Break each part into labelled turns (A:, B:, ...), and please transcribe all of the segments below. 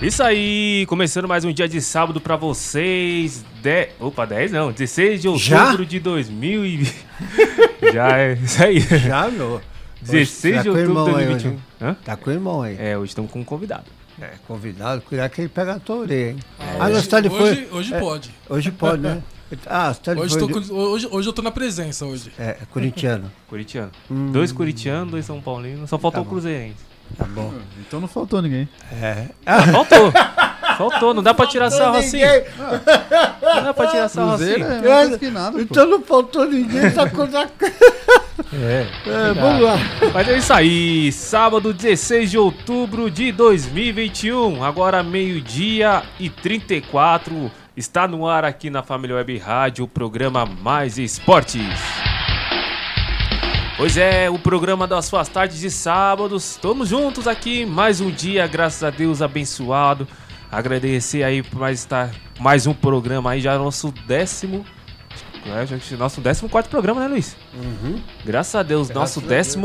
A: Isso aí, começando mais um dia de sábado pra vocês. De... Opa, 10 não, 16 de
B: Já?
A: outubro de 2000 e... Já é, isso aí.
B: Já, meu.
A: 16 de
B: Tá com o
A: outubro de
B: irmão aí
A: 2021.
B: hoje.
A: Hã?
B: Tá com o irmão aí.
A: um. É, hoje estamos com um convidado.
B: É, convidado, cuidado que ele pega a tua orelha, hein? Ah,
C: hoje,
B: nós tá de
C: hoje,
B: fone-
C: hoje
B: é,
C: pode.
B: Hoje pode, né? Ah, você tá de
C: Hoje,
B: fone
C: tô,
B: de-
C: com- hoje, hoje eu tô na presença hoje.
B: É, é corintiano.
A: Corintiano.
B: Hum.
A: Dois corintianos, dois São Paulinos. Só faltou o Cruzeirense.
B: Tá bom.
D: Então não faltou ninguém.
B: É.
A: Faltou. Faltou, não dá pra tirar sarro assim.
B: Ninguém-
A: Não dá pra tirar sarro assim.
D: Cruzeiro é mais que nada, pô.
B: Então não faltou ninguém, tá com a...
A: É.
B: É, vamos lá.
A: Mas é isso aí, sábado 16 de outubro de 2021, agora meio-dia e 34, está no ar aqui na Família Web Rádio o programa Mais Esportes. Pois é, o programa das suas tardes de sábados, estamos juntos aqui, mais um dia, graças a Deus, abençoado. Agradecer aí por mais estar, mais um programa aí, já nosso décimo, é, já- nosso décimo quarto programa, né Luiz? Graças a Deus, nosso 14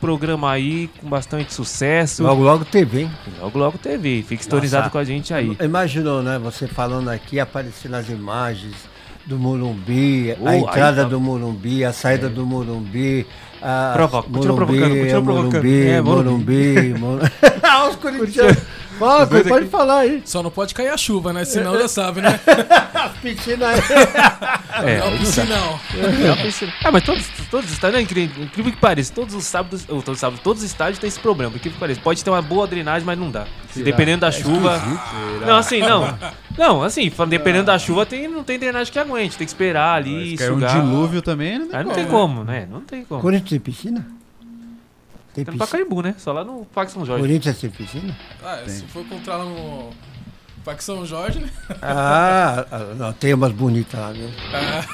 A: programa aí, com bastante sucesso. Logo,
B: Logo, logo teve, hein?
A: logo, TV. Fique sintonizado
B: Nossa.
A: com a gente aí.
B: Imaginou, né? Você falando aqui, aparecendo as imagens do Morumbi,
A: Oh,
B: a
A: aí
B: entrada
A: tá-
B: do Morumbi, a saída do Morumbi. A...
A: Prova- continua provocando, continua provocando.
B: Morumbi,
A: É,
B: Morumbi, Morumbi. Olha Ah, os corintianos. Fala,
A: dois
B: pode
A: aqui.
B: falar aí.
C: Só não pode cair a chuva, né? Senão já sabe, né?
B: Piscina aí.
A: É,
C: não,
A: isso aí.
C: piscinão.
A: Ah, mas todos, todos os estádios, né? incrível, incrível que pareça, todos os sábados, ou todos os sábados, todos os estádios têm esse problema, incrível que pareça. Pode ter uma boa drenagem, mas não dá. Dependendo
D: É
A: da chuva. Não, assim, não. Não, assim, falando- dependendo da chuva, tem, não tem drenagem que aguente. Tem que esperar ali,
D: Ah. Mas caiu um
A: sugar.
D: dilúvio também, né?
A: Aí não tem como, né? Não tem como.
B: Corinthians tem piscina? Tem
A: Tem no
B: piscina?
A: Pacaembu, né? Só lá no Parque São Jorge.
B: Corinthians tem piscina?
C: Ah, se for encontrar no Parque São Jorge, né?
B: Ah, ah, não, tem umas bonitas lá mesmo.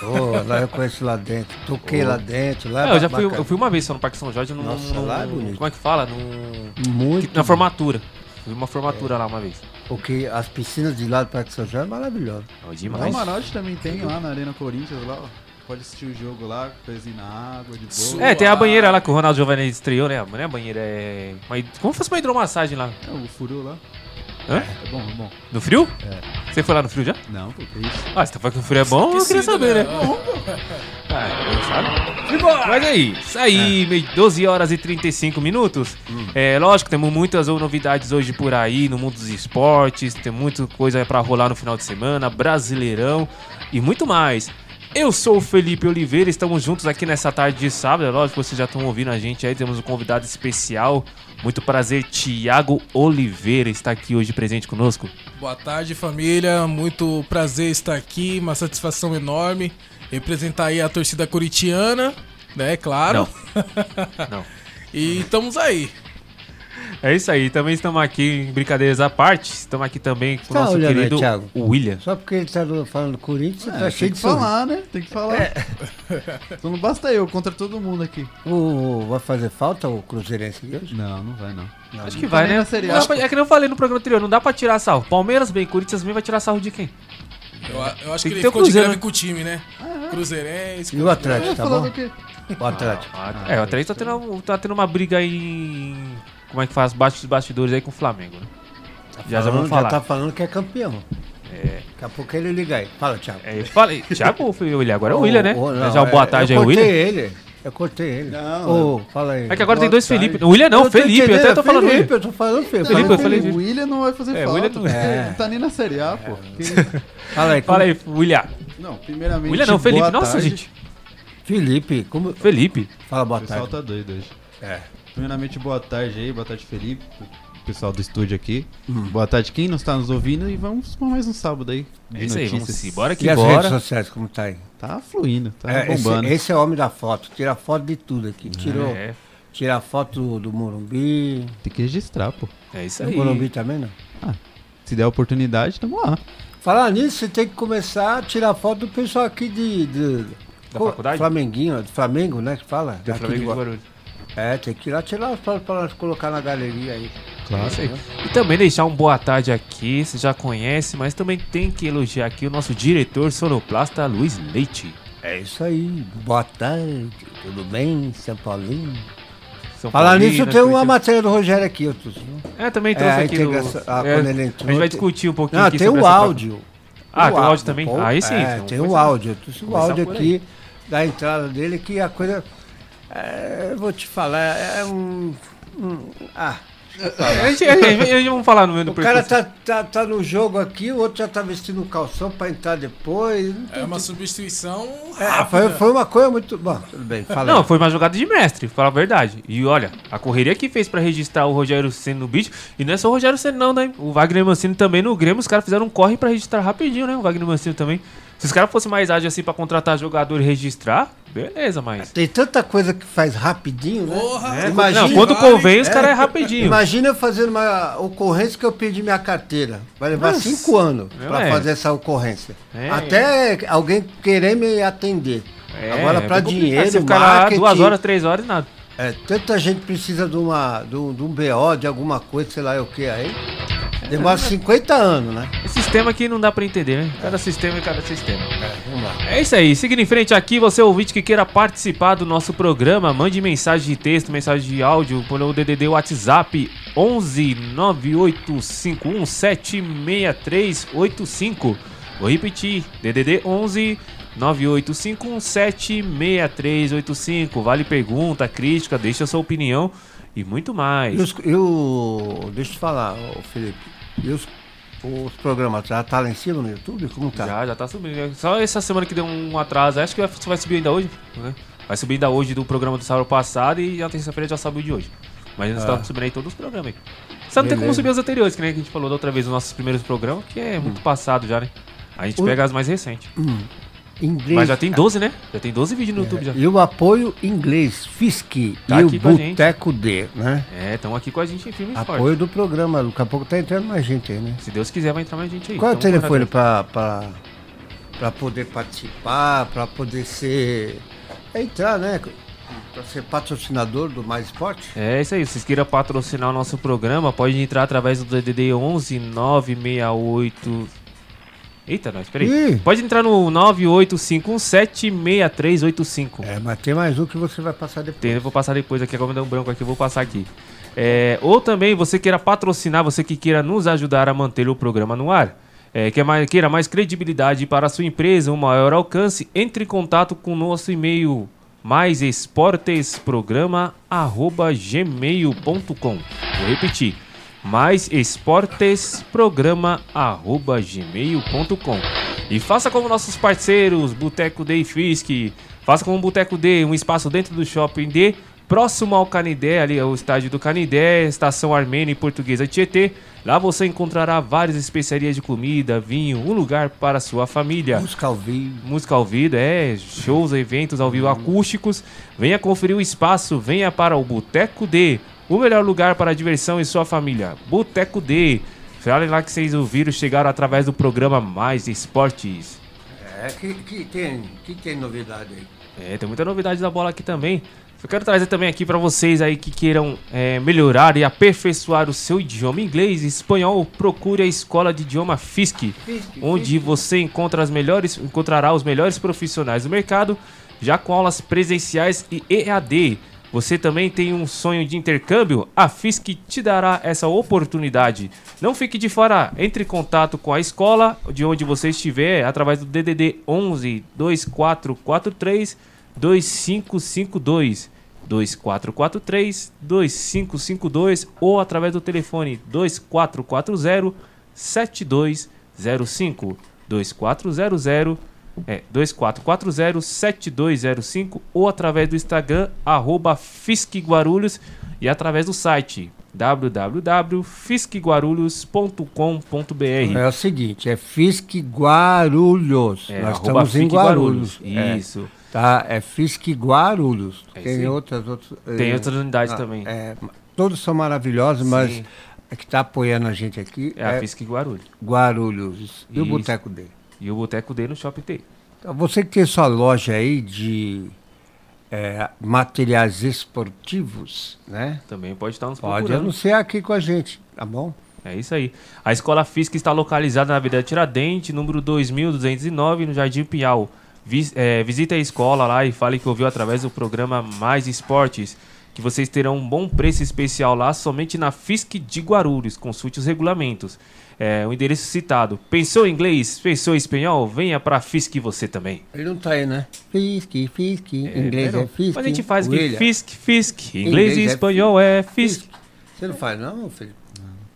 B: Oh, lá eu conheço lá dentro. Toquei lá dentro. Lá
A: Ah. É, eu já fui,
B: bacana.
A: eu fui uma vez só no Parque São Jorge, num,
B: Nossa,
A: num-
B: lá é bonito.
A: como é que fala? Num,
B: Muito.
A: na formatura. Fui uma
B: É.
A: formatura lá uma vez.
B: Porque as piscinas de lá do Parque São Jorge é maravilhosa.
A: É
D: O
A: demais.
D: Camarote também tem lá na Arena Corinthians, lá, ó. Pode assistir o jogo lá, coisinha na água, de boa.
A: É, tem a banheira lá que o Ronaldo Giovanni estreou, né? Não é banheira, é... Uma, hid- como se fosse uma hidromassagem lá.
D: É, o furu lá.
A: Hã?
D: É bom, é bom.
A: No frio? Você foi lá no frio já?
D: Não, pô, que isso.
A: Ah, você tá falando que o frio é bom? Eu queria
C: Aquecido,
A: saber, né? Ah, eu sabe. Mas aí, isso aí, meio- 12 horas e 35 minutos. É lógico, temos muitas novidades hoje por aí no mundo dos esportes, tem muita coisa pra rolar no final de semana, Brasileirão e muito mais. Eu sou o Felipe Oliveira, estamos juntos aqui nessa tarde de sábado. É lógico, vocês já estão ouvindo a gente aí, temos um convidado especial. Muito prazer, Tiago Oliveira está aqui hoje presente conosco.
C: Boa tarde, família. Muito prazer estar aqui. Uma satisfação enorme. Representar aí a torcida curitiana, né? Claro.
A: Não.
C: E estamos aí.
A: É isso aí, também estamos aqui, em brincadeiras à parte, estamos aqui também com o
B: Tá
A: nosso
B: olhando aí,
A: querido
B: Thiago?
A: William.
B: Só porque ele tá do- falando Corinthians,
D: É,
B: tá
D: tem
B: cheio
D: que
B: de falar.
D: falar, né? Tem que falar. Então não basta eu, contra todo mundo aqui.
B: O, vai fazer falta o Cruzeirense aqui hoje?
D: Não, não vai não.
A: Acho que vai,
D: Também
A: né?
D: na Série A.
A: Não dá pra- é que nem eu falei no programa anterior, não dá pra tirar sarro. Palmeiras bem, Corinthians bem, vai tirar sarro de quem?
C: Eu, eu acho
A: Tem
C: que
A: que
C: ele
A: ter o
C: ficou de greve
A: Cruzeiro, né? Ah, é.
C: com o time, né? Cruzeirense.
B: E o Atlético,
D: É,
B: tá
D: falando
B: bom?
D: o quê?
B: O Atlético.
A: é, o Atlético tá tendo, tá tendo uma briga aí em... Como é que faz? Baixo dos bastidores aí com o Flamengo, né? já já vamos
B: Falando-
A: falar.
B: tá falando que é campeão. Daqui a pouco ele liga aí. Fala, Thiago.
A: É, eu falei, Thiago ou foi o William? Agora é o
B: Ô,
A: William, né?
B: ô, não,
A: já o Boa
B: é-
A: Tarde aí,
B: eu
A: o William.
B: cortei ele. Eu cortei ele.
D: Não,
B: Ô, fala aí.
A: É que agora tem
D: Boa
A: dois
D: tarde.
A: Felipe. O William não,
B: Eu tô
A: Felipe, eu até
B: entendendo, é
A: tô falando
B: Felipe,
A: Felipe.
B: Eu tô falando Felipe.
A: Felipe,
B: Fala
A: eu falei
D: o
A: disso.
D: William não vai fazer
A: É, o
D: falta.
A: Willian É. não-
D: porque Não tá nem na Série A, pô. Que-
B: aí. Fala aí.
A: Fala aí, William.
D: Não, primeiramente.
A: William não,
D: boa
A: Felipe. Nossa,
D: tarde.
A: gente.
B: Felipe, como...
A: Felipe.
B: Fala boa
D: O pessoal
B: tarde. É.
D: tá doido hoje. Primeiramente, boa tarde aí, boa tarde, Felipe, pro pessoal do estúdio aqui. Boa tarde, quem não está nos ouvindo, e vamos pra mais um sábado aí.
A: É
D: de
A: isso aí, vamos
D: notícias.
A: embora que
B: E as redes
A: bora.
B: sociais, como tá aí?
D: Tá fluindo, tá
B: É, esse,
D: bombando.
B: esse é o homem da foto. Tira foto de tudo aqui. Tirou,
A: É,
B: Tira foto do, do Morumbi.
D: Tem que registrar, pô.
A: é isso
B: Do
A: aí.
B: Morumbi também, não?
D: Se der oportunidade, tamo lá.
B: Falar nisso, você tem que começar a tirar foto do pessoal aqui de... de-
A: Da
B: Co-
A: faculdade?
B: Flamenguinho, Flamengo, né? Que fala?
A: Do
B: Aqui
A: Flamengo de
B: Gua-
A: Guarulhos.
B: É, tem que tirar, tirar as fotos pra nós colocar na galeria aí.
A: É isso aí. E também deixar um boa tarde aqui, você já conhece, mas também tem que elogiar aqui o nosso diretor sonoplasta Luiz Leite.
B: É isso aí. Boa tarde. Tudo bem, São Paulinho?
A: São
B: Falar
A: Paulino,
B: nisso, tem uma
A: Curitiba.
B: matéria do Rogério aqui, eu trouxe, viu?
A: É, também trouxe
B: É, a
A: aqui. do-
B: integração- ah,
A: é,
B: quando ele
A: a gente
B: entrou,
A: vai
B: tem-
A: discutir um pouquinho
B: Não,
A: aqui
B: tem
A: sobre
B: o
A: essa-
B: áudio.
A: Ah, tem o áudio
B: da
A: também?
B: Paul.
A: Aí sim,
B: É,
A: então,
B: tem
A: pois
B: o
A: é.
B: áudio. Eu trouxe o
A: Começar
B: áudio
A: por
B: aqui da entrada dele que a coisa. é, eu vou te falar, é um. um- ah,
A: A gente, a gente- a gente- vamos falar no meio do
B: o cara
A: percurso.
B: tá, tá, tá no jogo aqui, o outro já tá vestindo calção pra entrar depois. não
C: É
B: tem-
C: uma substituição
B: É,
C: rápida.
B: foi, foi uma coisa muito. Bom, tudo bem, fala.
A: Ah, Não,
B: aí.
A: foi uma jogada de mestre, fala a verdade. E olha, a correria que fez pra registrar o Rogério Senna no bicho, e não é só o Rogério Senna não, né? O Wagner Mancini também no Grêmio, os caras fizeram um corre pra registrar rapidinho, né? O Wagner Mancini também. Se os caras fossem mais ágeis assim pra contratar jogador e registrar, beleza, mas...
B: Tem tanta coisa que faz rapidinho, né?
C: Porra,
B: É,
C: imagina.
A: Não, quando
C: Vale,
A: convém, os caras é rapidinho.
B: Imagina eu fazendo uma ocorrência que eu perdi minha carteira. Vai levar
A: Nossa.
B: cinco anos para
A: É.
B: fazer essa ocorrência.
A: É.
B: Até alguém querer me atender.
A: É,
B: Agora,
A: é
B: para
A: complicado. Você
B: dinheiro,
A: ficar lá
B: marketing,
A: duas horas, três horas, nada.
B: é, tanta gente precisa de, uma, de, um, de um BO, de alguma coisa, sei lá é o que aí. Demora
A: É.
B: 50 anos, né?
A: Esse sistema que não dá pra entender, né? Cada sistema é cada sistema.
B: Vamos lá.
A: É isso aí, seguindo em frente aqui, você é ouvinte que queira participar do nosso programa, mande mensagem de texto, mensagem de áudio pelo DDD WhatsApp 11 985176385. Vou repetir, DDD 11 985176385. Vale pergunta, crítica, deixa sua opinião e muito mais.
B: E os- e o- deixa eu te falar, ô, Felipe. E os, os programas já tá lá em cima no YouTube? Como tá?
A: Já, já tá subindo. né? Só essa semana que deu um atraso. Acho que vai- vai subir ainda hoje, né? Vai subir ainda hoje do programa do sábado passado e na terça-feira já sobe o de hoje. Mas nós estamos subindo aí todos os programas aí. Só não tem como
B: Ah. Beleza. Hum.
A: subir os anteriores, que nem a gente falou da outra vez, os nossos primeiros programas, que é muito passado já, né? A gente
B: O-
A: pega as mais recentes.
B: Inglês.
A: Mas já tem 12, né? Já tem 12 vídeos
B: É.
A: no YouTube já.
B: E o apoio inglês, FISC
A: Tá
B: e o
A: aqui com a gente.
B: Boteco D, né?
A: É, estão aqui com a gente em filme e forte.
B: Apoio do programa, daqui a pouco tá entrando mais gente aí, né?
A: Se Deus quiser, vai entrar mais gente aí.
B: Qual é o
A: Tamo correndo
B: telefone
A: atrás.
B: pra, pra, pra poder participar, pra poder ser. é entrar, né? Pra ser patrocinador do Mais Esporte?
A: É isso aí, se vocês queiram patrocinar o nosso programa, pode entrar através do DDD 11 968. Eita, nós, peraí.
B: Ih.
A: Pode entrar no 985176385.
B: É, mas tem mais um que você vai passar depois.
A: Tem, eu vou passar depois aqui, agora me deu um branco aqui, eu vou passar aqui. É, ou também você queira patrocinar, você que queira nos ajudar a manter o programa no ar. É, quer mais, queira mais credibilidade para a sua empresa, um maior alcance, entre em contato com o nosso e-mail maisesportesprograma.gmail.com Vou repetir, maisesportesprograma.gmail.com E faça como nossos parceiros, Boteco D e Fisk, faça como o Boteco D, um espaço dentro do Shopping D, próximo ao Canidé, ali é o estádio do Canidé, estação armênia e portuguesa Tietê. Lá você encontrará várias especiarias de comida, vinho, um lugar para sua família
B: Música ao vivo.
A: música ao vivo, é, shows, eventos ao vivo acústicos. Venha conferir o espaço, venha para o Boteco D, o melhor lugar para a diversão e sua família. Boteco D. Falem lá que vocês ouviram, chegaram através do programa Mais Esportes.
B: É, que, que, tem, que tem novidade aí?
A: É, tem muita novidade da bola aqui também. Eu quero trazer também aqui para vocês aí que queiram é, melhorar e aperfeiçoar o seu idioma inglês e espanhol, procure a escola de idioma FISC, onde você encontra as melhores, encontrará os melhores profissionais do mercado, já com aulas presenciais e EAD. Você também tem um sonho de intercâmbio? A FISC te dará essa oportunidade. Não fique de fora, entre em contato com a escola de onde você estiver através do DDD 11 2443 2552 2443 2552 ou através do telefone 2440 7205 2400 é 2440 7205 ou através do Instagram arroba Fisque Guarulhos e através do site www.fisqueguarulhos.com.br
B: É o seguinte, é FISC Guarulhos.
A: É,
B: Nós
A: arroba
B: estamos em
A: Fique
B: Guarulhos. É.
A: Isso.
B: Tá, é Fisk Guarulhos.
A: É isso aí.
B: tem outras, outras.
A: Tem
B: eh,
A: outras unidades
B: ah,
A: também.
B: é, todos são maravilhosos, mas
A: Sim.
B: a que está apoiando a gente aqui
A: É a
B: é,
A: Fisque Guarulhos.
B: Guarulhos. E o
A: Isso.
B: boteco dele.
A: E o Boteco D no Shopping T.
B: Então, você que tem sua loja aí de eh, materiais esportivos, né?
A: Também pode estar nos
B: Pode
A: procurando.
B: anunciar aqui com a gente, tá bom?
A: É isso aí. A escola física está localizada na Avenida Tiradentes, número 2209, no Jardim Piau. Vis- é, visite a escola lá e fale que ouviu através do programa Mais Esportes. que vocês terão um bom preço especial lá somente na FISC de Guarulhos. Consulte os regulamentos. É, o endereço citado. Pensou em inglês? Pensou em espanhol? Venha para a FISC você também.
B: Ele não tá aí, né? Fisk, Fisk, inglês
A: Entendeu?
B: é Fisk.
A: um- Mas a gente faz aqui,
B: orelha.
A: Fisk, Fisk. Inglês,
B: Inglês
A: e
B: é
A: espanhol é Fisk.
B: Você não faz não, filho?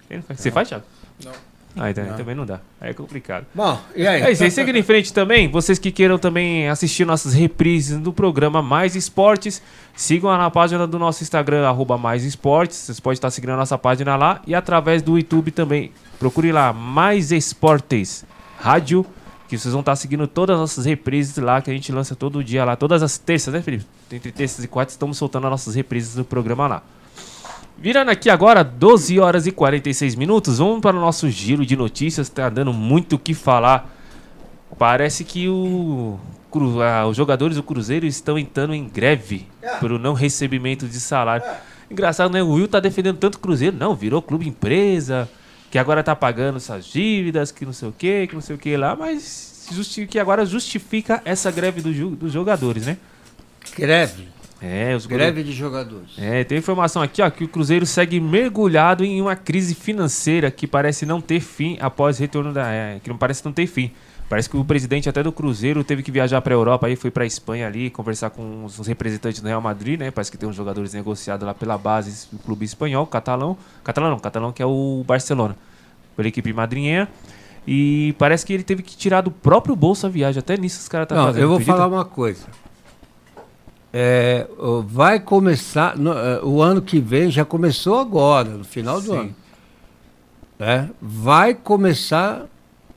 A: Ele faz- Você faz, Thiago?
C: Não.
A: Ah, então, também não dá. Aí é complicado.
B: Bom, e aí?
A: É isso aí, seguindo em frente também, vocês que queiram também assistir nossas reprises do programa Mais Esportes, sigam lá na página do nosso Instagram, arroba Mais Esportes, vocês podem estar seguindo a nossa página lá e através do YouTube também. Procure lá, Mais Esportes Rádio, que vocês vão estar seguindo todas as nossas reprises lá, que a gente lança todo dia lá, todas as terças, né Felipe? Entre terças e quartas estamos soltando as nossas reprises do programa lá. Virando aqui agora, 12 horas e 46 minutos, vamos para o nosso giro de notícias, tá dando muito o que falar. Parece que o Cru- ah, os jogadores do Cruzeiro estão entrando em greve por não recebimento de salário. Engraçado, né? O Will tá defendendo tanto o Cruzeiro. Não, virou clube empresa, que agora tá pagando essas dívidas, que não sei o que, que não sei o que lá, mas justi- que agora justifica essa greve do ju- dos jogadores, né?
B: Greve.
A: É, os goleiros-
B: Greve de jogadores.
A: é, tem informação aqui, ó, que o Cruzeiro segue mergulhado em uma crise financeira que parece não ter fim após o retorno da, é, que não parece não ter fim. Parece que o presidente até do Cruzeiro teve que viajar para Europa aí, foi para Espanha ali conversar com os os representantes do Real Madrid, né? Parece que tem uns jogadores negociados lá pela base do clube espanhol, catalão, catalão não, catalão que é o Barcelona, pela equipe madrinha. E parece que ele teve que tirar do próprio bolso a viagem, até nisso os caras tá
B: Não,
A: fazendo.
B: eu vou
A: acredita?
B: falar uma coisa. É, o- vai começar no- é, o ano que vem, já começou agora, no final do
A: Sim.
B: ano. né? Vai começar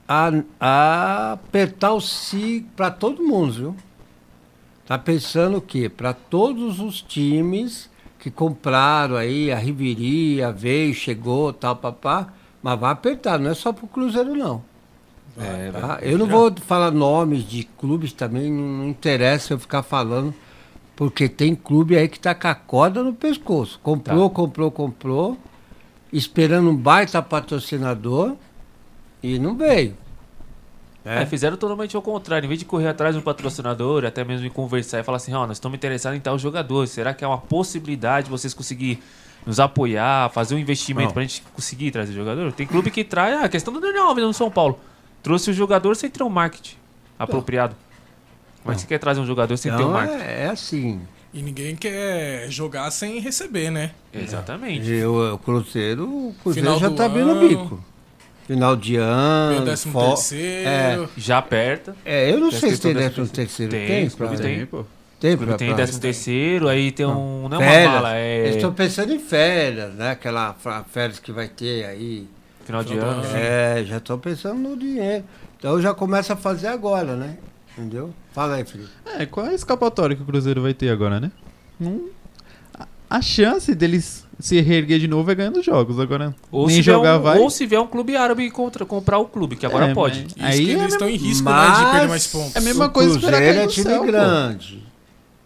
B: a, a apertar o si para todo mundo, viu? Tá pensando o quê? Para todos os times que compraram aí, a Riveria veio, chegou, tal, papá, mas vai apertar, não é só pro Cruzeiro não.
A: É,
B: Tá? Eu não vou falar nomes de clubes também, não não interessa eu ficar falando, porque tem clube aí que tá com a corda no pescoço. Comprou, comprou, comprou, esperando um baita patrocinador e não veio.
A: É, fizeram totalmente ao contrário. Em vez de correr atrás do patrocinador, até mesmo em conversar e falar assim, ó, nós estamos interessados em tal jogador. Será que é uma possibilidade de vocês conseguir nos apoiar, fazer um investimento
B: Não.
A: pra gente conseguir trazer jogador? Tem clube que traz... Ah, a questão do Daniel Alves no São Paulo. Trouxe o jogador sem ter um marketing apropriado. Como é que você quer trazer um jogador sem ter um
B: Tá. Então
A: marketing?
B: é, é assim.
C: E ninguém quer jogar sem receber, né?
A: Exatamente.
B: E o, o Cruzeiro, o Cruzeiro
C: Final
B: já
C: do
B: tá abrindo o
C: ano.
B: bico. Final de ano.
C: Tem o décimo
B: Hum, fo- É,
C: terceiro.
A: Já aperta.
B: é, eu não sei se tem
A: Tem,
B: décimo terceiro. Tem,
A: tem,
B: pra-
A: clube
D: Tem, pô.
B: tem,
A: Clube
B: pra-
A: tem
B: pra-
A: décimo terceiro, aí tem um... Não é uma
B: Férias.
A: mala, é
B: Eles estão pensando em férias, né? Aquela fra- férias que vai ter aí.
A: final de
C: Final do
A: ano.
C: ano.
B: É, já estão pensando no dinheiro. Então já começa a fazer agora, né? Entendeu? Fala aí, Felipe.
D: É, qual é a escapatória que o Cruzeiro vai ter agora, né? Não- a- A chance deles se reerguer de novo é ganhando jogos. Agora,
A: Ou,
D: nem
A: se vier
D: jogar
A: um,
D: vai.
A: ou se vier um clube árabe contra, comprar o clube, que agora
D: É,
A: pode.
D: mas-
C: Isso
D: Aí
C: que
D: é
C: eles
D: mesmo-
C: estão em risco, né, de
B: Mas-
C: perder mais pontos.
D: É a mesma coisa
B: o
D: esperar
B: Cruzeiro
D: cair
B: é
D: do
B: time
D: céu, pô.
B: grande.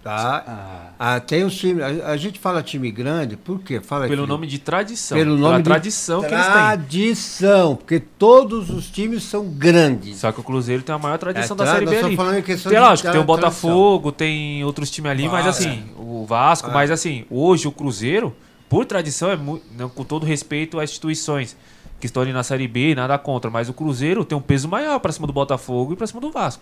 B: Tá? Ah, tem os times. A, a gente fala time grande, por quê? Fala aí,
A: Pelo
B: Felipe.
A: nome de tradição.
B: Pelo
A: pela
B: nome de
A: tradição que eles têm.
B: Tradição, porque todos os times são grandes.
A: Só que o Cruzeiro tem a maior tradição
B: É,
A: da
B: tra-
A: Série
B: nós
A: B
B: estamos
A: ali.
B: falando em questão
A: Tem,
B: de
A: lógico, tem o
B: tradição.
A: Botafogo, tem outros times ali, mas
C: Vasco.
A: assim, o Vasco, mas assim, hoje o Cruzeiro, por tradição, é mu- não, com todo respeito às instituições que estão ali na Série B, nada contra, mas o Cruzeiro tem um peso maior pra cima do Botafogo e pra cima do Vasco.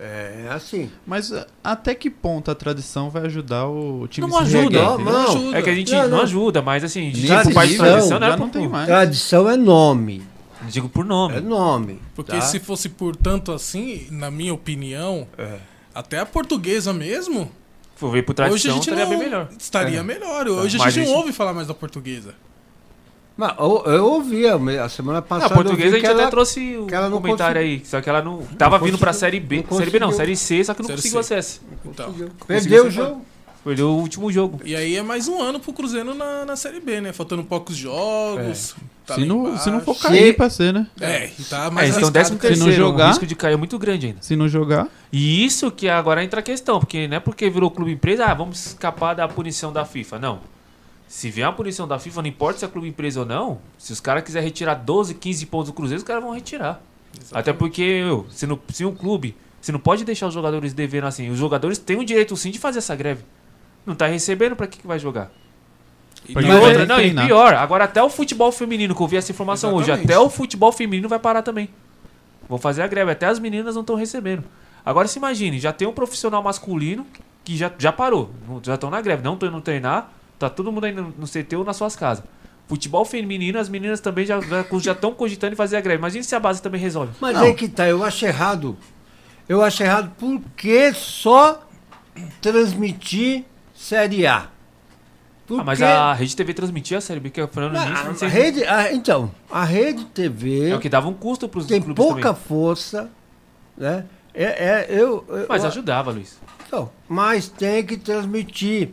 B: É assim.
D: Mas a- até que ponto a tradição vai ajudar o time
A: Não
D: se
A: ajuda,
D: reerguer,
A: ó,
D: entendeu?
B: Não,
A: É que a gente não,
B: não, não.
A: ajuda, mas assim,
D: Nesse
A: digo por parte de
B: nível,
A: tradição, não
D: já
A: é
D: não
A: por-
D: tem mais.
B: Tradição é nome.
A: Digo por nome.
B: É nome.
C: Porque
B: tá?
C: se fosse por tanto assim, na minha opinião,
B: É.
C: até a portuguesa mesmo,
A: Vou ver por tradição,
C: hoje a gente
A: estaria
C: não
A: bem melhor.
B: É.
C: estaria melhor.
B: Tá.
C: Hoje a
A: Mas
C: gente
A: a
C: não
A: gente-
C: ouve falar mais da portuguesa.
B: Mas eu, eu ouvi a, me- a
A: Não,
B: semana
A: a
B: passada. eu ouvi
A: portuguesa a gente
B: que
A: até
B: ela-
A: trouxe o
B: que ela não
A: comentário aí, só que ela não. Tava vindo pra
B: conseguiu,
A: Série B.
B: não
A: série B não,
B: conseguiu.
A: Série C, só que não
C: Série
A: conseguiu
C: C.
A: acesso.
C: Então,
B: Perdeu o
A: Conseguiu
B: jogo.
A: Perdeu o último jogo.
C: e aí é mais um ano pro Cruzeiro na, na Série B, né? Faltando poucos
B: É.
C: jogos. tá
D: Se
C: lá
D: não, se não
C: embaixo.
D: for cair
B: Se-
D: pra ser, né?
C: É, e tá
A: Mas
C: mais
A: é, então
C: arriscado
A: 13
C: que-
A: terceiro,
D: Se não jogar-
A: o risco de cair é muito grande ainda.
D: Se não jogar,
A: E isso que agora entra a questão, porque não é porque virou clube empresa, ah, vamos escapar da punição da FIFA. Não. Se vier a punição da FIFA, não importa se é clube empresa ou não, se os caras quiserem retirar 12, 15 pontos do Cruzeiro, os caras vão retirar. Tá Até porque, meu, se, não, se um clube. Você não pode deixar os jogadores devendo assim. Os jogadores têm o direito sim de fazer essa greve. Não tá recebendo, pra que, que vai jogar?
C: E
A: E
D: Mas
C: talvez-
A: outra,
D: ele
A: não, e
D: treina.
A: pior, agora até o futebol feminino, que eu vi essa informação hoje,
C: Exatamente.
A: até o futebol feminino vai parar também. Vão fazer a greve, até as meninas não estão recebendo. Agora se imagine, já tem um profissional masculino que já, já parou, não- já estão na greve, não estão indo treinar, tá todo mundo aí no, no CT ou nas suas casas. Futebol feminino, as meninas também já estão já, tão cogitando em fazer a greve. Imagina se a base também resolve.
B: Mas aí que tá, eu acho errado. Eu acho errado porque só transmitir Série A. Porque
A: Ah, mas a Rede TV transmitia a Série B, que é eu falando
B: a-
A: nisso,
B: a
A: não sei se-
B: rede, a- então, a rede TV
A: É o que dava um custo pros
B: tem
A: clubes
B: pouca
A: também.
B: força, né? É, é, eu, eu-
A: Mas
B: eu-
A: ajudava, Luiz.
B: Então, mas tem que transmitir.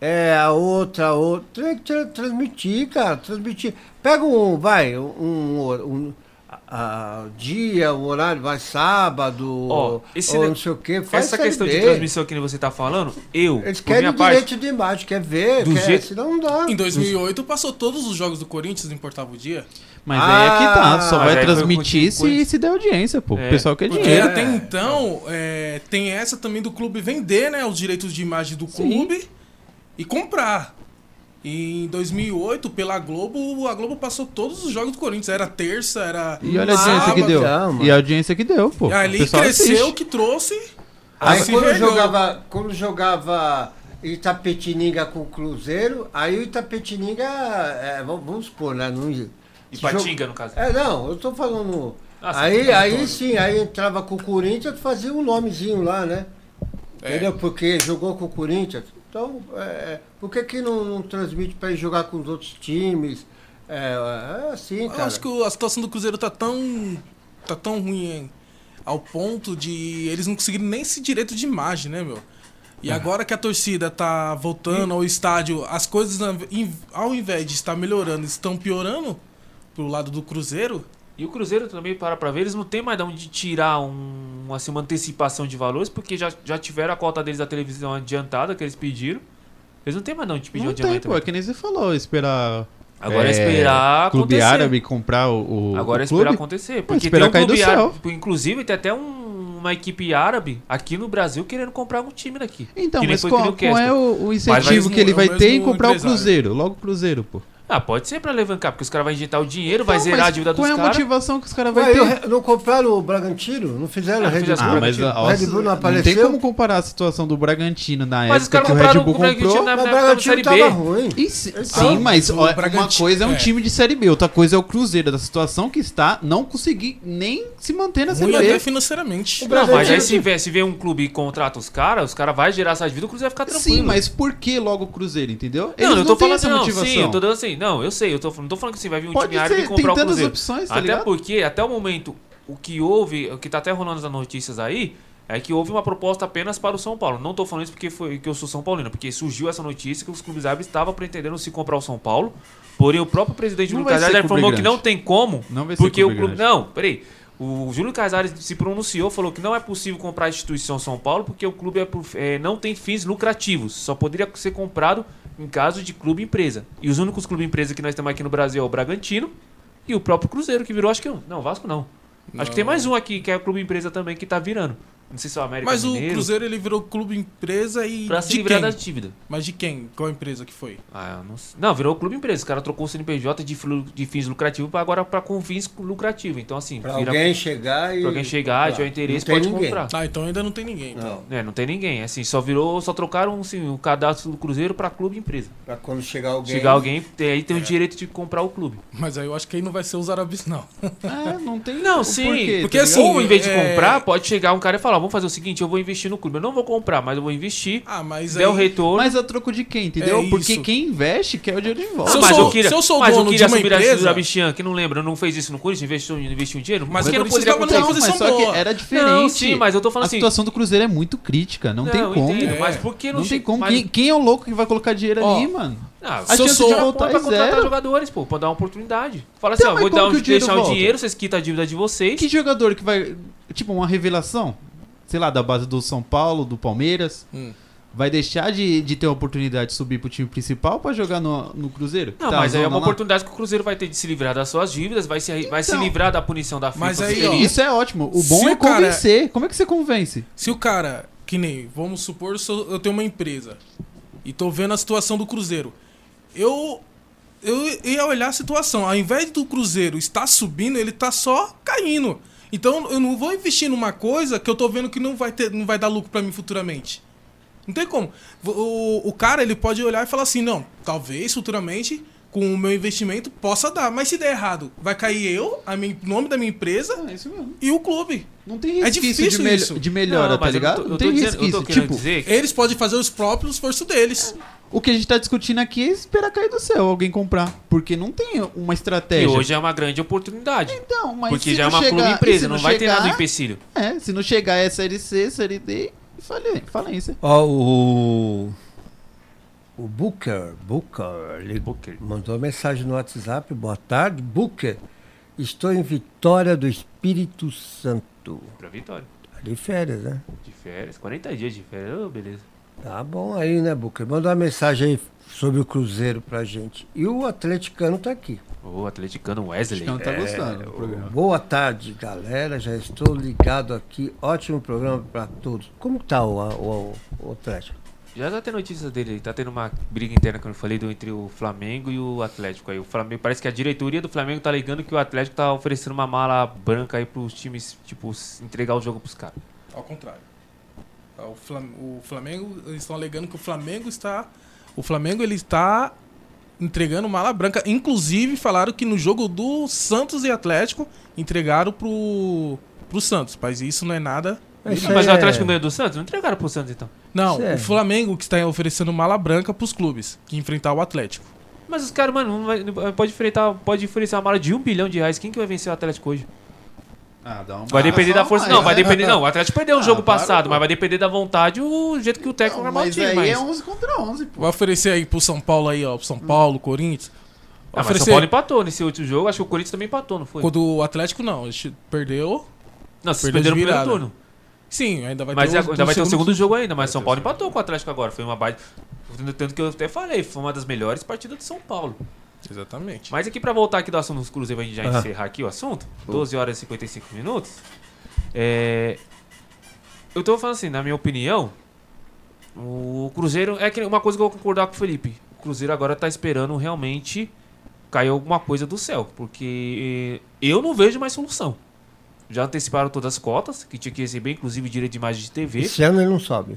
B: É, a outra, a outra. Tem que tra- transmitir, cara, transmitir. Pega um, vai, um, hor- um- a- a- dia, um horário, vai sábado,
A: Ó, esse
B: ou
A: ne-
B: não sei o quê. Faz
A: Essa
B: Série
A: questão de
B: B.
A: transmissão que você tá falando, eu,
B: Eles
A: por minha
B: querem
A: parte,
B: direito de imagem, quer ver,
A: Do
B: quer,
A: jeito-
B: senão não dá.
C: Em 2008 passou todos os jogos do Corinthians, não importava o dia.
D: Mas
B: Ah,
D: aí é que tá, só
A: mas
D: vai
A: aí foi
D: transmitir
A: com- com-
D: se, se der audiência, pô.
A: É.
D: O pessoal quer
C: Porque
D: dinheiro.
C: até então, é, tem essa também do clube vender, né? Os direitos de imagem do clube e comprar. E em 2008, pela Globo, a Globo passou todos os jogos do Corinthians. Era terça, era.
D: E olha a audiência que
B: Sábado,
D: deu.
B: não,
D: E a audiência que deu, pô. o
C: Ali
D: pessoal
C: cresceu,
D: assiste.
C: que trouxe.
B: Aí
C: se
B: quando
C: vendeu.
B: jogava, quando jogava Itapetininga com o Cruzeiro, aí o Itapetininga, é, v- vamos supor, né? Não, se
A: Ipatinga,
B: joga-
A: no caso.
B: É, não, eu tô falando.
A: Ah, sim,
B: aí
A: tá,
B: aí
A: Antônio.
B: sim, aí entrava com o Corinthians fazia um nomezinho lá, né? Entendeu? Porque jogou com o Corinthians. Então, é, por que, que não, não transmite para ir jogar com os outros times? É, é assim,
C: Eu
B: cara.
C: acho que o- a situação do Cruzeiro tá tão. tá tão ruim hein? ao ponto de eles não conseguirem nem esse direito de imagem, né, meu? E
A: É.
C: agora que a torcida tá voltando ao estádio, as coisas na- em- ao invés de estar melhorando, estão piorando pro lado do Cruzeiro.
A: E o Cruzeiro também, para pra ver, eles não tem mais de onde tirar um, assim, uma antecipação de valores, porque já, já tiveram a cota deles da televisão adiantada que eles pediram. Eles não tem mais de onde pedir um
D: Não tem,
A: adiantamento.
D: pô. É que nem você falou, esperar.
A: Agora é esperar
D: Clube
A: acontecer.
D: árabe comprar o. o-
A: Agora é
D: o clube.
A: esperar acontecer. Porque
D: esperar
A: tem
D: cair
A: um
D: do
A: clube
D: céu.
A: árabe, inclusive tem até um- uma equipe árabe aqui no Brasil querendo comprar um time daqui.
D: Então,
A: Que nem
D: mas
A: foi
D: qual,
A: que nem o
D: qual é
A: Casper.
D: o, o
A: Mas vai
D: incentivo
A: mesmo-
D: que ele
C: é o
D: vai ter em
C: mesmo
D: comprar
C: empresário.
D: o Cruzeiro? Logo o Cruzeiro, pô.
A: Ah, pode ser pra levantar, porque os caras vão injetar o dinheiro, vai
D: Então,
A: zerar
D: mas
A: a dívida
D: Qual
A: dos
D: é a
A: caras.
D: motivação que os caras vão
B: Ué, e o
D: ter?
B: Re- não compraram o Bragantino? Não fizeram
A: Ah,
B: o Red
A: fizeram-
B: Bull?
D: Ah, mas a-
B: o Red
D: nossa,
B: Bull não
D: não
B: apareceu?
D: tem como comparar a situação do Bragantino na
A: Mas os
D: época
A: caras
D: que o Red
A: compraram
D: Bull
A: o Bragantino
D: comprou.
A: na,
B: Mas o
A: na época da
B: Bragantino
A: Série
B: tava
A: B.
B: ruim.
D: E se-
B: Então,
D: sim, mas
C: o
D: ó, uma
C: Bragantino-
D: coisa é um
C: é.
D: time de Série B, outra coisa é o Cruzeiro, da situação que está, não conseguir nem se manter na
C: Ruim
D: Série
C: até
D: B.
C: financeiramente.
A: Não, mas aí
B: Bragantino-
A: se vier, se vier um clube e contrata os caras, os caras vão gerar essa dívida, o Cruzeiro vai ficar tranquilo.
D: Sim, mas por que logo o Cruzeiro, entendeu?
A: Não, eu tô falando
D: têm
A: assim, não, sim, eu tô dando assim, não, eu sei, eu tô, não tô falando que assim, vai vir um
D: Pode
A: time árabe e
D: ser,
A: comprar
D: tem
A: o
D: tantas
A: Cruzeiro.
D: opções, tá
A: até
D: ligado?
A: porque, até o momento, o que houve, o que tá até rolando nas notícias aí, é que houve uma proposta apenas para o São Paulo. Não tô falando isso porque foi, que eu sou São Paulino, porque surgiu essa notícia que os clubes árabes estavam pretendendo se comprar o São Paulo, porém o próprio presidente
D: Não
A: Júlio
D: vai ser
A: Casares
D: clube
A: informou que
D: grande.
A: não tem como,
D: Não vai ser
A: porque
D: clube
A: o clube...
D: grande.
A: Não, peraí. O Júlio Casares se pronunciou, falou que não é possível comprar a instituição São Paulo porque o clube é por- é, não tem fins lucrativos. Só poderia ser comprado em caso de clube empresa. E os únicos clube empresa que nós temos aqui no Brasil é o Bragantino e o próprio Cruzeiro, que virou, acho que um. Não, Vasco não. Acho que tem mais um aqui que é o clube empresa também que tá virando. Não sei se é o América
C: Mas o
A: Mineiro,
C: Cruzeiro ele virou clube empresa e.
A: Pra se
C: de
A: livrar
C: quem?
A: da dívida.
C: Mas de quem? Qual empresa que foi?
A: Ah, eu não sei. Não, virou clube empresa. O cara trocou o CNPJ de, flu- de fins lucrativos pra agora pra com fins lucrativos. Então, assim,
B: Pra
A: vira-
B: alguém chegar e.
A: pra alguém chegar, tiver
B: Não
A: interesse,
B: tem
A: pode
B: ninguém.
A: comprar.
C: Ah, então ainda não tem ninguém. então.
B: Não,
A: É, não tem ninguém. Assim, só virou, só trocaram assim, o cadastro do Cruzeiro pra clube e empresa.
B: pra quando chegar alguém.
A: Chegar alguém, tem- aí tem o direito de comprar o clube.
C: Mas aí eu acho que aí não vai ser os árabes, não.
D: É, não tem
A: Não,
D: o
A: sim,
D: porquê, tá
C: porque
D: ligado?
C: assim-
A: Ou em vez de
C: é-
A: comprar, pode chegar um cara e falar: vamos fazer o seguinte, eu vou investir no clube. Eu não vou comprar, mas eu vou investir.
C: Ah, mas
A: Se
C: aí.
A: der o retorno.
D: Mas a troco de quem, entendeu?
C: É
D: Porque
C: isso.
D: quem investe quer o dinheiro de volta.
C: Se eu
A: Ah, mas
C: sou-
A: eu queria,
C: se eu sou
A: mas
C: dono
A: eu queria
C: de uma
A: subir a
C: empresa-
A: Sura Bichã, que não lembra, não fez isso no Corinthians, investiu, investiu um dinheiro?
C: Mas
A: Por que
C: o
A: não
C: Corinthians
A: poderia
C: tava
A: acontecer
C: numa
A: isso?
C: posição
D: mas só que
C: boa.
D: era diferente.
A: Não, sim, mas eu tô falando
D: a
A: assim-
D: situação do Cruzeiro é muito crítica, não, tem
A: eu
D: como.
A: entendo,
C: É.
A: Mas por que não,
D: Não tem
A: che-
D: como.
A: mas-
D: Quem, quem é o louco que vai colocar dinheiro
C: Ó,
D: ali, mano?
A: Ah,
D: A
A: se eu
D: chance
A: sou
D: de
A: de
D: voltar
A: pra
D: é
A: contratar
D: zero.
A: jogadores, pô, pra dar uma oportunidade. Fala
D: Então,
A: assim, ó,
D: mas
A: vou
D: como
A: dar
D: que
A: um,
D: o dinheiro
A: deixar o
D: volta?
A: dinheiro, vocês quitam a dívida de vocês.
D: Que jogador que vai. Tipo, uma revelação, sei lá, da base do São Paulo, do Palmeiras,
C: Hum.
D: vai deixar de, de ter a oportunidade de subir pro time principal pra jogar no, no Cruzeiro?
A: Não,
D: Tá,
A: mas aí é
D: zona
A: uma
D: lá.
A: oportunidade que o Cruzeiro vai ter de se livrar das suas dívidas, vai se, vai se
D: Então.
A: livrar da punição da FIFA.
C: Mas aí,
A: porque
C: ó,
A: ele-
D: Isso é ótimo. O bom
C: Se
D: é
C: o cara-
D: convencer. Como é que você convence?
C: Se o cara, que nem, vamos supor, sou- eu tenho uma empresa. E tô vendo a situação do Cruzeiro. Eu, eu ia olhar a situação. Ao invés do Cruzeiro estar subindo, ele tá só caindo. Então eu não vou investir numa coisa que eu tô vendo que não vai, ter, não vai dar lucro para mim futuramente. Não tem como. O, o cara ele pode olhar e falar assim: não, talvez futuramente com o meu investimento possa dar, mas se der errado, vai cair eu, a minha, o nome da minha empresa
D: Ah, isso mesmo.
C: e o clube.
D: Não tem
C: É
D: resquício de,
C: difícil
D: mel-
C: isso.
D: de melhora, tá
A: mas eu
D: ligado?
A: tô- Eu
D: não
A: tô,
D: tem
A: dizendo, eu
D: resquício.
A: tô querendo
D: tipo,
A: dizer que
C: Eles podem fazer os próprios esforços deles.
D: o que a gente tá discutindo aqui é esperar cair do céu, alguém comprar. Porque não tem uma
A: que
D: estratégia.
A: hoje é uma grande oportunidade.
D: Então, mas
A: porque
D: se
A: já é
D: não
A: uma
D: chegar,
A: clube
D: e se
A: empresa, não, vai ter
D: chegar-
A: nada de empecilho.
D: É, se não chegar é série C, série D, falei, falência.
B: Ó, o. O Booker, Booker, ele
A: Booker.
B: mandou mensagem no WhatsApp. Boa tarde, Booker. Estou em Vitória do Espírito Santo.
A: Pra vitória.
B: De férias, né?
A: De férias, 40 dias de férias, ô, beleza.
B: Tá bom aí, né, Booker? Manda uma mensagem aí sobre o Cruzeiro pra gente. E o atleticano tá aqui.
A: O atleticano Wesley.
D: Então tá gostando do programa.
B: Boa tarde, galera. Já estou ligado aqui. Ótimo programa pra todos. Como tá o, o, o Atlético?
A: Já tá tendo notícias dele, tá tendo uma briga interna que eu falei do, entre o Flamengo e o Atlético. Aí o Flamengo parece que a diretoria do Flamengo tá ligando que o Atlético tá oferecendo uma mala branca aí pros times, tipo, s- entregar o jogo pros caras.
C: Ao contrário. Tá, O Flam- o Flamengo, eles estão alegando que o Flamengo está. O Flamengo ele está entregando mala branca. Inclusive, falaram que no jogo do Santos e Atlético entregaram pro, pro Santos. Mas isso não é nada.
B: Isso
A: Mas
B: aí
A: o
B: é-
A: Atlético ganhou do Santos? Não entregaram pro Santos então.
C: Não,
B: Sério?
C: o Flamengo que está oferecendo mala branca pros clubes que enfrentar o Atlético.
A: Mas os caras, mano, não vai- não- pode enfrentar, pode oferecer uma mala de um bilhão de reais. Quem que vai vencer o Atlético hoje?
D: Ah, dá uma
A: Vai depender da força. não, vai depender. Não, o Atlético perdeu o
D: Ah,
A: jogo
D: para,
A: passado,
D: pô.
A: mas vai depender da vontade o jeito que o técnico vai armar o
D: mas
A: time.
D: aí
A: Mas...
D: é 11 contra 11, pô.
C: Vai oferecer aí pro São Paulo aí, ó. Pro São Paulo, Corinthians.
A: Ah, mas
C: oferecer...
A: São Paulo empatou nesse último jogo. Acho que o Corinthians também empatou, não foi?
C: Quando o Atlético não, a gente perdeu.
A: Não, vocês
C: Perdeu de
A: perderam o primeiro
C: virada.
A: turno.
C: Sim, ainda vai
A: mas é
C: ter um
A: ainda vai ter um o segundo jogo ainda, mas São Paulo empatou com o Atlético agora. Foi uma baita. Tanto que eu até falei, foi uma das melhores partidas de São Paulo.
C: Exatamente.
A: Mas aqui pra voltar aqui do assunto dos Cruzeiro, a gente já
B: Ah.
A: encerrar aqui o assunto. 12 horas e 55 minutos. É, Eu tô falando assim, na minha opinião, o Cruzeiro. É que uma coisa que eu vou concordar com o Felipe. O Cruzeiro agora tá esperando realmente cair alguma coisa do céu. Porque eh, eu não vejo mais solução. Já anteciparam todas as cotas, que tinha que receber, inclusive direito de imagem de TV.
B: Esse ano ele não sobe.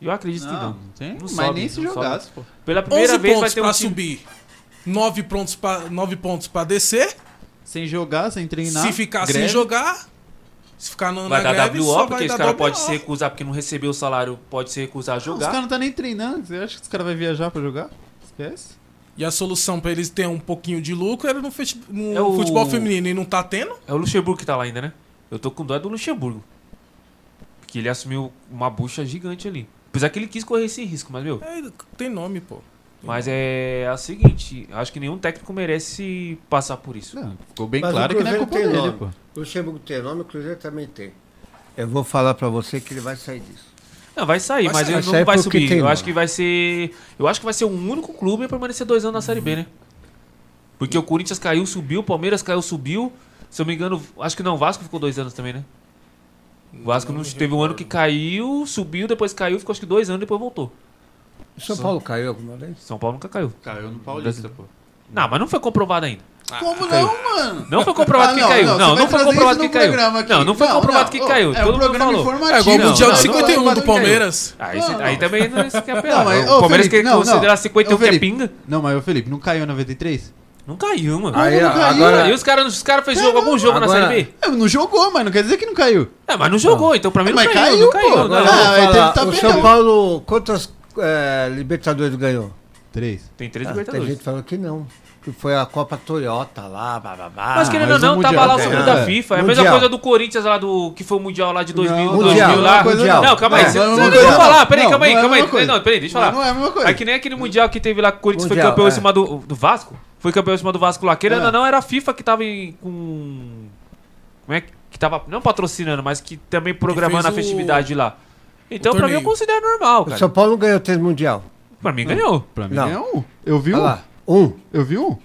A: Eu acredito que
D: Não,
A: não.
D: não tem.
A: Não
D: mas
A: sobe,
D: nem se
A: não
D: jogasse, pô.
A: Pela primeira
C: 11
A: vez vai
C: pontos
A: ter
C: pra
A: um time...
C: subir, 9 pontos pra, 9 pontos pra descer.
D: Sem jogar, sem treinar.
C: se ficar sem
D: greve.
C: jogar, se ficar na,
A: Vai
C: na
A: dar
C: greve,
A: WO,
C: só
A: porque
C: vai
A: esse
C: dar
A: cara
C: WO.
A: pode se recusar porque não recebeu o salário, pode se recusar a
D: Os
A: jogar.
D: caras não tá nem treinando. Você acha que os caras vão viajar pra jogar? Esquece.
C: E a solução pra eles terem um pouquinho de lucro era no, fute- no
A: É o-
C: futebol feminino e não tá tendo.
A: É o Luxemburgo que tá lá ainda, né? Eu tô com dó do Luxemburgo. Porque ele assumiu uma bucha gigante ali. Apesar que ele quis correr esse risco, mas meu.
C: É, tem nome, pô.
A: Mas é a seguinte, acho que nenhum técnico merece passar por isso.
D: Não, ficou bem
B: Mas
D: claro
B: o
D: que não é
B: Cruzeiro
D: culpa
B: tem
D: dele,
B: nome.
D: pô.
B: O Luxemburgo tem nome, o Cruzeiro também tem. Eu vou falar pra você que ele vai sair disso.
A: Não, vai sair,
C: Vai
A: mas
C: sair.
A: ele
B: Vai
A: não
B: sair
A: vai
B: porque
A: subir.
B: tem
A: eu
B: nome.
A: acho que vai ser. Eu acho que vai ser o único clube a permanecer dois anos na Série B, né? Porque o Corinthians caiu, subiu, o Palmeiras caiu, subiu. Se eu me engano, acho que não, o Vasco ficou dois anos também, né? O Vasco
C: Não
A: não
C: me
A: teve um ano que caiu, subiu, depois caiu, ficou acho que dois anos, depois voltou.
B: O São Paulo caiu alguma vez?
A: São Paulo nunca caiu.
D: Caiu no Paulista, pô.
A: Não, mas não foi comprovado ainda.
D: Como
A: Ah, caiu.
D: não, mano?
A: Não foi comprovado
D: Ah,
A: que caiu. Não,
D: você vai
A: não foi
D: trazer
A: comprovado
D: isso
A: que
D: no
A: caiu.
D: programa aqui.
A: Não, não foi comprovado que
D: não,
A: caiu.
D: É
A: Todo
D: um
A: mundo
D: programa
A: falou.
D: informativo.
C: É igual
A: Não,
C: o Mundial
A: não,
C: de
A: não
C: 51 do Palmeiras.
A: Aí,
D: Não,
A: cê-
D: não.
A: aí também não é se quer apelar.
D: Não, mas,
A: um o
D: ô,
A: Palmeiras
D: Felipe,
A: quer
D: não,
A: considerar
D: não.
A: 51
D: Ô,
A: que é
D: Felipe.
A: pinga.
D: Não, mas o Felipe, não caiu em 93?
A: Não caiu, mano.
B: Aí,
D: Ah, não
B: ó,
D: caiu?
A: E
B: agora.
A: os caras os cara fez jogo, algum jogo na
B: Agora-
A: Série B?
D: É, Não jogou, mas não quer dizer que não caiu.
A: É, mas não jogou, então pra mim não
D: Ah, Mas
A: caiu, não
D: caiu,
A: caiu.
D: pô.
A: não.
B: Agora eu
D: Ah,
B: vou
D: ele
B: falar.
D: tá
B: o
D: perdendo.
B: São Paulo, quantas eh, Libertadores ganhou?
D: Três.
A: Tem três
B: Ah, tem
A: Libertadores.
B: gente falando que não. Que foi a Copa Toyota lá, bababá.
A: Mas querendo ou
D: Ah, mas o
A: não, tava
D: Mundial
A: lá o
D: tem,
A: segundo
D: né?
A: da FIFA. É a mesma
B: Mundial.
A: coisa do Corinthians lá do. Que foi o Mundial lá de 2000,
D: Não, é
A: 2000
B: Mundial,
A: lá.
B: Mundial.
A: Não, calma aí.
B: Não,
A: Você
D: não é a
A: não,
D: mesma
A: deixa eu
D: coisa,
A: falar,
D: não.
A: peraí,
D: Não,
A: calma aí,
D: não é a
A: calma aí.
D: mesma coisa.
A: Não, peraí, deixa eu
D: Mas
A: falar.
D: não é a mesma coisa.
A: É que nem aquele Mundial que teve lá que o Corinthians foi
B: Mundial,
A: campeão em
B: é.
A: cima do, do Vasco. Foi campeão em cima do Vasco lá. Querendo
D: É.
A: ou não, era a FIFA que tava em, com. Como é que. Que tava não patrocinando, mas que também programando a
C: fez o-
A: festividade lá. Então, pra mim, eu
C: torneio.
A: considero normal,
B: O
A: cara.
B: São Paulo não ganhou três mundial.
A: Pra mim, ganhou.
D: Pra mim
B: Não.
D: é um. Eu vi
B: Olha
D: um.
B: lá. Um.
D: Eu vi um.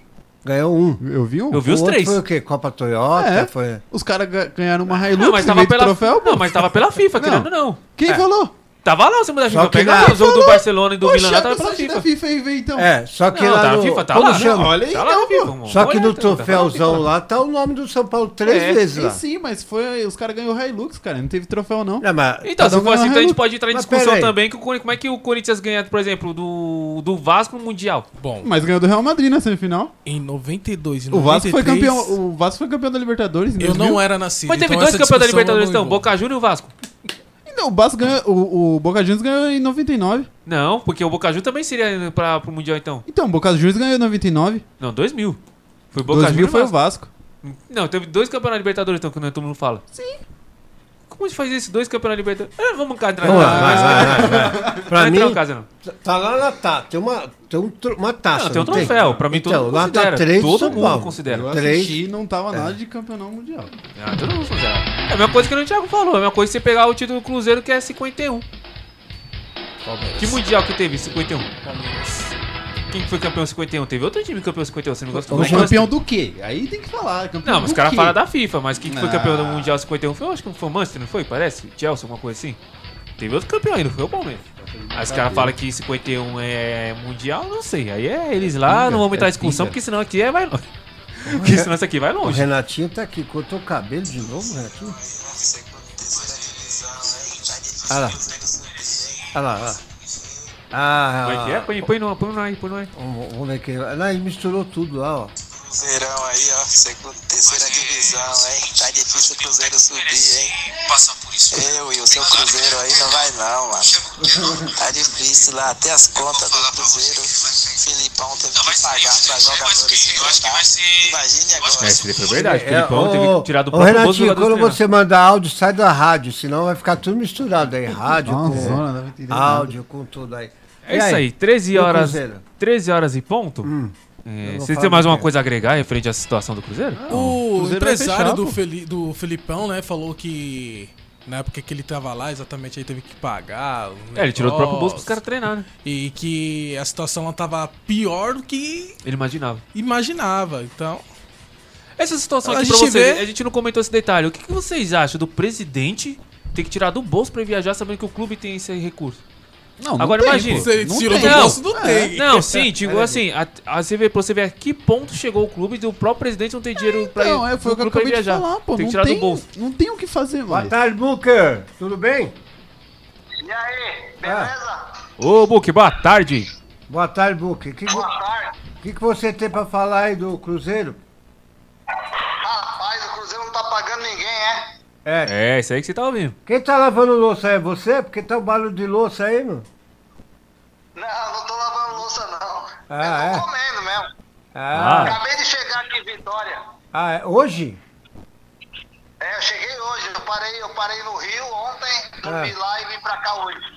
B: Ganhou um.
D: Eu vi um.
A: Eu vi
B: O
A: os
B: outro
A: três.
B: Foi o quê? Copa Toyota?
D: É.
B: Foi...
D: Os caras ga- ganharam uma Hilux
A: Não, mas
D: no
A: tava
D: meio do
A: pela
D: troféu, pô.
A: Não, mas tava pela FIFA,
D: Não.
A: querendo ou não.
D: Quem
A: É.
D: falou?
A: Tava lá o Simba da
B: Só
A: FIFA.
B: que
A: Pega
B: na-
A: o jogo do Barcelona e do Milan lá,
D: Poxa,
A: tava pela
D: site da
A: FIFA.
D: FIFA aí, vem então.
B: É, só que
A: Não,
B: lá
A: tá,
B: no,
A: a FIFA tá
B: como
A: lá.
B: chama?
D: Olha aí,
A: Tá lá
D: então,
A: na
D: pô.
A: FIFA, mano.
B: Só que
A: Olha,
B: no
A: então, tá lá na FIFA.
B: troféuzão lá tá o nome do São Paulo três
A: É,
B: vezes
D: E
B: lá.
D: sim, mas foi, os caras ganhou Hilux, cara. Não teve troféu, não.
B: Não, mas tá
A: Então,
D: Cada
A: se
D: um
A: for assim, então
D: ganhou
A: a gente
D: Hilux.
A: pode entrar em
B: Mas
A: discussão
B: pera aí.
A: também que o Corinthians, como é que o Corinthians ganha, por exemplo, do, do Vasco no Mundial?
C: Bom,
D: Mas ganhou do Real Madrid na semifinal.
C: em 92 e
D: O Vasco, foi
C: 93,
D: campeão, o Vasco foi campeão da Libertadores. em
C: Eu
D: 2000.
C: não era nascido.
A: Mas teve
C: então
A: dois
C: essa
A: campeões da
C: discussão
A: Libertadores,
C: eu não
A: então, Boca Júnior e o Vasco. é.
D: Não, o Vasco ganhou. O, o Boca Juniors ganhou em 99.
A: Não, porque o Boca Júnior também seria pra, pro Mundial, então.
D: Então, o Boca Juniors ganhou em 99.
A: Não, 2000. Foi o Boca
D: 2000
A: Júnior e
D: foi o
A: Vasco.
D: Vasco.
A: Não, teve dois campeonatos Libertadores, então, que não é- todo mundo fala. Sim. Como a gente faz esses dois campeonatos Libertadores? Ah, vamos entrar
B: Vamos lá, vai, vai, vai, vai. Pra
A: não entra
B: mim,
A: no caso, não.
B: tá lá na taça. Tem uma, tem um tro- uma taça.
A: Não, tem um
B: não
A: troféu. Pra mim, todo
B: Então,
A: mundo
B: lá
A: considera.
B: tá três
A: todo
B: São
A: mundo
B: Paulo.
A: considera.
D: Eu
B: Três.
D: assisti e não tava nada de campeonato mundial.
A: Ah, todo mundo considera. É a mesma coisa que o Thiago falou. É a mesma coisa que você pegar o título do Cruzeiro, que é 51.
C: Palmeiras.
A: Que Mundial que teve? 51.
C: Palmeiras.
A: Quem que foi campeão 51? Teve outro time campeão 51, você não gosta? é
B: Mas
D: Mas
A: Não gosta?
D: campeão do quê? Aí tem que falar. Campeão
A: Não, mas os
D: do
A: caras
D: quê?
A: falam da FIFA, mas quem que foi
D: Ah.
A: campeão do Mundial 51 foi, eu acho que foi o Manchester, não foi? Parece? Chelsea, alguma coisa assim. Teve outro campeão aí, não foi o Palmeiras. Aí os
B: Tá
A: caras falam que 51 é mundial, não sei. Aí é eles lá,
D: pinga,
A: não vamos entrar
D: é
A: em discussão,
D: pinga.
A: porque senão aqui é vai longe.
B: é?
A: Porque senão isso aqui vai
B: O
A: longe.
B: Renatinho tá aqui. Cortou o cabelo de novo, Renatinho? Olha lá. Olha lá, olha lá. Ah,
A: Como é que é? Põe, põe no, põe no aí, põe no aí.
B: Vamos, vamos ver quem. Não, ele misturou tudo lá, ó.
E: Cruzeirão aí, ó. Segunda, terceira divisão, hein? Tá difícil o Cruzeiro subir, hein? Eu e o seu Cruzeiro aí não vai não, mano. Tá difícil lá, até as contas do Cruzeiro. Filipão teve que pagar pra jogadores que Imagine agora.
A: É, foi verdade. O Felipão
B: ô,
A: teve
B: é, ô,
A: que tirar do
B: ô, Renatinho, quando você manda áudio, sai da rádio, senão vai ficar tudo misturado aí. Rádio
D: Nossa,
B: com
D: zona, não vai entender nada.
B: áudio, com tudo aí.
A: É
B: E
A: isso aí, 13
B: E o
A: horas,
B: Cruzeiro? Hum.
A: 13 horas e ponto.
B: eu
A: É,
B: vou
A: vocês
B: falar
A: têm mais
B: do Ah.
A: uma
B: que-
A: coisa a agregar referente à situação do Cruzeiro?
D: o
C: O
D: Cruzeiro vai
C: empresário
D: fechar,
C: do,
D: pô.
C: Feli, do Felipão, né, falou que na época que ele tava lá, exatamente aí teve que pagar. os
A: É, ele tirou do próprio bolso
C: negócios,
A: pros caras treinar, né?
C: E que a situação lá tava pior do que
A: Ele imaginava.
C: imaginava. Então,
A: Essa situação
C: A
A: aqui pra
C: gente
A: vocês,
C: vê-
A: a gente não comentou esse detalhe. O que, que vocês acham do presidente ter que tirar do bolso pra viajar sabendo que o clube tem esse recurso?
D: Não, não
A: Agora
D: tem,
A: imagina.
D: pô.
C: se ele
D: Não
C: tirou
A: tem.
C: do bolso, não,
D: Não,
C: tem.
A: Não, sim, digo assim, a, a, você vê, pra você ver a que ponto chegou o clube do próprio presidente não ter dinheiro pra
D: Não,
A: ir
D: é, foi o que eu
A: pro clube pra ir
D: acabei de
A: viajar.
D: falar, pô.
A: Tem
D: não
A: que tirar
D: tem,
A: do bolso.
D: Não tem o que fazer
B: Boa
D: mais.
B: tarde, Booker. Tudo bem?
E: E aí,
B: Ah.
E: beleza?
A: Ô, Book, boa tarde.
B: Boa tarde, Booker. O que, vo-
E: tarde.
B: que, que você tem pra falar aí do Cruzeiro?
E: Rapaz, o Cruzeiro não tá pagando ninguém, é?
B: É.
A: É, isso aí que você tá ouvindo.
B: Quem tá lavando louça aí é você? Porque tá um barulho de louça aí, mano.
E: Não, não tô lavando louça, não.
B: Ah,
E: eu
B: é?
E: tô comendo mesmo.
A: Ah.
E: Acabei de chegar aqui em Vitória.
B: ah, é hoje?
E: É, eu cheguei hoje, eu parei, eu parei no Rio ontem, dormi
B: Ah.
E: lá e vim pra cá hoje.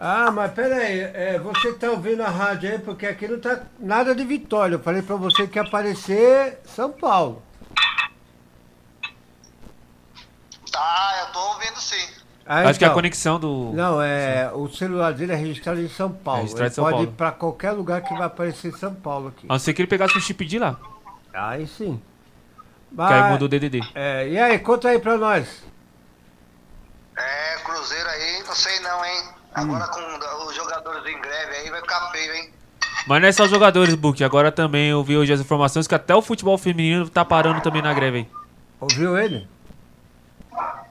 B: Ah, mas peraí, é, você tá ouvindo a rádio aí, porque aqui não tá nada de vitória. Eu falei pra você que ia aparecer São Paulo.
E: Tá, eu tô ouvindo sim.
B: Ah,
A: Acho que é a
B: então.
A: conexão do.
B: Não, é, o celular dele é registrado em São Paulo.
A: É registrado
B: Ele
A: em São
B: pode
A: Paulo.
B: ir pra qualquer lugar que vai aparecer São Paulo aqui.
A: A não ser que ele pegasse o chip de lá.
B: Aí sim.
A: Ah.
D: Ah,
A: Que aí
B: Mas-
A: mudou o DDD.
B: é, e aí, conta aí pra nós.
E: É, Cruzeiro aí, não sei não, hein?
B: Hum.
E: Agora com os jogadores em greve aí vai ficar feio, hein?
A: Mas não é só os jogadores, Book. Agora também eu vi hoje as informações que até o futebol feminino tá parando também na greve aí.
B: Ouviu ele?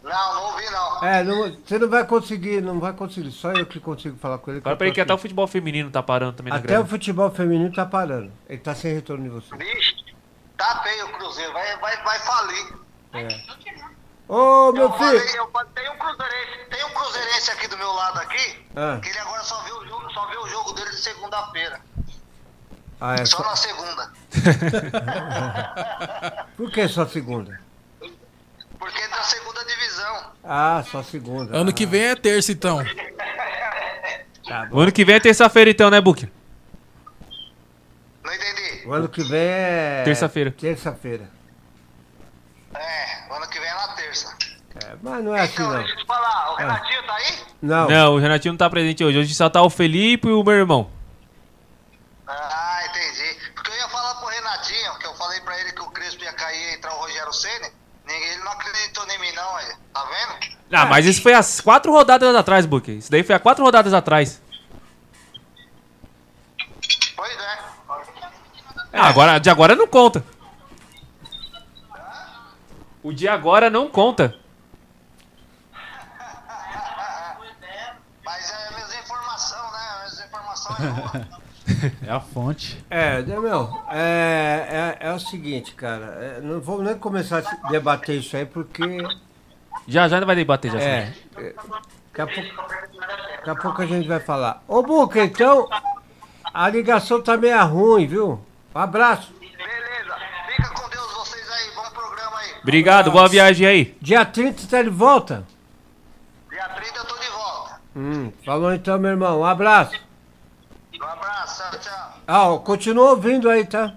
E: Não, não ouvi não.
B: É, não- você não vai conseguir, não vai conseguir. Só eu que consigo falar com ele.
A: Agora
B: eu tô
A: peraí que é
B: aqui.
A: até o futebol feminino tá parando também na
B: Até o
A: greve.
B: futebol feminino tá parando. Ele tá sem retorno de você.
E: Vixe, tá feio o Cruzeiro, vai, vai, vai falir.
B: É. Ô, meu
E: Eu
B: filho!
E: falei, eu falei, tem um cruzeirense, tem um cruzeirense aqui do meu lado aqui,
B: Ah.
E: que ele agora só viu o jogo, só vê o jogo dele de segunda-feira.
B: Ah, é
E: Só
B: só-
E: na segunda.
B: Por que só segunda?
E: Porque é da segunda divisão.
B: Ah, só segunda.
C: ano
B: Ah,
C: que vem é terça, então.
B: Tá bom.
A: O ano que vem é terça-feira então, né, Book?
E: Não entendi.
B: O ano que vem é.
A: Terça-feira.
B: Terça-feira.
E: É, o ano que vem é na terça.
B: É, mas não é assim,
E: Então,
B: não.
E: deixa eu te falar, o Renatinho tá aí?
B: Não.
A: Não, o Renatinho não tá presente hoje. Hoje só tá o Felipe e o meu irmão.
E: Ah, entendi. Porque eu ia falar pro Renatinho, que eu falei pra ele que o Crespo ia cair e entrar o Rogério Ceni. Ninguém, ele não acreditou em mim não, aí. Tá vendo?
A: Ah, mas isso foi as quatro rodadas atrás, Book. Isso daí foi há quatro rodadas atrás.
E: Pois é.
A: Ah, agora, de agora não conta. O de agora não conta.
E: Mas é a mesma informação, né? A mesma informação é boa.
D: É a fonte.
B: É, Daniel, é, é, é o seguinte, cara. é, não vou nem começar a se- debater isso aí, porque.
A: Já já vai debater já.
B: É.
A: sim.
B: é, Daqui a pouco, daqui a pouco a gente vai falar. Ô, Buca, então. A ligação tá meio ruim, viu? Um Abraço.
E: Beleza. Fica com Deus vocês aí. Bom programa aí.
A: Obrigado, boa viagem aí.
B: Dia 30 tá de volta?
E: Dia 30 eu tô de volta.
B: Hum, falou então, meu irmão. Um abraço.
E: Um abraço. Tchau, tchau.
B: Ah, ó, continua ouvindo aí, tá?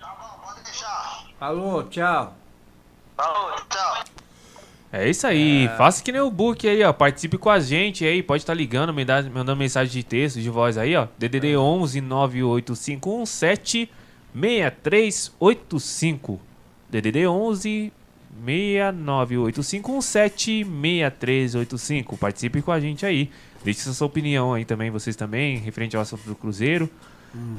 E: Tá bom, pode deixar.
B: Falou, tchau.
E: Falou, tchau.
A: É isso aí, faça que nem o Book aí, ó. Participe com a gente aí, pode estar ligando, manda- mandando mensagem de texto, de voz aí, ó. DDD 11 98517 6385. DDD 11 698517 6385. Participe com a gente aí. Deixe sua opinião aí também, vocês também, referente ao assunto do Cruzeiro.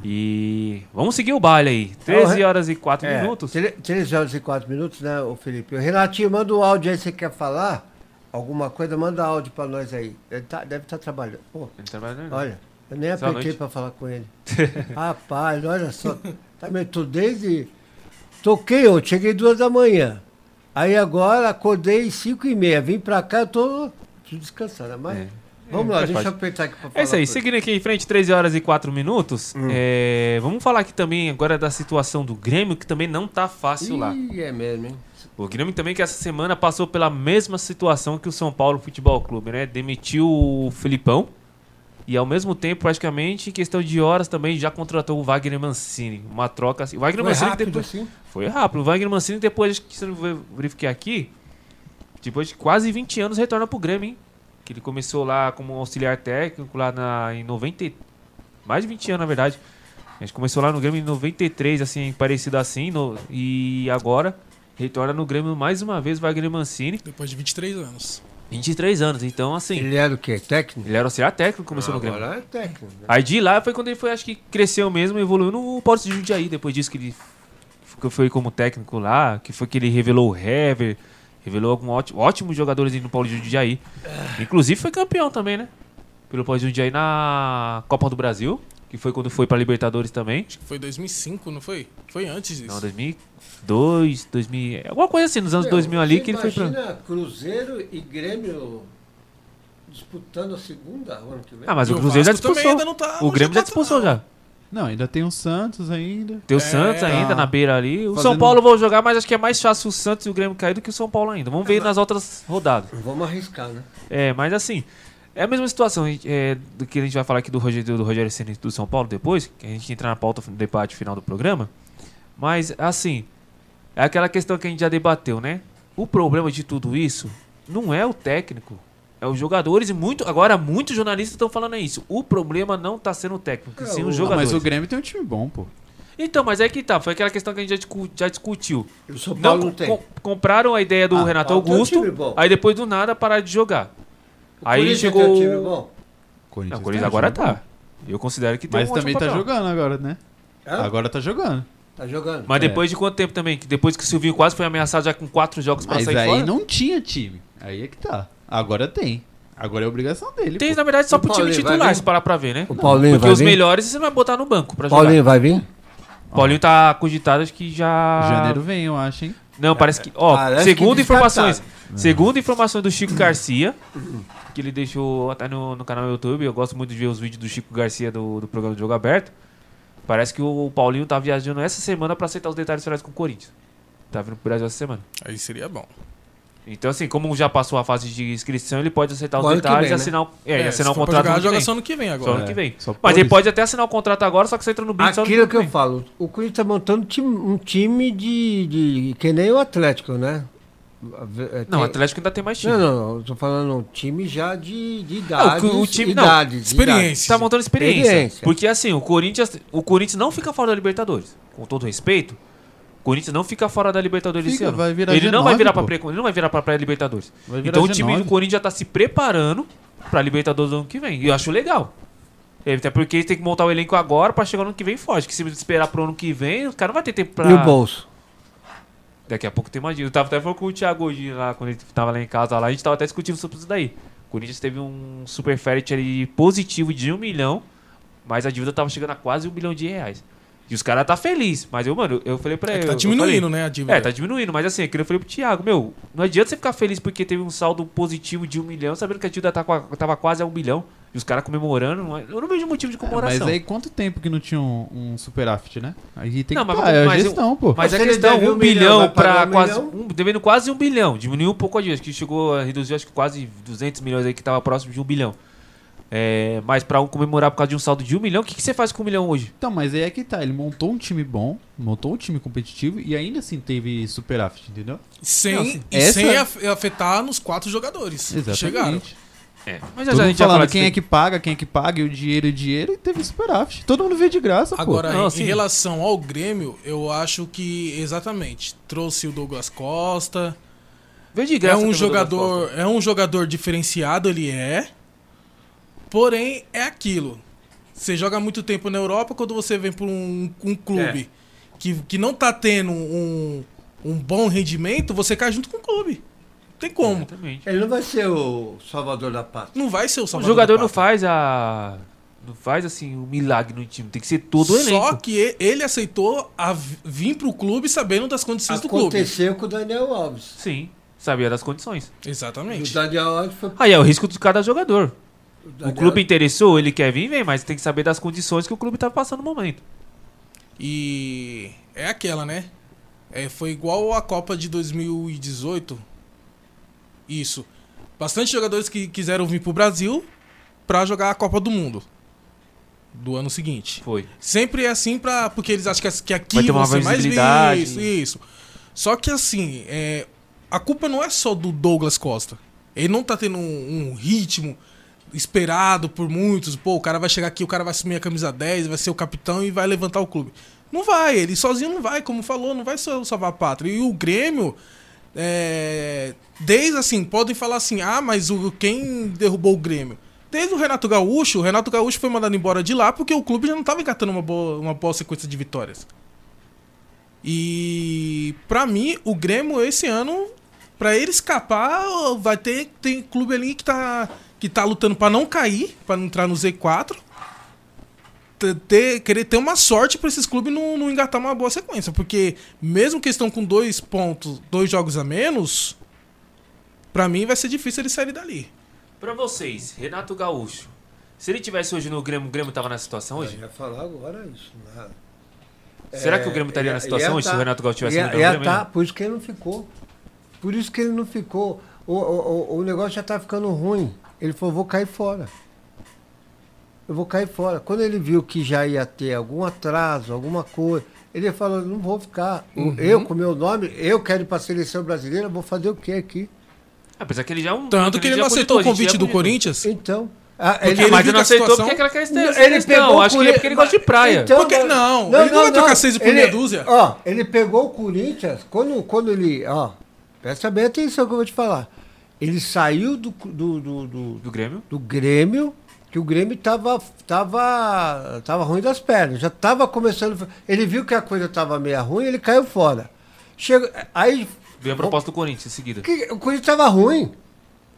A: E vamos seguir o baile aí. 13 horas e 4
B: É,
A: minutos.
B: 3 horas e 4 minutos, né, ô Felipe? O Renatinho, manda um áudio aí, você quer falar? Alguma coisa, manda áudio pra nós aí. Ele tá- deve estar trabalhando. Pô,
A: Não trabalha, né?
B: olha, eu nem
A: Só à
B: apertei
A: noite.
B: pra falar com ele. Rapaz, olha só. Também tô desde. Toquei, eu cheguei duas da manhã. Aí agora acordei cinco e meia. Vim pra cá, eu tô descansando, mas.
A: É.
B: Vamos
A: É,
B: lá,
A: faz
B: deixa eu
A: parte.
B: apertar aqui pra falar.
A: É isso aí,
B: com ele.
A: seguindo aqui em frente, 13 horas e 4 minutos.
B: Hum.
A: é, vamos falar aqui também agora da situação do Grêmio, que também não tá fácil lá.
B: Ih, é mesmo, hein?
A: O Grêmio também que essa semana passou pela mesma situação que o São Paulo Futebol Clube, né? Demitiu o Filipão e ao mesmo tempo, praticamente, em questão de horas também já contratou o Wagner Mancini. Uma troca assim. O Wagner
B: Foi
A: Mancini
B: rápido
A: depois-
B: assim?
A: foi rápido. O Wagner Mancini, depois que se eu não verifiquei aqui, depois de quase 20 anos, retorna pro Grêmio, hein? Que ele começou lá como auxiliar técnico, lá na, em 90. e- Mais de 20 anos, na verdade. A gente começou lá no Grêmio em 93, assim, parecido assim. no- e agora retorna no Grêmio mais uma vez, Wagner Mancini.
C: Depois de 23 anos.
A: 23 anos, então, assim. Ah,
B: Ele era o quê? Técnico?
A: Ele era auxiliar técnico, começou no Grêmio.
B: Agora é técnico. né?
A: Aí de lá foi quando ele foi, acho que cresceu mesmo, evoluiu no Porto de Jundiaí, depois disso que ele f- foi como técnico lá, que foi que ele revelou o Hever, revelou alguns ótimos, ótimos jogadores aí no Paulo de Jundiaí. Inclusive foi campeão também, né? Pelo Paulo de Jundiaí na Copa do Brasil, que foi quando foi pra Libertadores também.
C: Acho que foi 2005, não foi? Foi antes disso.
A: Não, 2002, 2000, alguma coisa assim,
C: É,
A: nos anos 2000 ali que ele foi pra...
B: Imagina Cruzeiro e Grêmio disputando a segunda o ano que vem.
A: Ah, mas
C: E
A: o
C: o
A: Cruzeiro já
C: Vasco também
A: dispensou.
C: ainda não tá
A: o
C: no
A: Grêmio já
C: G4
A: dispensou
C: não.
A: já.
D: Não, ainda tem o Santos ainda.
A: Tem o
C: É,
A: Santos ainda
D: tá.
A: na beira ali. O
D: Fazendo-
A: São Paulo vão jogar, mas acho que é mais fácil o Santos e o Grêmio cair do que o São Paulo ainda. Vamos
D: É,
A: ver nas outras rodadas.
B: Vamos arriscar, né?
A: É, mas assim, é a mesma situação gente, é, do que a gente vai falar aqui do Rogério, do Rogério Ceni do São Paulo depois, que a gente entrar na pauta do debate final do programa. Mas, assim, é aquela questão que a gente já debateu, né? O problema de tudo isso não é o técnico. É os jogadores e muito. Agora, muitos jornalistas estão falando isso. O problema não tá sendo o técnico,
B: É,
A: sim
B: o-
A: os
D: Ah,
A: jogadores.
D: mas o Grêmio tem um time bom, pô.
A: Então, mas é que tá. Foi aquela questão que a gente já discu- já discutiu.
B: O São
A: Não,
B: Paulo não,
A: com-
B: tem.
A: com- compraram a ideia do
B: Ah,
A: Renato
B: Paulo tem um
A: Augusto,
B: time bom.
A: aí depois do nada pararam de jogar. aí
B: Corinthians
A: chegou.
B: tem um time
A: Não,
B: bom?
D: Corinthians
A: o Corinthians
D: tem um
A: agora
D: time bom.
A: tá. Eu considero que tem
D: Mas
A: um
D: também
A: ótimo
D: tá
A: papel.
D: jogando agora, né?
B: Hã?
D: Agora tá jogando.
B: Tá jogando.
A: Mas
D: É.
A: depois de quanto tempo também? Que depois que o Silvinho quase foi ameaçado já com quatro jogos pra
D: Mas
A: sair
D: aí
A: fora.
D: não tinha time. Aí é que tá. Agora tem. Agora é obrigação dele.
A: Tem,
D: pô.
A: na verdade, só
B: O
A: pro time
B: Paulinho vai
A: titular,
B: vir?
A: se parar pra ver, né?
B: O Paulinho
A: Porque
B: vai
A: os
B: vir?
A: melhores você não vai botar no banco pra jogar.
B: Paulinho vai vir?
A: Paulinho tá cogitado, acho que já.
D: Janeiro vem, eu acho, hein?
A: Não, parece que. Ó,
B: Parece
A: segundo
B: que
A: informações. Segundo informações do Chico Garcia, que ele deixou até no, no canal do YouTube. Eu gosto muito de ver os vídeos do Chico Garcia do, do programa de Jogo Aberto. Parece que o Paulinho tá viajando essa semana pra aceitar os detalhes finais com o Corinthians. Tá vindo pro Brasil essa semana.
C: Aí seria bom.
A: Então, assim, como já passou a fase de inscrição, ele pode aceitar os
B: Agora que
A: detalhes
B: vem,
A: e
B: né?
A: assinar, o- é, e
C: se
A: assinar o
C: for pra
A: contrato.
C: Jogar,
A: ano que
C: joga
A: vem.
C: só ano que vem
A: Só ano
C: agora.
A: que
D: É,
A: vem.
D: só por
A: Mas ele
D: isso.
A: pode até assinar o contrato agora, só que você entra no BID só no
B: Aquilo
A: ano
B: que eu
A: vem.
B: falo, o Corinthians tá montando um time, um time de, de. que nem o Atlético, né? É,
A: Não, o
B: tem-
A: Atlético ainda tem mais time.
B: Não, não, não, eu tô falando um time já de,
A: Ah,
B: de
A: o
B: idade.
A: que- o time- não,
B: idade, de idade.
C: Experiência.
A: Tá montando experiência.
B: Experiência.
A: Porque assim, o Corinthians, o Corinthians não fica fora da Libertadores. Com todo respeito, Corinthians não fica fora da Libertadores
D: Fica,
A: esse ano.
D: vai virar
A: ele, não vai
D: G9,
A: virar pra
D: pô.
A: pré, ele não vai virar pra pré-Libertadores.
D: Vai virar
A: Então o time
D: G9.
A: do Corinthians já tá se preparando pra Libertadores do ano que vem. E eu acho legal. É, Até porque eles têm que montar o elenco agora pra chegar no ano que vem forte. Que se esperar pro ano que vem, o cara não vai ter tempo pra.
B: E o bolso?
A: Daqui a pouco tem mais dinheiro. Eu tava até falando com o Thiago hoje lá, quando ele tava lá em casa lá, a gente tava até discutindo sobre isso daí. O Corinthians teve um super fértil ali positivo de um milhão, mas a dívida tava chegando a quase um milhão de reais. E os caras tá feliz, mas eu, mano, eu falei pra
C: É
A: ele.
C: que tá
A: eu falei-
C: diminuindo, né, a dívida.
A: É, tá diminuindo, mas assim, aquilo eu falei pro Thiago, meu, não adianta você ficar feliz porque teve um saldo positivo de um milhão, sabendo que a dívida tá com a- tava quase a um milhão, e os caras comemorando, não é- eu não vejo motivo de
D: mas
C: é
A: comemoração.
D: aí quanto tempo que não tinha um, um superávit, né? Aí tem
A: Não,
D: que
A: mas- um
D: parar, é a
A: mas eu-
D: gestão, pô.
A: Mas
B: Mas
A: a
B: se ele
A: questão,
B: deve
A: um
B: um milhão,
A: bilhão
B: vai
A: para
B: pagar um
A: quase.
B: milhão?
A: um- devendo quase um bilhão. Diminuiu um pouco a dívida. Acho que chegou a reduzir, acho que quase 200 milhões aí, que tava próximo de um bilhão. É, mas pra um comemorar por causa de um saldo de um milhão, o que, que você faz com um milhão hoje?
D: Então, mas aí é que tá. Ele montou um time bom, montou um time competitivo e ainda assim teve superávit, entendeu?
C: Sem,
D: Nossa,
C: e
D: essa-
C: sem af- afetar nos quatro jogadores que chegaram.
A: É, mas
D: Todo
A: já a
D: mundo
A: gente já
D: falando
A: fala
D: quem é que paga, quem é que paga, e o dinheiro, e o dinheiro, e teve superávit. Todo mundo vê de graça,
C: Agora,
A: Não,
C: em,
A: assim-
C: em relação ao Grêmio, eu acho que exatamente trouxe o Douglas Costa.
A: Vê de
C: É
A: graça
C: um
A: também o Douglas
C: jogador, é um jogador diferenciado, ele é. Porém, é aquilo. Você joga muito tempo na Europa, quando você vem para um, um clube
A: É.
C: que, que não tá tendo um, um bom rendimento, você cai junto com o clube. Não tem
A: Costa.
C: como.
A: Exatamente.
B: Ele não vai ser o salvador da pátria.
C: Não vai ser o
A: É. O
C: salvador.
A: jogador
C: da
A: não
C: pátria.
A: faz a. Não faz assim um milagre no time. Tem que ser todo o elenco.
C: Só que e- ele aceitou a vi- vir pro clube sabendo das condições do
B: Aconteceu com o Daniel Alves.
A: Sim. Sabia das condições.
C: clube.
B: E O
C: Exatamente.
B: Daniel Alves foi.
A: Aí é o risco de cada jogador. O
B: Daniel-
A: clube interessou, ele quer vir, vem, mas tem que saber das condições que o clube tá passando no momento.
C: E é aquela, né? É, foi igual a Copa de 2018. Isso. Bastante jogadores que quiseram vir pro Brasil pra jogar a Copa do Mundo do ano seguinte.
A: Foi.
C: Sempre é assim pra, porque eles acham que- que aqui
A: Vai ter uma
C: você mais
A: visibilidade.
C: Isso, isso. Só que assim, é, a culpa não é só do Douglas Costa. Ele não tá tendo um, um ritmo esperado por muitos. Pô, o cara vai chegar aqui, o cara vai assumir a camisa 10, vai ser o capitão e vai levantar o clube. Não vai, ele sozinho não vai, como falou, não vai só salvar a pátria. E o Grêmio, é, desde assim, podem falar assim, ah, mas o, quem derrubou o Grêmio? Desde o Renato Gaúcho, o Renato Gaúcho foi mandado embora de lá porque o clube já não estava engatando uma boa, uma boa sequência de vitórias. E pra mim, o Grêmio esse ano, pra ele escapar, vai ter tem clube ali que tá que tá lutando pra não cair, pra não entrar no Z4. T- Ter, querer ter uma sorte pra esses clubes não, não engatar uma boa sequência, porque mesmo que estão com dois pontos, dois jogos a menos, pra mim vai ser difícil eles saírem dali.
A: Pra vocês, Renato Gaúcho. Se ele tivesse hoje no Grêmio, o Grêmio tava na situação
B: Eu
A: hoje?
B: ia falar agora isso. né?
A: Será que o Grêmio estaria
B: É, ia-
A: na situação
B: ia
A: hoje se
B: tá-
A: o Renato Gaúcho tivesse
B: ia-
A: no Grêmio?
B: ia
A: né?
B: tá, por isso que ele não ficou. Por isso que ele não ficou. O, o, o- o negócio já tá ficando ruim. Ele falou, vou cair fora. Eu vou cair fora. Quando ele viu que já ia ter algum atraso, alguma coisa, ele falou, não vou ficar. O-
A: Uhum.
B: Eu, com meu nome, eu quero ir pra seleção brasileira, vou fazer o quê aqui?
A: Apesar que ele já é um.
C: Tanto que ele
A: já
C: não aceitou o
A: cogitou, a gente
C: convite
A: já
C: do
A: cogitou.
C: Corinthians.
B: Então. ah,
C: Porque
A: Ah,
B: ele-
C: ele
A: mas
C: viu
A: ele não
C: que a
A: aceitou
C: situação-
A: porque é aquela questão.
B: Não,
A: acho
B: ele pegou
A: que
B: o
A: ele é
B: Corinthians-
A: porque ele gosta de praia.
B: Então,
C: Porque-
B: mas-
C: não, ele não vai trocar seis por meia dúzia.
B: Ó, ele pegou o Corinthians quando, quando ele. Ó, presta bem atenção que eu vou te falar. Ele saiu do, do, do, do,
A: Do Grêmio?
B: do Grêmio, que o Grêmio tava, tava, tava ruim das pernas. Já tava começando. Ele viu que a coisa tava meio ruim, ele caiu fora. Chega, aí.
A: Veio a proposta do Corinthians em seguida.
B: o que- o Corinthians tava ruim.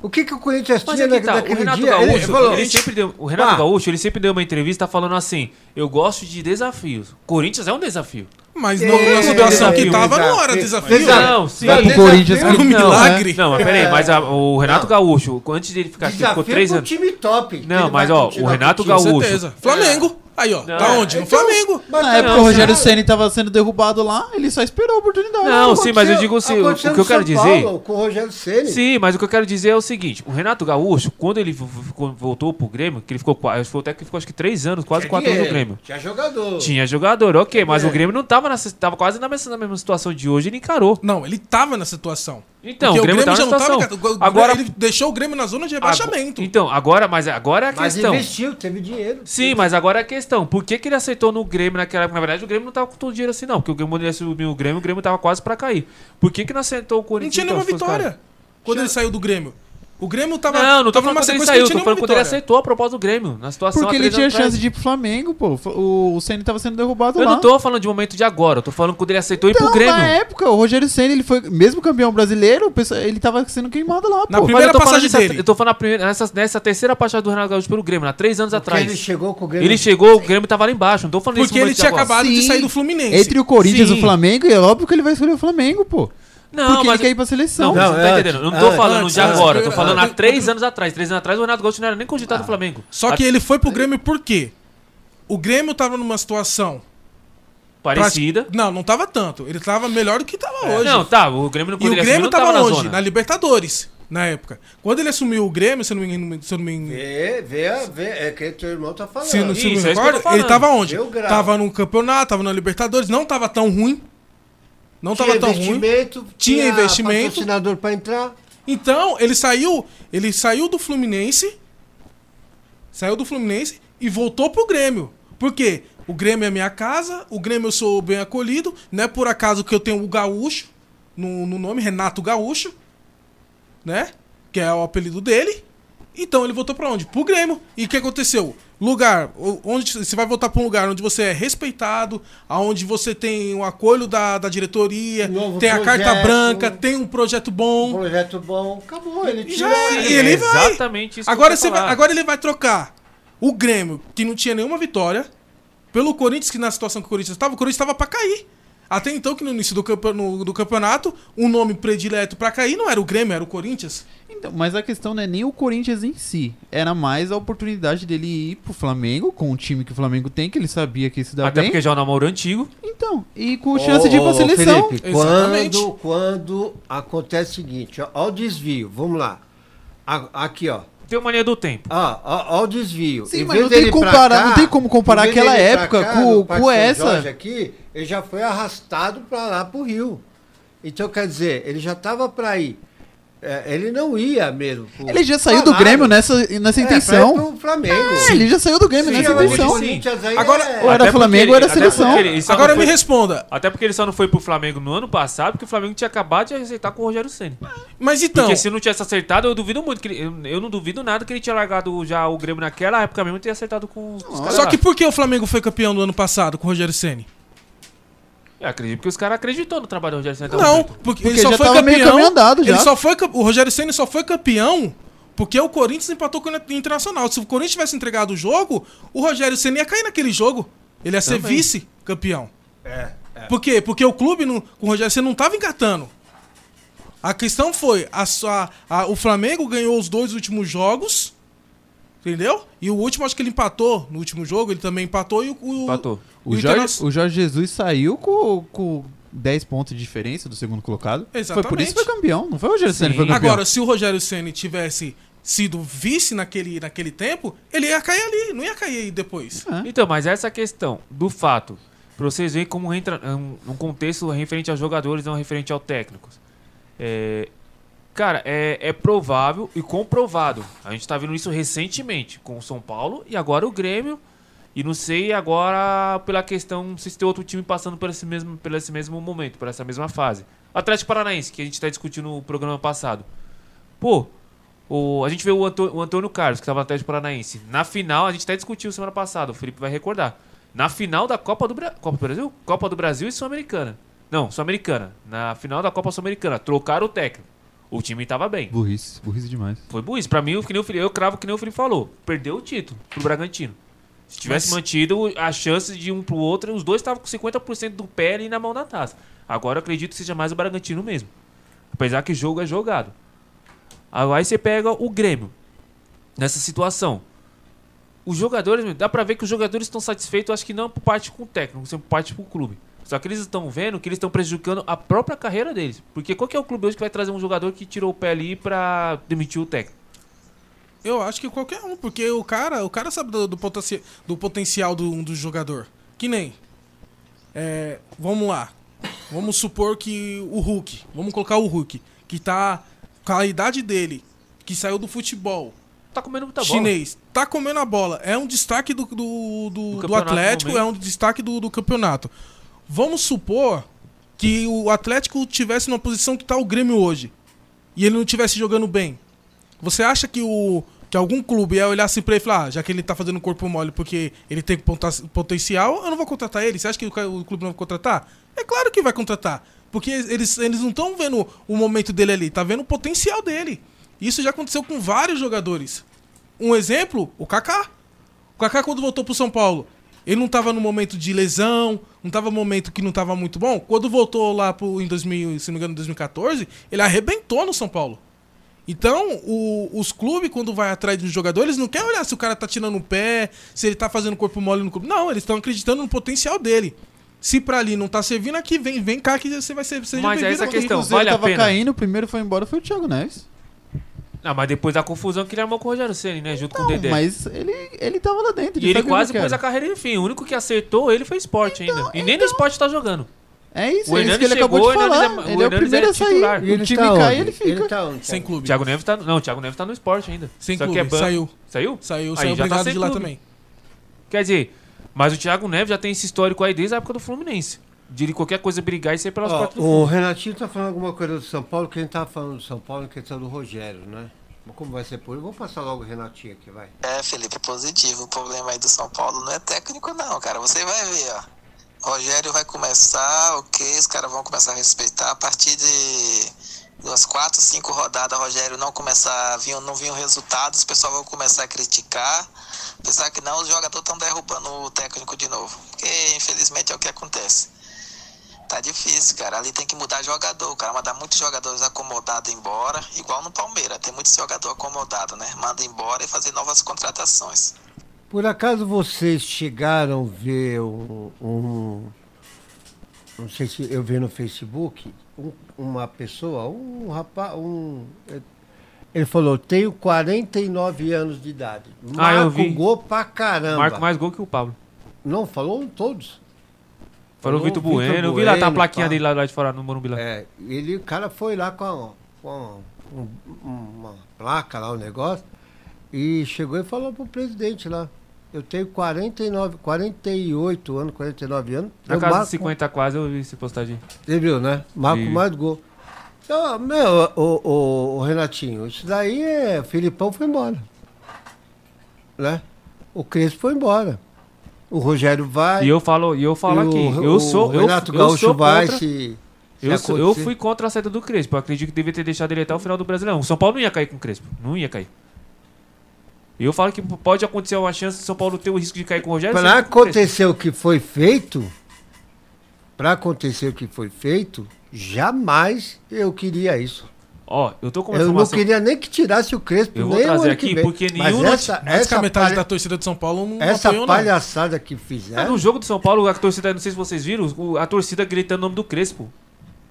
B: O que, que o Corinthians
A: Mas
B: tinha
A: é que tá,
B: na,
A: o
B: naquele
A: Renato
B: dia?
A: Gaúcho,
B: ele falou,
A: ele sempre deu, o Renato
B: Pá.
A: Gaúcho, ele sempre deu uma entrevista falando assim: "Eu gosto de desafios. Corinthians é um desafio".
C: Mas
B: É,
C: não, na situação que
A: desafio,
C: tava não era desafio.
B: desafio. Exato.
A: Não, sim.
D: Vai pro
B: Desafio-
D: Corinthians que
C: Era um
D: Não,
C: milagre.
A: Não, mas peraí, mas a- o Renato
B: É Não.
A: Gaúcho, antes dele ficar aqui, ficou
B: Desafio
A: três
B: pro
A: anos.
B: time top. que
A: Não,
B: ele
A: mas,
B: vai
A: ó,
B: continuar
A: o Renato
B: com time.
A: Gaúcho.
B: É.
C: Flamengo. Aí, ó.
A: Não.
C: Tá onde? No
B: Então-
C: Flamengo.
B: Mas
D: Na época
A: não,
D: o Rogério
B: sabe?
D: Ceni tava sendo derrubado lá, ele só esperou a oportunidade.
A: Não, sim, mas eu
B: Aconteceu-
A: digo assim, o, o
B: aconteceu
A: que eu
B: no
A: quero
B: São
A: dizer
B: Paulo, com o Rogério Ceni.
A: Sim, mas o que eu quero dizer é o seguinte: o Renato Gaúcho, quando ele vo- ficou- voltou pro Grêmio, que ele ficou quase, até que ficou acho que três anos, quase
C: É
B: Tinha
A: quatro anos no
B: dinheiro,
A: Grêmio.
B: Tinha jogador.
A: Tinha jogador, ok, mas o
B: dinheiro.
A: Grêmio não tava, nessa, tava quase na mesma, na mesma situação de hoje, ele encarou.
C: Não, ele tava na situação.
A: Então, o Grêmio, tá
C: já
A: na
C: não
A: situação.
C: tava. cara. O- o-
A: agora,
C: Ele deixou o Grêmio na zona de rebaixamento.
A: então, agora, mas agora é a
B: Mas
A: questão.
B: investiu, teve dinheiro.
A: Sim, mas agora é a questão. Por que, que ele aceitou no Grêmio naquela época? Na verdade, o Grêmio não tava com todo o dinheiro assim, não. Porque o Grêmio ele assumiu o Grêmio, o Grêmio tava quase pra cair. Por que, que não aceitou o
C: não
A: Corinthians?
C: tinha nenhuma
A: então, se fosse o
C: vitória
A: cara?
C: quando ele saiu do Grêmio. O Grêmio tava.
A: Não, não tô
C: tava
A: falando
C: numa
A: quando ele
C: sequência que
A: saiu,
C: não
A: tô
C: tinha
A: falando
C: nenhuma
A: quando ele
C: vitória.
A: aceitou a proposta do Grêmio. Na situação
D: Porque
A: há
D: ele
A: três
D: tinha
A: anos atrás.
D: chance de ir pro Flamengo, pô. O, o Senna tava sendo derrubado
A: Eu
D: lá.
A: não tô falando de um momento de agora, eu tô falando quando ele aceitou ir
D: Então,
A: pro Grêmio.
D: na época, o Rogério Senna, ele foi mesmo campeão brasileiro, o pessoal- ele tava sendo queimado lá,
C: Na
D: pô.
A: Mas eu
C: primeira
A: tô falando
C: passagem
A: dessa-
C: dele.
A: Eu tô falando na primeira- nessa, nessa terceira passagem do Renato Gaúcho pelo Grêmio, há três anos
B: Porque
A: atrás.
B: ele chegou com o Grêmio.
A: Ele chegou, o Grêmio tava lá embaixo, não tô falando desse
C: Porque ele
A: momento de
C: tinha
A: agora.
C: acabado de sair do Fluminense.
D: Entre o Corinthians e
A: Sim.
D: o Flamengo, é óbvio que ele vai escolher o Flamengo, pô.
A: Não,
D: porque
A: mas-
D: ele quer ir pra
A: Não, não,
D: seleção.
A: você não tá
B: antes,
A: entendendo. Eu não tô
B: antes,
A: falando de
C: antes,
A: agora, eu tô
C: antes.
A: falando há três
C: Antes.
A: anos atrás. Três anos atrás o Renato Gaúcho não era nem cogitado no Flamengo.
C: Só que ele foi pro Grêmio por quê? O Grêmio tava numa situação.
A: Parecida.
C: prati- Não, não tava tanto. Ele tava melhor do que tava hoje.
A: Não, tá, o Grêmio não
C: E o
A: poderia
C: Grêmio
A: assumir, não
C: tava,
A: na
C: longe,
A: zona.
C: na, Libertadores, na época. Quando ele assumiu o Grêmio, se eu não me engano, se eu não me engano,
B: Vê, vê, vê. É que teu irmão tá falando.
C: se eu não- se eu não
A: Isso,
C: me
A: é isso que eu tô
C: recordo, ele
A: falando.
C: tava onde?
B: Deu grau.
C: Tava no campeonato, tava na Libertadores, não tava tão ruim. Não tava tão ruim.
B: investimento,
C: Tinha investimento.
B: patrocinador pra entrar.
C: Então, ele saiu, ele saiu do Fluminense, saiu do Fluminense e voltou pro Grêmio. Por quê? O Grêmio é minha casa, o Grêmio eu sou bem acolhido, não é por acaso que eu tenho o Gaúcho no, no nome, Renato Gaúcho, né? Que é o apelido dele. Então ele voltou pra onde? Pro Grêmio. E o que aconteceu? Lugar, o- onde você vai voltar pra um lugar onde você é respeitado, aonde você tem o acolho da, da diretoria,
B: Um Novo
C: tem a carta
B: projeto. né?
C: branca, tem um projeto bom.
B: Projeto bom. Acabou, ele
C: Já
B: tirou.
C: é,
A: Sim,
C: e ele
A: é
C: vai.
A: exatamente isso que
C: agora,
A: eu tô
C: você vai-
A: falando.
C: agora ele vai trocar o Grêmio, que não tinha nenhuma vitória, pelo Corinthians, que na situação que o Corinthians estava, o Corinthians estava para cair. Até então, que no início do, campe- no- do campeonato, o nome predileto para cair não era o Grêmio, era o Corinthians.
D: Então, mas a questão não é nem o Corinthians em si. Era mais a oportunidade dele ir pro Flamengo, com o time que o Flamengo tem, que ele sabia que se dá
A: Até
D: bem.
A: porque já é um namoro antigo.
D: Então, e com chance de ir pra
B: Ô,
D: seleção.
B: Felipe,
C: Exatamente.
B: quando, quando acontece o seguinte, ó, ó o desvio, vamos lá. A- aqui, ó.
A: Tem uma mania do tempo.
B: Ó, ó, ó o desvio.
D: Sim,
B: Em
D: mas
B: vez
D: não tem
B: dele pra
D: comparar- não tem como comparar
B: em vez
D: aquela
B: dele ir pra
D: época
B: cá,
D: com-
B: no Parque
D: com
B: São
D: essa.
B: Jorge aqui, ele já foi arrastado para lá pro Rio. Então, quer dizer, ele já estava para ir. É, ele não ia mesmo. pro-
D: Ele já saiu do
B: Falaram.
D: Grêmio nessa, nessa
B: Ah, É, pra ir
D: intenção.
B: pro Flamengo.
D: É, ele já saiu do Grêmio
A: Sim,
D: nessa
A: eu
D: intenção.
A: disse-
B: Agora,
C: Agora-
B: é-
D: Ou era
A: É, Até
D: Flamengo
A: porque
D: ou era
A: até porque
D: seleção.
A: ele só
C: agora
A: não
C: me
A: foi-
C: responda.
A: Até porque ele só não foi pro Flamengo no ano passado, porque o Flamengo tinha acabado de aceitar com o Rogério Ceni.
C: Mas então,
A: Porque se não tivesse acertado, eu duvido muito. Que ele- eu, eu não duvido nada que ele tinha largado já o Grêmio naquela época mesmo e teria acertado com os caras.
C: só
A: lá.
C: que por que o Flamengo foi campeão do ano passado com o Rogério Ceni?
A: Eu acredito que os caras acreditou no trabalho do Rogério Ceni. até o
C: Não,
A: momento.
C: porque,
D: Porque
C: ele só
D: já
C: foi
D: tava meio
C: campeão.
D: caminho andado já.
C: Ele só foi, cam- o Rogério Ceni só foi campeão porque o Corinthians empatou com o Internacional. Se o Corinthians tivesse entregado o jogo, o Rogério Ceni ia cair naquele jogo. Ele ia ser vice-campeão. Por quê? Porque o clube não, com o Rogério Ceni não tava engatando. A questão foi, a sua- a- o Flamengo ganhou os dois últimos jogos, entendeu? E o último, acho que ele empatou no último jogo, ele também empatou e o... o-
A: Empatou.
C: e
D: O
C: Interna-
D: Jorge, o Jorge Jesus saiu com, com 10 pontos de diferença do segundo colocado. Foi por
C: Exatamente.
D: isso que foi campeão. Não foi o Rogério Senna que foi campeão.
C: Agora, se o Rogério Ceni tivesse sido vice naquele, naquele tempo, ele ia cair ali, não ia cair aí depois.
D: É.
A: Então, mas essa questão do fato, pra vocês verem como entra um, um contexto referente aos jogadores, não referente aos técnicos. É, cara, é, é provável e comprovado. A gente tá vendo isso recentemente com o São Paulo e agora o Grêmio. E não sei agora pela questão se tem outro time passando por esse mesmo, por esse mesmo momento, por essa mesma fase. Atlético Paranaense, que a gente tá discutindo no programa passado. Pô, o- a gente vê o, Anto- o Antônio Carlos, que estava no Atlético Paranaense. Na final, a gente até discutiu semana passada, o Felipe vai recordar. Na final da Copa do, Bra- Copa do Brasil? Copa do Brasil e Sul-Americana. Não, Sul-Americana. Na final da Copa Sul-Americana, trocaram o técnico. O time estava bem.
D: Burrice, burrice demais.
A: Foi burrice. Pra mim, o que nem o Felipe, eu cravo que nem o Felipe falou. Perdeu o título pro Bragantino. Se tivesse
C: Mas-
A: mantido a chance de um pro outro, os dois estavam com 50% do pé ali na mão da taça. Agora eu acredito que seja mais o Bragantino mesmo. Apesar que jogo é jogado. Aí você pega o Grêmio nessa situação. Os jogadores, meu, dá pra ver que os jogadores estão satisfeitos, acho que não por parte com o técnico, sim por parte com o clube. Só que eles estão vendo que eles estão prejudicando a própria carreira deles. Porque qual que é o clube hoje que vai trazer um jogador que tirou o pé ali pra demitir o técnico?
C: Eu acho que qualquer um, porque o cara, o cara sabe do, do, potenci- do potencial do, do jogador. Que nem. é, vamos lá. Vamos supor que o Hulk. Vamos colocar o Hulk. que tá com a idade dele, que saiu do futebol,
A: Tá comendo muita bola.
C: chinês, tá comendo a bola. É um destaque do, do, do, do
A: campeonato
C: Atlético,
A: no
C: é
A: momento.
C: um destaque do, do campeonato. Vamos supor que o Atlético tivesse numa posição que tá o Grêmio hoje. E ele não tivesse jogando bem. Você acha que o que algum clube ia olhar assim pra ele e falar, ah, já que ele tá fazendo corpo mole porque ele tem ponta- potencial, eu não vou contratar ele. Você acha que o ca- o clube não vai contratar? É claro que vai contratar. Porque eles, eles não estão vendo o momento dele ali, tá vendo o potencial dele. Isso já aconteceu com vários jogadores. Um exemplo, o Kaká. O Kaká, quando voltou pro São Paulo, ele não tava no momento de lesão, não tava no momento que não tava muito bom. Quando voltou lá pro, em 2000, se não me engano, em 2014, ele arrebentou no São Paulo. Então, o- os clubes, quando vai atrás dos jogadores, não quer olhar se o cara tá tirando o pé, se ele tá fazendo corpo mole no clube. Não, eles estão acreditando no potencial dele. Se pra ali não tá servindo, aqui vem, vem cá que você vai ser seja
A: Mas
C: bem-vindo
A: essa
C: aqui.
A: é a questão,
D: o Cruzeiro
A: vale a
D: tava
A: pena.
D: caindo, o primeiro foi embora foi o Thiago Neves.
A: Ah, mas depois da confusão que ele armou com o Rogério Ceni, né? Junto com o
D: Não,
A: Dedé.
D: mas ele, ele tava lá dentro.
A: E ele
D: sabe o que
A: quase
D: eu
A: pôs a
D: quero.
A: carreira em fim. O único que acertou ele foi esporte
C: Então,
A: ainda. E nem no esporte tá jogando.
D: É isso,
A: O
D: é isso que
A: Hernandes
D: ele acabou
A: chegou,
D: de
A: o Hernandes
D: falar.
A: é- o
D: ele é o
A: Hernandes
D: primeiro
A: é
D: a sair.
A: titular.
B: E ele
D: o time
B: tá
D: cai,
B: onde?
D: ele fica.
B: tá onde?
C: Sem
A: O
C: clube.
A: Thiago Neves tá. Não, o Thiago Neves tá no esporte ainda.
C: Sem
A: Só que
C: clube,
A: é ban-
C: saiu.
A: Saiu?
C: Saiu,
A: Aí
C: saiu
A: já tá
C: obrigado
A: sem
C: de lá
A: clube.
C: também.
A: Quer dizer, mas o Thiago Neves já tem esse histórico aí desde a época do Fluminense. De ele qualquer coisa brigar e sair pelas
B: Ó,
A: portas do
B: o Renatinho tá falando alguma coisa do São Paulo, quem tá falando do São Paulo é questão do Rogério, né? Mas como vai ser por ele? Vou passar logo o Renatinho aqui, vai.
E: É, Felipe, positivo. O problema aí do São Paulo não é técnico, não, cara. Você vai ver, ó. Rogério vai começar, ok, os caras vão começar a respeitar. A partir de umas quatro, cinco rodadas, Rogério não começar, vir, não vir o resultado, os pessoal vão começar a criticar. Pensar que não, os jogadores estão derrubando o técnico de novo. Porque, infelizmente, é o que acontece. Tá difícil, cara. Ali tem que mudar jogador, cara. Mandar muitos jogadores acomodados embora, igual no Palmeiras. Tem muitos jogador acomodado, né? Manda embora e fazer novas contratações.
B: Por acaso vocês chegaram a ver um, um- Não sei se eu vi no Facebook, um- uma pessoa, um rapaz, um. Ele falou, tenho 49 anos de idade.
A: Ah, eu
B: Marco
A: vi.
B: gol pra caramba.
A: Marco mais gol que o Pablo.
B: Não, falou todos.
A: Falou o Vitor Bueno. Eu vi lá, tá a plaquinha dele lá, lá de fora, no Morumbi lá.
B: É, ele, o cara foi lá com, a- com um- uma placa lá, um negócio, e chegou e falou pro presidente lá. Eu tenho 49, 48 anos, 49 anos.
A: Na
B: eu
A: casa
B: marco-
A: de 50 quase, eu vi essa postagem.
B: Você viu, né? Marco
A: Vi.
B: mais gol. Então, meu, o, o- o Renatinho, isso daí é. O Filipão foi embora. Né? O Crespo foi embora. O Rogério vai.
A: E eu falo, e eu falo
B: e o-
A: aqui,
B: o
A: eu sou. eu-
B: Renato
A: eu,
B: Gaúcho
A: sou
B: vai
A: contra-
B: se. se
A: Eu, sou- eu
B: acontecer.
A: fui contra a saída do Crespo. Eu acredito que devia ter deixado ele até o final do Brasileirão. O São Paulo não ia cair com o Crespo. Não ia cair. E eu falo que pode acontecer uma chance do São Paulo ter o risco de cair com o Rogério.
B: Para
A: Ceni e com o Crespo.
B: acontecer o que foi feito, para acontecer o que foi feito, jamais eu queria isso.
A: Ó, eu tô com uma
B: Eu não
A: informação.
B: queria nem que tirasse o Crespo,
A: Eu vou
B: nem o
A: trazer
B: ano que
A: aqui,
B: vem.
A: porque
B: Mas
A: nenhum
B: essa,
C: Mas que
B: essa,
C: a metade
B: palha-
C: da torcida de São Paulo não
B: essa
C: apoiou, não.
B: palhaçada que
A: Ah,
B: fizeram,
A: no jogo do São Paulo, a torcida, não sei se vocês viram, o- a torcida gritando o nome do Crespo.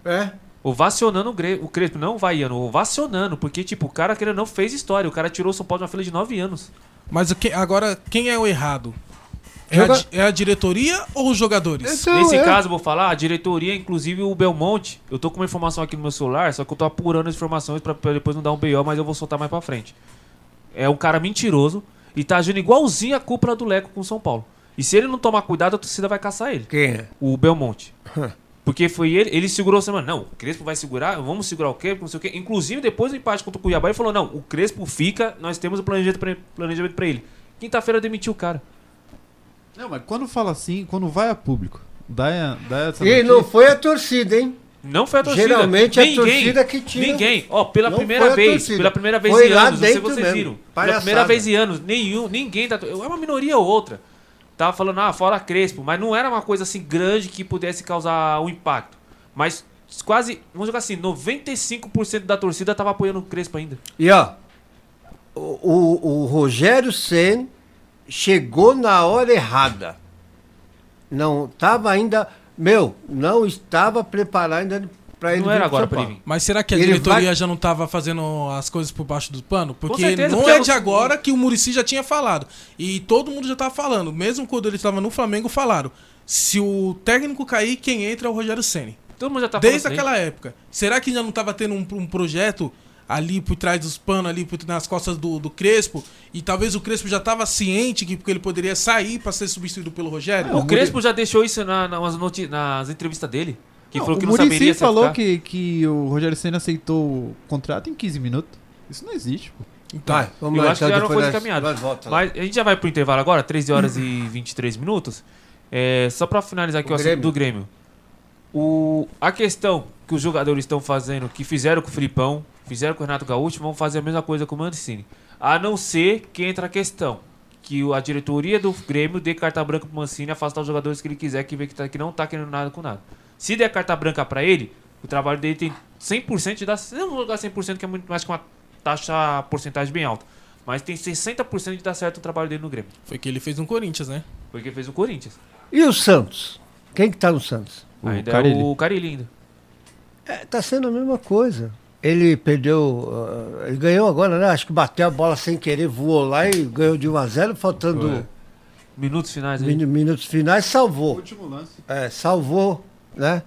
B: é,
A: Ovacionando o, Gre- o Crespo, não vaiando, ovacionando, porque, tipo, o cara querendo ou não fez história. O cara tirou o São Paulo de uma fila de 9 anos.
C: Mas o que, agora, quem é o errado? É, a,
B: Joga-
C: di- é a diretoria ou os jogadores?
B: Então,
A: Nesse
B: é.
A: caso, vou falar, a diretoria, inclusive o Belmonte, eu tô com uma informação aqui no meu celular, só que eu tô apurando as informações pra, pra depois não dar um BO, mas eu vou soltar mais pra frente. É um cara mentiroso e tá agindo igualzinho a cúpula do Leco com o São Paulo. E se ele não tomar cuidado, a torcida vai caçar ele.
B: Quem é?
A: o Belmonte. Porque foi ele, ele segurou a semana. Não, o Crespo vai segurar, vamos segurar o Crespo, não sei o quê. Inclusive, depois do empate contra o Cuiabá, ele falou: não, o Crespo fica, nós temos o planejamento pra, planejamento pra ele. Quinta-feira demitiu o cara.
D: Não, mas quando fala assim, quando vai a público, dá, dá essa
B: E
D: notícia,
B: não foi a torcida, hein?
A: Não foi a torcida.
B: Geralmente é a torcida que tira.
A: Ninguém. Ó, pela
B: Não foi
A: primeira
B: a
A: vez,
B: torcida.
A: pela primeira vez
B: Foi
A: em
B: lá
A: anos, não sei se
B: dentro
A: vocês
B: mesmo.
A: viram. Pela
B: Palhaçada.
A: primeira vez em anos, nenhum, ninguém da tor- É uma minoria ou outra. Tava falando, ah, fora Crespo, mas não era uma coisa assim grande que pudesse causar um impacto. Mas quase, vamos jogar assim, 95% da torcida tava apoiando o Crespo ainda.
B: E ó, o, o- o Rogério Sen chegou na hora errada. Não estava ainda, meu, não estava preparado ainda para ele
A: não era
B: vir pro
A: agora
B: São
A: pra ele
B: Paulo.
A: vir.
C: Mas será que a
B: Ele
C: diretoria
B: vai-
C: já não tava fazendo as coisas por baixo do pano? Porque
A: certeza,
C: não
A: porque
C: é
A: eu-
C: de agora que o Murici já tinha falado. E todo mundo já tava falando. Mesmo quando ele estava no Flamengo, falaram. Se o técnico cair, quem entra é o Rogério Senni.
A: Todo mundo já tá
C: Desde
A: falando isso daí.
C: aquela época. Será que já não tava tendo um, um projeto ali por trás dos panos, ali por, nas costas do, do Crespo? E talvez o Crespo já tava ciente que porque ele poderia sair pra ser substituído pelo Rogério?
A: É, O Crespo já deixou isso na- na- nas, noti- nas entrevistas dele. Que falou que
D: o
A: não
D: Muricy
A: saberia se ia
D: falou
A: ficar.
D: que, que o Rogério Senna aceitou o contrato em 15 minutos. Isso não existe, pô.
B: Vai, vamos
A: Eu
B: lá.
A: acho
B: então,
A: que já não
B: depois
A: foi
B: nós-
A: encaminhado.
B: nós volta lá.
A: Mas a gente já vai pro intervalo agora, 13 horas e 23 minutos. É, só pra finalizar aqui
B: O
A: o, assunto
B: Grêmio.
A: do Grêmio. O, a questão que os jogadores estão fazendo, que fizeram com o Filipão, fizeram com o Renato Gaúcho, vão fazer a mesma coisa com o Mancini. A não ser que entra a questão que o- a diretoria do Grêmio dê carta branca pro Mancini afastar os jogadores que ele quiser, que vê que, tá- que não tá querendo nada com nada. Se der carta branca pra ele, o trabalho dele tem 100% de dar. Não vou jogar 100% que é muito mais que uma taxa, porcentagem bem alta. Mas tem 60% de dar certo o trabalho dele no Grêmio.
C: Foi que ele fez no Corinthians, né?
A: Porque fez o Corinthians.
B: E o Santos? Quem que tá no Santos?
D: O
A: ainda
D: Carille.
A: é o Carilli ainda.
B: É, tá sendo a mesma coisa. Ele perdeu. ah, ele ganhou agora, né? Acho que bateu a bola sem querer, voou lá e ganhou de 1 a 0 faltando
A: Minutos finais aí.
B: minu- minutos finais, salvou.
D: último lance.
B: É, salvou, né?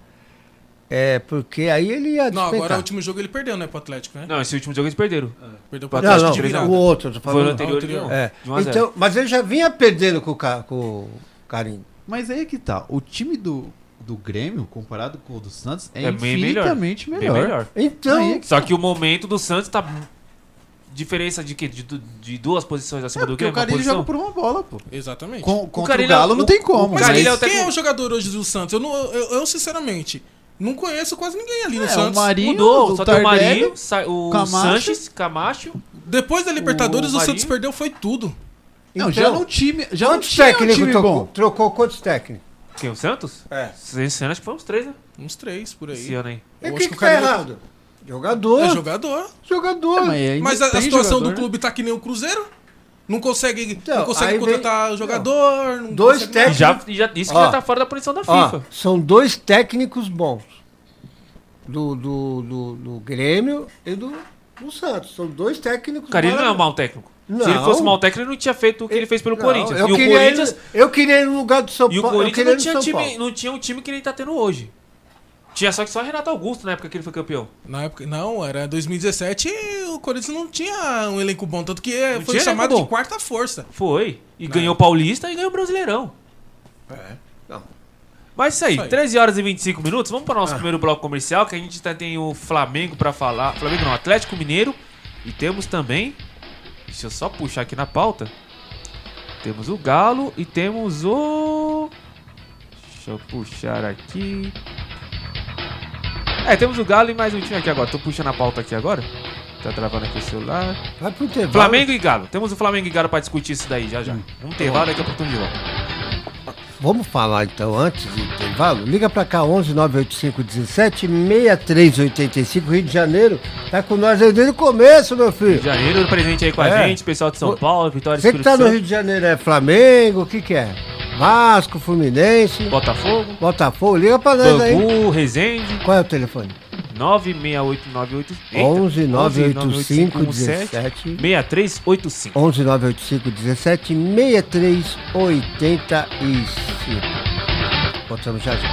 B: É, porque aí ele ia
C: Não, agora
B: despencar.
C: o último jogo ele perdeu, né, pro Atlético, né?
A: Não, esse último jogo eles perderam.
C: Perdeu pro
A: Não,
C: Atlético
A: não,
C: tá de
B: não,
C: virada.
B: o outro, eu tô
A: Foi no
B: falando.
A: anterior.
C: anterior.
A: ele ganhou.
B: É,
A: De 1 a 0.
B: então, mas ele já vinha perdendo com o, Ca- com o Carinho.
D: Mas aí é que tá. O time do, do Grêmio, comparado com o do Santos, é,
A: É bem melhor.
D: infinitamente
A: Bem
D: melhor.
A: melhor.
B: Então,
D: Aí é
A: Só que o momento do Santos tá. Diferença de quê? De, du- de duas posições acima
D: É
A: do
D: porque o
A: Grêmio? Uma
D: Carilho joga
A: posição?
D: por uma bola, pô.
C: Exatamente.
D: Com, contra o,
A: Carille é
D: Galo
A: o-
D: não tem como.
A: o
C: Mas
A: Carille
D: mas-
A: é o
C: quem
A: técnico-
C: é o jogador hoje do Santos? Eu, não, eu, eu, sinceramente, não conheço quase ninguém ali no
D: É, o
C: Santos.
D: Marinho,
A: Mudou, só tem o
D: Tardelli,
A: Marinho, Sa- o
D: Camacho.
A: Sanches, Camacho.
C: Depois da Libertadores,
A: O
C: o, Santos
A: Marinho.
C: perdeu foi tudo.
D: Não,
B: então,
D: já não time, já não
B: quantos
D: tinha um
B: técnicos
D: time
B: trocou?
D: bom.
B: Trocou quantos técnicos?
A: Quem? O Santos?
B: É.
A: Esse ano acho que foi uns três, né?
C: Uns três por aí.
A: Esse ano aí.
B: E
C: Eu acho
B: o que,
C: que
B: que
C: o
B: tá
C: Carilho-
B: errado? Jogador,
C: É jogador.
A: É,
B: jogador.
C: Mas a, a situação
D: né?
C: do clube tá que nem o Cruzeiro. Não consegue, não
B: Então,
C: consegue
B: aí vem-
C: contratar jogador. não
B: Dois
C: consegue
D: É
A: E
B: técnicos.
A: Já, e já disse que
B: Ó.
A: já tá fora da punição da
B: Ó,
A: FIFA.
B: são dois técnicos bons. Do, do, do, do Grêmio e do, do Santos. São dois técnicos
A: O Carilho não é um
B: maravilhosos.
A: mau técnico. Se ele
B: Não.
A: fosse mau técnico, ele não tinha feito o que ele fez pelo
B: Não,
A: Corinthians.
B: Eu,
A: E o
B: queria
A: Corinthians,
B: ele, eu queria ele no lugar do São
A: e o
B: Paulo. Eu
A: Corinthians
B: queria
A: não,
B: ele no
A: tinha
B: São
A: time,
B: Paulo.
A: não tinha um time que ele tá tendo hoje. Tinha só que só Renato Augusto na época que ele foi campeão.
C: Na época, não, era 2017 e o Corinthians não tinha um elenco bom, tanto que eh,
A: Não
C: foi
A: tinha
C: chamado
A: elenco
C: de
A: bom.
C: quarta força.
A: Foi. E ganhou o Paulista e ganhou o Brasileirão.
B: Não.
A: Mas isso aí,
C: Isso aí.
A: 13 horas e 25 minutos. Vamos para o nosso primeiro bloco comercial, que a gente tá, tem o Flamengo para falar. Flamengo não, Atlético Mineiro. E temos também. Deixa eu só puxar aqui na pauta. Temos o Galo e temos o. Deixa eu puxar aqui. É, temos o Galo e mais um time aqui agora. Tô puxando a pauta aqui agora. Tá travando aqui o celular.
B: Vai pro intervalo.
A: Flamengo e Galo. Temos o Flamengo e Galo pra discutir isso daí já já. Vamos ter lá daqui a pouco tamo de volta.
B: Vamos falar então antes do intervalo? Liga pra cá 11 985 17 6385 Rio de Janeiro. Tá com nós aí desde o começo, meu
A: Rio
B: filho.
A: de Janeiro presente aí com a
B: É.
A: gente, pessoal de São Paulo, Vitória
B: Você que
A: Espírito
B: tá no
A: Santo,
B: Rio de Janeiro é Flamengo, o que que é? Vasco, Fluminense,
A: Botafogo,
B: Botafogo, liga pra nós aí.
A: Bangu, Resende,
B: Qual é o telefone?
A: 96898 eita,
B: 11 985
A: 17
B: 17
A: 6385.
B: 11 985 17 6385. Voltamos já já.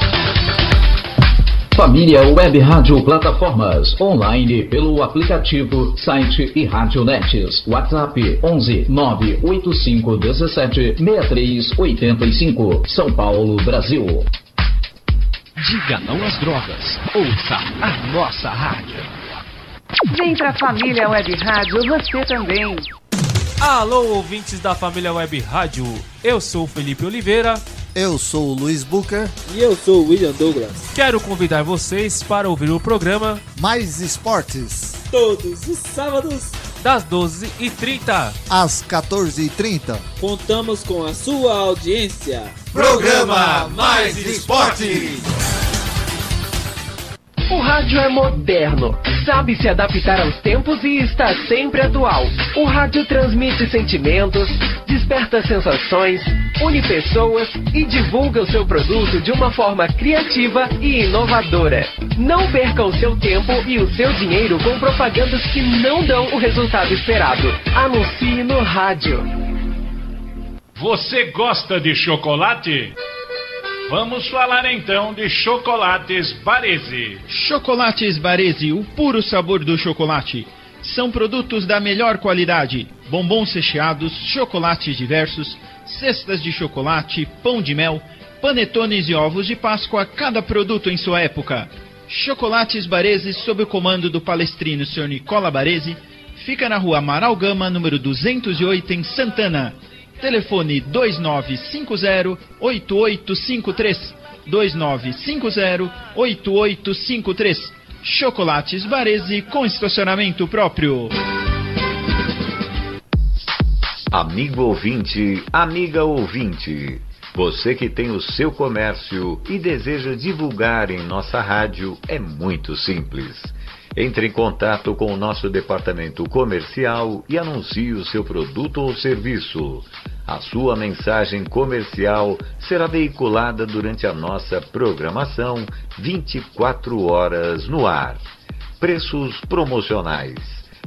F: Família Web Rádio Plataformas, online pelo aplicativo, site e Radionets. WhatsApp 11 985 17 6385, São Paulo, Brasil.
G: Diga não às drogas. Ouça a nossa rádio.
H: Vem pra família Web Rádio, você também.
A: Alô, ouvintes da família Web Rádio. Eu sou o Felipe Oliveira.
I: Eu sou o Luiz Booker.
A: Quero convidar vocês para ouvir o programa
I: Mais esportes
A: das 12h30.
I: às 14h30.
J: Contamos com a sua audiência.
I: Programa Mais Esportes.
H: O rádio é moderno, sabe se adaptar aos tempos e está sempre atual. O rádio transmite sentimentos, desperta sensações, une pessoas e divulga o seu produto de uma forma criativa e inovadora. Não perca o seu tempo e o seu dinheiro com propagandas que não dão o resultado esperado. Anuncie no rádio.
G: Você gosta de chocolate?
K: Vamos falar então de chocolates Barese.
L: Chocolates Barese, o puro sabor do chocolate. São produtos da melhor qualidade: bombons recheados, chocolates diversos, cestas de chocolate, pão de mel, panetones e ovos de Páscoa, cada produto em sua época. Chocolates Barese, sob o comando do palestrino Sr. Nicola Barese, fica na rua Amaral Gama, número 208, em Santana. Telefone 2950-8853. 2950-8853. Chocolates Barese com estacionamento próprio.
M: Amigo ouvinte, amiga ouvinte. Você que tem o seu comércio e deseja divulgar em nossa rádio, é muito simples. Entre em contato com o nosso departamento comercial e anuncie o seu produto ou serviço. A sua mensagem comercial será veiculada durante a nossa programação 24 horas no ar. Preços promocionais.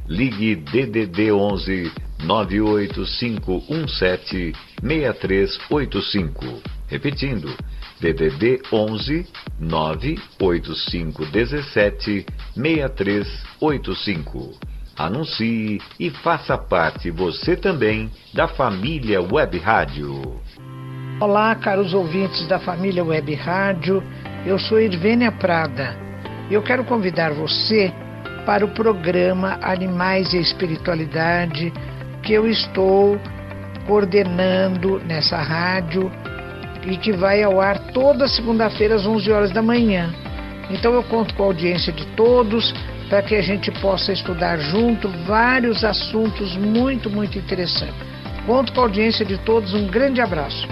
M: Ligue DDD 11 98517 6385. Repetindo, DDD 11 98517 6385. Anuncie e faça parte você também da família Web Rádio.
N: Olá, caros ouvintes da família Web Rádio. Eu sou Irvênia Prada. Eu quero convidar você para o programa Animais e Espiritualidade que eu estou coordenando nessa rádio e que vai ao ar toda segunda-feira às 11 horas da manhã. Então eu conto com a audiência de todos para que a gente possa estudar junto vários assuntos muito, muito interessantes. Conto com a audiência de todos, um grande abraço.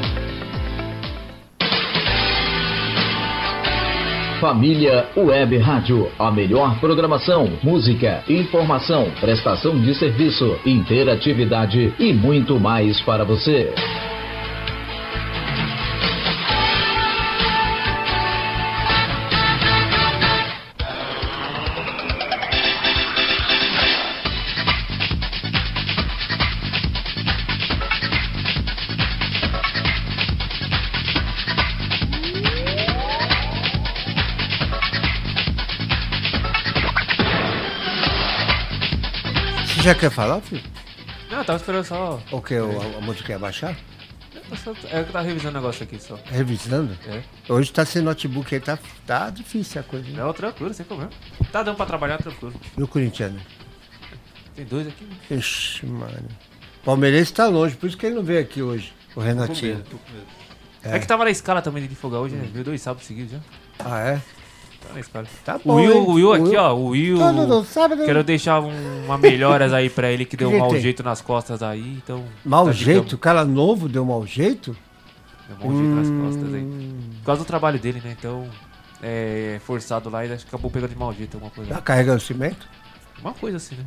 F: Família Web Rádio, a melhor programação, música, informação, prestação de serviço, interatividade e muito mais para você.
B: Você já quer falar, filho?
A: Não, eu tava esperando só.
B: O que? A, a música ia baixar?
A: Eu só- É que eu tava revisando o negócio aqui só.
B: Revisando?
A: É.
B: Hoje tá sem notebook aí, tá, tá difícil a coisa. hein?
A: Não, É tranquilo, sem problema. Tá dando pra trabalhar, tranquilo.
B: E o corintiano?
A: Tem dois aqui. né?
B: Ixi, mano. Palmeirense tá longe, por isso que ele não veio aqui hoje, o Renatinho.
A: Tô com medo.
B: É.
A: É. que tava na escala também de folgar hoje, né? Viu dois sábados seguidos já.
B: Ah, é?
A: Tá na escala.
B: Tá
A: o
B: bom,
A: Will,
B: hein?
A: o Will aqui,
B: Will.
A: ó. O Will.
B: Todo no sábado.
A: Quero deixar um- uma melhoras aí pra ele que deu um
B: Que
A: mau
B: tem?
A: jeito nas costas aí, então.
B: Mau
A: tá de
B: jeito? O cara novo deu mau jeito?
A: Deu um monte de nas costas
B: Hum.
A: aí. Por causa do trabalho dele, né? Então, é forçado lá e acho que acabou pegando de maldito alguma coisa.
B: Tá carregando cimento?
A: Uma coisa assim, né?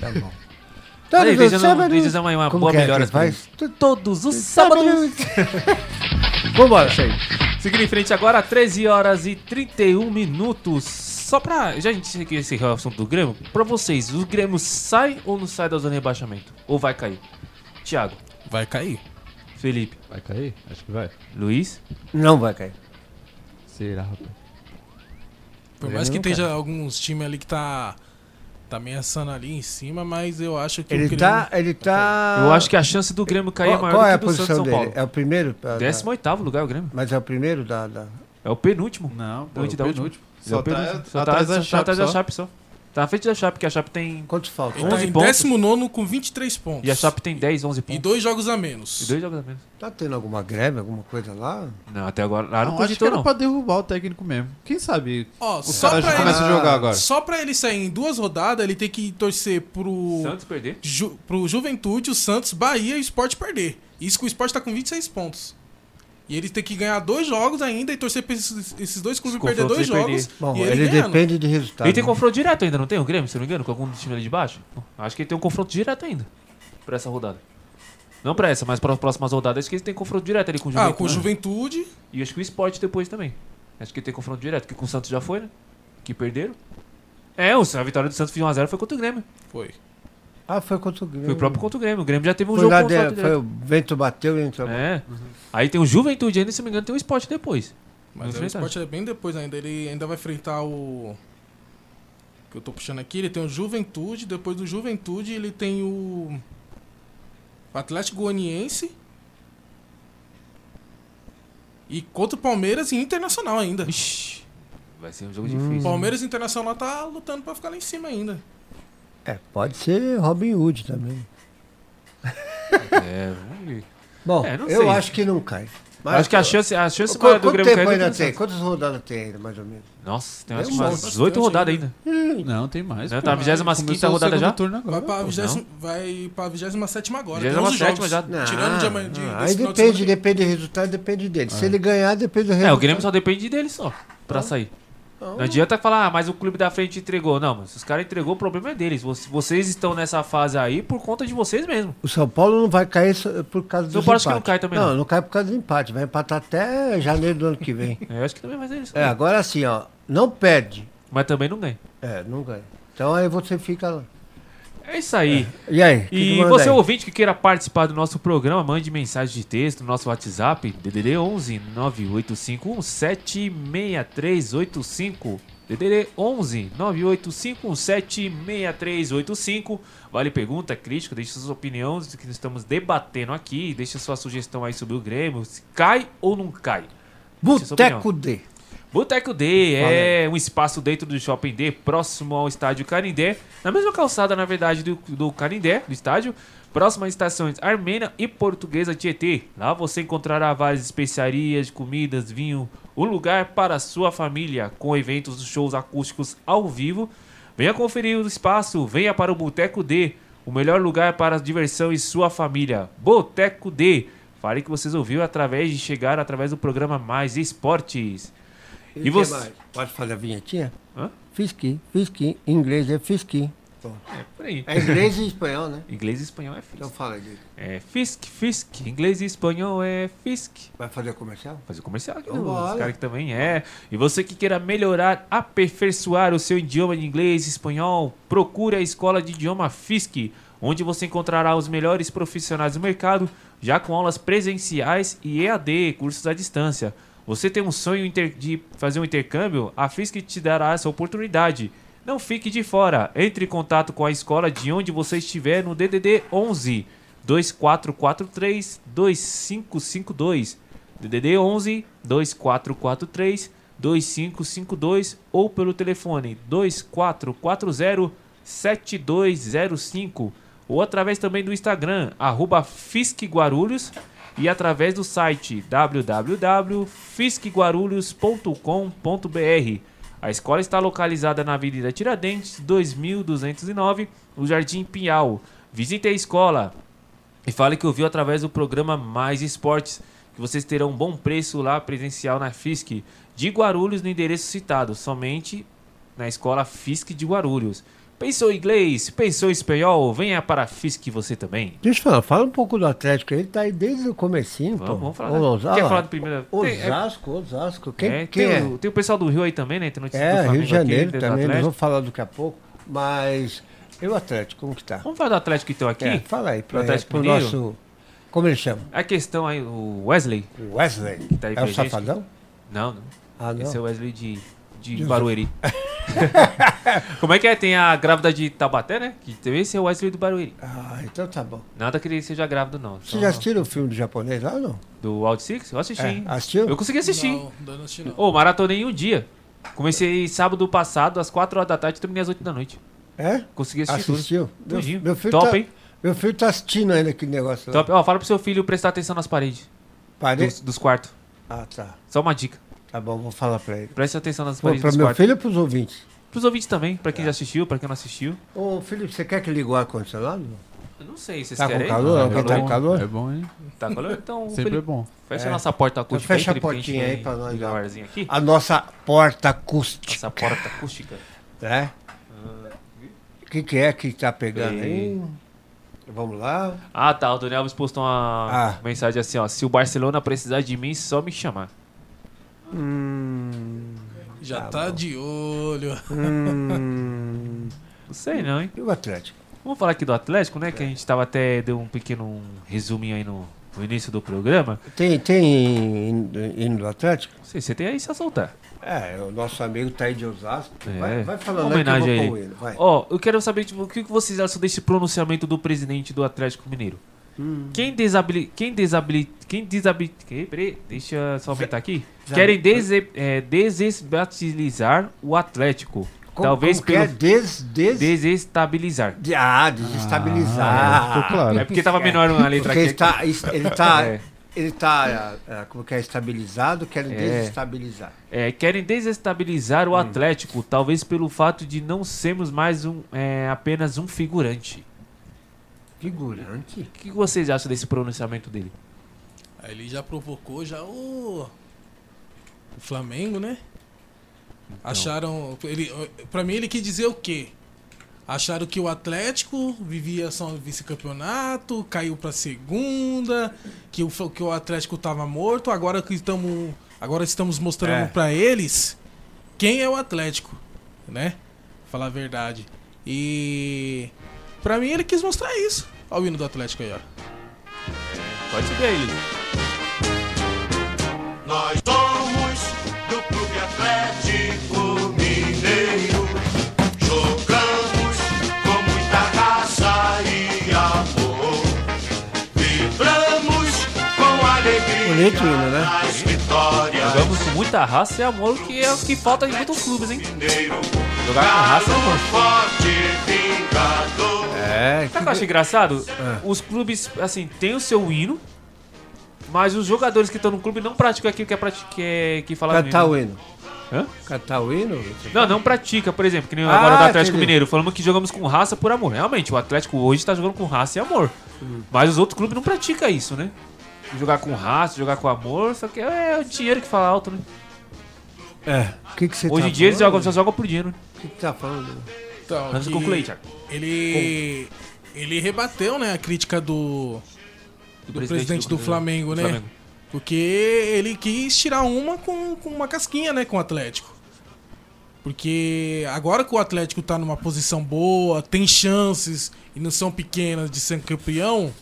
B: Tá bom.
A: Olha aí,
B: Todos os
A: desejando-
B: sábados-
A: desejando uma- uma
B: Como
A: boa
B: que é
A: melhora
B: que
A: pra
B: faz?
A: Todos os sábados.
B: Vambora, Sérgio.
A: Seguindo em frente agora, 13 horas e 31 minutos. Só pra. Já a gente que esse é o assunto do Grêmio. Pra vocês, o Grêmio sai ou não sai da zona de rebaixamento? Ou vai cair? Thiago.
C: Vai cair.
A: Felipe.
D: Vai cair? Acho que vai.
A: Luiz?
B: Não vai cair.
D: Será, rapaz?
C: Por mais que
B: Grêmio não
C: esteja alguns times ali que tá. Tá ameaçando ali em cima, mas eu acho que.
B: Ele tá, ele tá.
A: Eu acho que a chance do Grêmio cair é
B: Qual,
A: maior
B: qual
A: do
B: é a
A: que do Santos e São
B: posição dele?
A: Paulo.
B: É o primeiro? Da- da-
A: 18 lugar o Grêmio.
B: Mas é o primeiro da. da-
A: É o penúltimo.
D: Não,
A: Longe da última.
D: um Só
A: É o
D: tá
A: penúltimo. Só tá-
D: atrás da
A: só tá
D: Chape
A: atrás da
D: só.
A: Chape só. Tá na frente da Chape, que a Chape tem.
B: Quantos faltam?
C: Ele tá
A: 11
C: em
A: pontos.
C: 19 com 23 pontos.
A: E a Chape tem 10, 11
C: E
A: pontos.
C: dois jogos a menos.
A: E dois jogos a menos.
B: Tá tendo alguma greve, alguma coisa lá?
A: Não, até agora. Lá não,
D: Não, acho que
A: cogitou,
D: era
A: não.
D: pra derrubar o técnico mesmo. Quem sabe
C: Ó,
D: os
C: só
D: caras já
C: pra
D: começam a
C: ele-
D: jogar agora.
C: Só pra ele sair em duas rodadas, ele tem que torcer pro.
A: Santos perder.
C: Ju, pro Juventude, o Santos, Bahia e o Sport perder. Isso que o Sport tá com 26 pontos. E ele tem que ganhar dois jogos ainda e torcer pra esses, esses dois clubes perder
A: confrontos
C: dois
A: ele
C: jogos.
A: perder.
B: Bom,
C: e
B: ele,
C: ganhando.
B: depende de
C: Tá
B: resultado.
A: ele tem
B: né?
A: confronto direto ainda, não tem? O Grêmio, se eu não me engano, com algum dos times ali de baixo? Acho que ele tem um confronto direto ainda. Pra essa rodada. Não pra essa, mas para as próximas rodadas. Acho que ele tem confronto direto ali com o
C: Ah,
A: Juventude.
C: com o Juventude.
A: E acho que o Sport depois também. Acho que tem confronto direto, que com o Santos já um foi, né? Que perderam. É, o- a vitória do Santos de 1x0 foi contra o Grêmio.
C: Foi.
B: Ah, foi contra o Grêmio.
A: Foi o próprio contra o Grêmio. O Grêmio já teve um
B: Foi
A: jogo
B: lá
A: contra o
B: de- foi o vento bateu e entrou.
A: É. Aí tem o Juventude ainda, se não me engano, tem o Sport depois.
C: Mas o
A: Enfrentaram.
C: Sport é bem depois ainda. Ele ainda vai enfrentar o. Que eu tô puxando aqui. Ele tem o Juventude. Depois do Juventude, ele tem o. o Atlético Goianiense. E contra o Palmeiras e Internacional ainda.
A: Vai ser um
B: Hum,
A: jogo difícil.
C: Palmeiras e Internacional tá lutando pra ficar lá em cima ainda.
B: É, pode ser Robin Hood também.
A: É, vamos ver.
B: Bom,
A: É, não
B: eu
A: sei.
B: acho que não cai.
A: Acho que a chance- a chance
B: Qu-
A: maior
B: quanto,
A: do Grêmio
B: tempo
A: cair é do
B: ainda
A: que
B: tem?
A: nós.
B: Quantas rodadas tem ainda, mais ou menos?
A: Nossa, tem
B: É
A: acho
B: um
A: que
B: monte,
A: umas 8
B: bastante
A: rodadas ainda.
D: Não, tem mais.
A: Já
D: pô.
A: tá a 25ª
D: Começou o
A: rodada
D: segundo
A: já?
D: turno agora.
C: Vai pra,
D: Ah, Não.
C: 20, vai pra 27 agora. tem 11
A: 27ª
C: jogos.
A: já.
C: Tirando de amanhã. de-
B: Ah,
C: desse
B: aí
C: final de
B: depende, depende do resultado, depende dele. Se ele ganhar, depende do resultado.
A: Ah. É, o Grêmio só depende dele só pra sair. Não adianta falar, ah, mas o clube da frente entregou. Não, mas se os caras entregou, o problema é deles. Vo- Vocês estão nessa fase aí por conta de vocês mesmo.
B: O São Paulo não vai cair só- por causa do
A: São Paulo acho que não
B: empate.
A: cai também,
B: Não,
A: não.
B: não cai por causa do empate. Vai empatar até janeiro do ano que vem.
A: É, Eu acho que também vai ser isso.
B: É, agora sim, ó. Não perde.
A: Mas também não ganha.
B: É, não ganha. Então aí você fica lá.
A: É isso aí.
B: E aí? que que
A: E
B: manda
A: você
B: aí?
A: ouvinte que queira participar do nosso programa, mande mensagem de texto no nosso WhatsApp, DDD 11 985 76385. DDD 11 985 76385. Vale pergunta, crítica, deixe suas opiniões que nós estamos debatendo aqui, deixa sua sugestão aí sobre o Grêmio, se cai ou não cai. Deixa sua opinião.
B: Boteco D.
A: Boteco D
B: Fala
A: é um espaço dentro do Shopping D, próximo ao estádio Canindé, na mesma calçada, na verdade, do, do Canindé, do estádio, próximo às estações Armênia e Portuguesa Tietê. Lá você encontrará várias especiarias, comidas, vinho, um lugar para a sua família, com eventos, shows acústicos ao vivo. Venha conferir o espaço, venha para o Boteco D, o melhor lugar para diversão e sua família. Boteco D, fale que vocês ouviram através de chegar através do programa Mais Esportes.
B: E
A: E,
B: que
A: você.
B: mais? Pode fazer a vinhetinha?
A: Hã?
B: Fisqui, fisqui. Em inglês é fisqui.
A: Peraí.
B: É inglês e espanhol, né?
A: Inglês e espanhol é Fisk.
B: Então fala dele.
A: É Fisk, Fisk. Inglês e espanhol é Fisk.
B: Vai fazer comercial?
A: Fazer comercial aqui,
B: Vambora.
A: os caras que também é. E você que queira melhorar, aperfeiçoar o seu idioma de inglês e espanhol, procure a escola de idioma Fisk, onde você encontrará os melhores profissionais do mercado, já com aulas presenciais e EAD, cursos à distância. Você tem um sonho inter- de fazer um intercâmbio? A Fisk te dará essa oportunidade. Não fique de fora. Entre em contato com a escola de onde você estiver no DDD 11 2443 2552. DDD 11 2443 2552 ou pelo telefone 2440 7205 ou através também do Instagram arroba Fisk Guarulhos e através do site www.fisqueguarulhos.com.br. A escola está localizada na Avenida Tiradentes, 2209, no Jardim Pinhal. Visite a escola. E fale que ouviu através do programa Mais Esportes, que vocês terão um bom preço lá presencial na FISC de Guarulhos no endereço citado, somente na escola FISC de Guarulhos. Pensou em inglês? Pensou em espanhol? Venha para a FISC você também.
B: Deixa eu falar, fala um pouco do Atlético. Ele tá aí desde o comecinho, pô.
A: Vamos, vamos falar.
B: Ô,
A: né?
B: Osa-
A: Quer
B: ah,
A: falar do primeiro? Tem- é-
B: Osasco, Osasco. Quem,
A: é,
B: quem
A: tem,
B: é?
A: O, tem o pessoal do Rio aí também, né? Tem notícia do
B: É,
A: Flamengo
B: Rio de
A: aqui, do
B: Janeiro também, nós
A: Atlético.
B: vamos falar daqui a pouco. Mas e o Atlético, como que tá?
A: Vamos falar do Atlético então aqui?
B: É, fala aí,
A: pro
B: pro,
A: Atlético
B: pro
A: Mineiro.
B: nosso. Como ele chama?
A: A questão aí, o Wesley.
B: Wesley.
A: Que tá aí
B: É
A: pra
B: o
A: gente.
B: Safadão?
A: Não, não.
B: Ah, não.
A: Esse é o Wesley de, de
B: De-
A: Barueri. Como é que é? Tem a grávida de Tabaté, né? Que também esse é o Wesley do Barueri.
B: Ah, então tá bom.
A: Nada que ele seja grávido, não.
B: Você
A: Então,
B: já assistiu o filme do japonês lá ou não?
A: Do Wild Six? Eu assisti.
B: É,
A: hein?
B: assistiu?
A: Eu consegui assistir.
C: Não, não assisti não.
A: Ô, maratonei em um dia. Comecei sábado passado, às 4 horas da tarde, e terminei às 8 da noite.
B: É?
A: Consegui assistir tudo.
B: Assistiu? Meu,
A: Tudinho.
B: meu filho
A: Top,
B: tá,
A: hein?
B: Meu filho tá assistindo ainda aquele negócio lá.
A: Top. Ó, fala pro seu filho prestar atenção nas paredes.
B: Parede?
A: Dos, dos quartos.
B: Ah, tá.
A: Só uma dica.
B: Tá bom, vou falar pra ele.
A: Preste atenção nas
B: Pô,
A: paredes
B: pra
A: dos
B: meu
A: quartos.
B: filho É. e pros ouvintes.
A: Pros ouvintes também, pra quem já assistiu, pra quem não assistiu.
B: Ô, Felipe, você quer que ligue o ar-condicionado?
A: Eu não sei, vocês
B: Tá com
A: querem?
B: calor?
A: Tá
B: Alguém tá com
A: bom.
B: calor?
D: É bom, hein?
A: Tá calor? Então,
D: Sempre é bom.
A: Fecha
B: É.
A: a nossa porta
B: Então
A: acústica.
B: fecha a
A: Felipe, que gente
B: portinha aí
A: vai
B: pra nós,
A: ligar
B: ó.
A: o arzinho aqui.
B: A nossa porta acústica.
A: Essa porta acústica.
B: É? O que, que é que tá pegando aí? Vamos lá.
A: Ah, tá. O Daniel Alves postou uma
B: Ah.
A: mensagem assim, ó. Se o Barcelona precisar de mim, só me chamar.
B: Hum,
C: Já tá de olho.
B: hum.
A: Não sei não, hein?
B: E o Atlético?
A: Vamos falar aqui do Atlético, né? Que a gente tava até. Deu um pequeno resuminho aí no, no início do programa.
B: Tem, tem hino do Atlético?
A: Sim, você tem aí se assaltar.
B: É, o nosso amigo tá aí de Osasco.
A: É.
B: Vai, vai falando
A: Uma
B: aí que eu
A: homenagem
B: vou pôr o
A: aí.
B: hino, vai.
A: Ó, eu quero saber tipo, o que que vocês acham desse pronunciamento do presidente do Atlético Mineiro.
B: Hum.
A: Quem desabili... Quem desabili... Quem desabili... que- Peraí, deixa eu só aumentar aqui.
B: já-
A: Querem dese... é, desestabilizar o Atlético.
B: Como-
A: Talvez
B: como que é? Des- des-
A: Desestabilizar.
B: Ah, desestabilizar.
A: Ah, ficou claro. É porque tava menor uma letra
B: Porque
A: aqui.
B: Está, es- ele tá,
A: É.
B: ele tá ah, ah, como que é, estabilizado, quero
A: É.
B: desestabilizar.
A: É, querem
B: Hum.
A: desestabilizar o Atlético, talvez pelo fato de não sermos mais um, é, apenas um figurante.
B: Figurante?
A: O que vocês acham desse pronunciamento dele?
C: Aí ele já provocou já o, o Flamengo, né?
A: Então.
C: Acharam, ele, para mim ele quis dizer o quê? Acharam que o Atlético vivia só no vice-campeonato, caiu pra segunda, que o, que o Atlético tava morto, agora que estamos agora estamos mostrando
O: É.
C: pra eles quem é o Atlético, né? Falar a verdade. E pra mim ele quis mostrar isso. Olha o hino do Atlético aí, ó.
A: Pode seguir aí,
P: Nós somos do Clube Atlético Mineiro. Jogamos com muita raça e amor. Vibramos com alegria
B: Bonito hino, né?
P: nas vitórias.
A: Jogamos com muita raça e amor, que é o que falta em muitos clubes, hein?
P: Mineiro,
A: Jogar com raça é e amor.
P: forte, vingador.
B: É,
A: Sabe o que eu acho engraçado?
B: Ah.
A: Os clubes, assim, têm o seu hino, mas os jogadores que estão no clube não praticam aquilo que é, prati- que é que fala no
B: Cantar o hino.
A: Hã?
B: Cantar o hino?
A: Não, não pratica, por exemplo, que nem
B: Ah,
A: agora do Atlético
B: entendi.
A: Mineiro. Falamos que jogamos com raça por amor. Realmente, o Atlético hoje tá jogando com raça e amor.
B: Hum.
A: Mas os outros clubes não praticam isso, né? Jogar com raça, jogar com amor, só que é o dinheiro que fala alto, né?
B: É. O que, que você
A: hoje
B: tá
A: em dia eles
B: falando?
A: jogam, só jogam por dinheiro. né?
B: O que, que tá falando?
C: Então,
A: Mas
C: que
A: conclui, Thiago.
C: Ele. Ele rebateu, né, a crítica do. Do,
A: presidente
C: presidente
A: do-
C: do, Flamengo,
A: do
C: né?
A: Flamengo.
C: Porque ele quis tirar uma com, com uma casquinha, né, com o Atlético. Porque agora que o Atlético tá numa posição boa, tem chances e não são pequenas de ser campeão,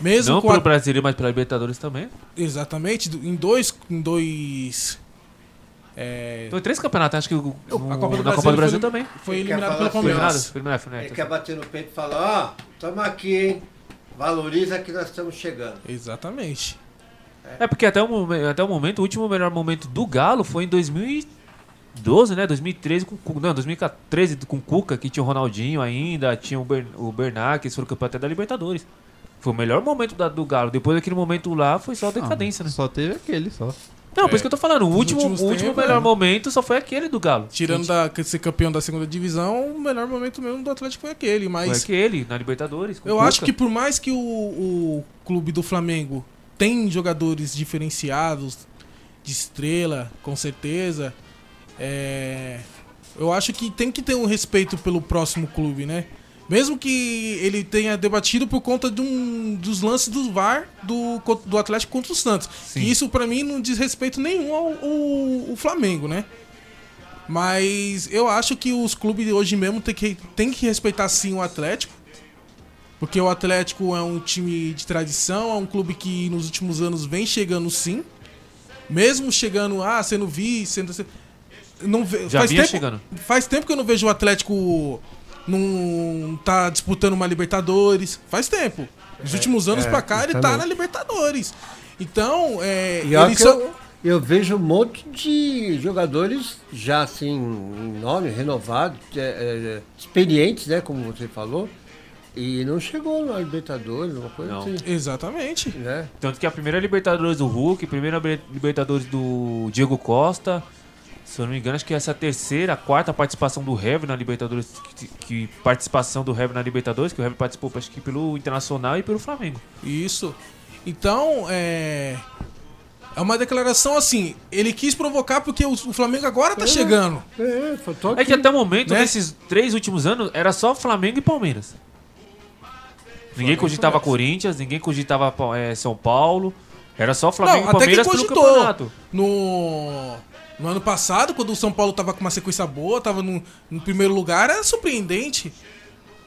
C: mesmo
A: não
C: com o
A: pro
C: Atlético.
A: Brasileiro, mas pra Libertadores também.
C: Exatamente, do- em dois. Em dois. É...
A: Então, três campeonatos, acho que o-
C: a Copa do
A: na Copa
C: Brasil
A: do Brasil
C: foi- É
A: também.
C: foi
B: Ele quer
C: eliminado
B: falar
C: pelo Palmeiras.
B: assim,
A: Foi né? eliminado, foi eliminado.
B: Ele quer bater no peito e falar, ó, tamo aqui, hein? Valoriza que nós estamos chegando.
C: Exatamente.
A: É porque até o, momen- até o momento, o último melhor momento do Galo foi em 2012, né? 2013 com o Cuca. Não, 2013 com o Cuca, que tinha o Ronaldinho ainda, tinha o, Ber, o Bernard, que eles foram campeão até da Libertadores. Foi o melhor momento da- do Galo. Depois daquele momento lá foi só decadência, né?
D: Só teve aquele, só.
A: Não, por isso que eu tô falando, o
C: Ah, é. Nos
A: último,
C: últimos
A: o último
C: tempos,
A: melhor
C: né?
A: momento só foi aquele do Galo.
C: Tirando da, que ser campeão da segunda divisão, o melhor momento mesmo do Atlético foi aquele,
A: Foi
C: mas
A: aquele, na Libertadores. com o
C: eu
A: Cuca.
C: acho que por mais que o, o clube do Flamengo tem jogadores diferenciados, de estrela, com certeza, é, eu acho que tem que ter um respeito pelo próximo clube, né? Mesmo que ele tenha debatido por conta de um, dos lances do VAR do, co- do Atlético contra o Santos. E isso pra mim não diz respeito nenhum ao, ao- ao Flamengo, né? Mas eu acho que os clubes hoje mesmo tem que, tem que respeitar sim o Atlético. Porque o Atlético é um time de tradição, é um clube que nos últimos anos vem chegando sim. Mesmo chegando, ah, sendo vice, sendo. Não ve-
A: Já
C: faz
A: vinha
C: tempo,
A: chegando.
C: Faz tempo que eu não vejo o Atlético não tá disputando uma Libertadores. Faz tempo. Nos
B: É,
C: últimos anos
B: é,
C: pra cá ele tá
B: exatamente.
C: na Libertadores. Então, é,
B: E olha
C: ele
B: que
C: só-
B: eu, eu vejo um monte de jogadores já assim, em nome, renovados, é, é, experientes, né? Como você falou. E não chegou na Libertadores, uma coisa
A: Não.
B: assim.
C: Exatamente.
B: Né?
A: Tanto que a primeira Libertadores do Hulk, a primeira Be- Libertadores do Diego Costa. Se eu não me engano, acho que essa é a terceira, a quarta participação do Heavy na Libertadores. Que, que participação do Heavy na Libertadores, que o Heavy participou, acho que pelo Internacional e pelo Flamengo.
C: Isso. Então, é. É uma declaração assim. Ele quis provocar porque o o Flamengo agora tá chegando.
B: É, foi tô
A: É que até o momento,
C: Né?
A: nesses três últimos anos, era só Flamengo e Palmeiras. Ninguém cogitava Corinthians, ninguém cogitava eh, São Paulo. Era só
C: Não,
A: Flamengo e
C: até que
A: Palmeiras pelo campeonato.
C: cogitou. No, no ano passado, quando o São Paulo tava com uma sequência boa, tava no, no primeiro lugar, era surpreendente.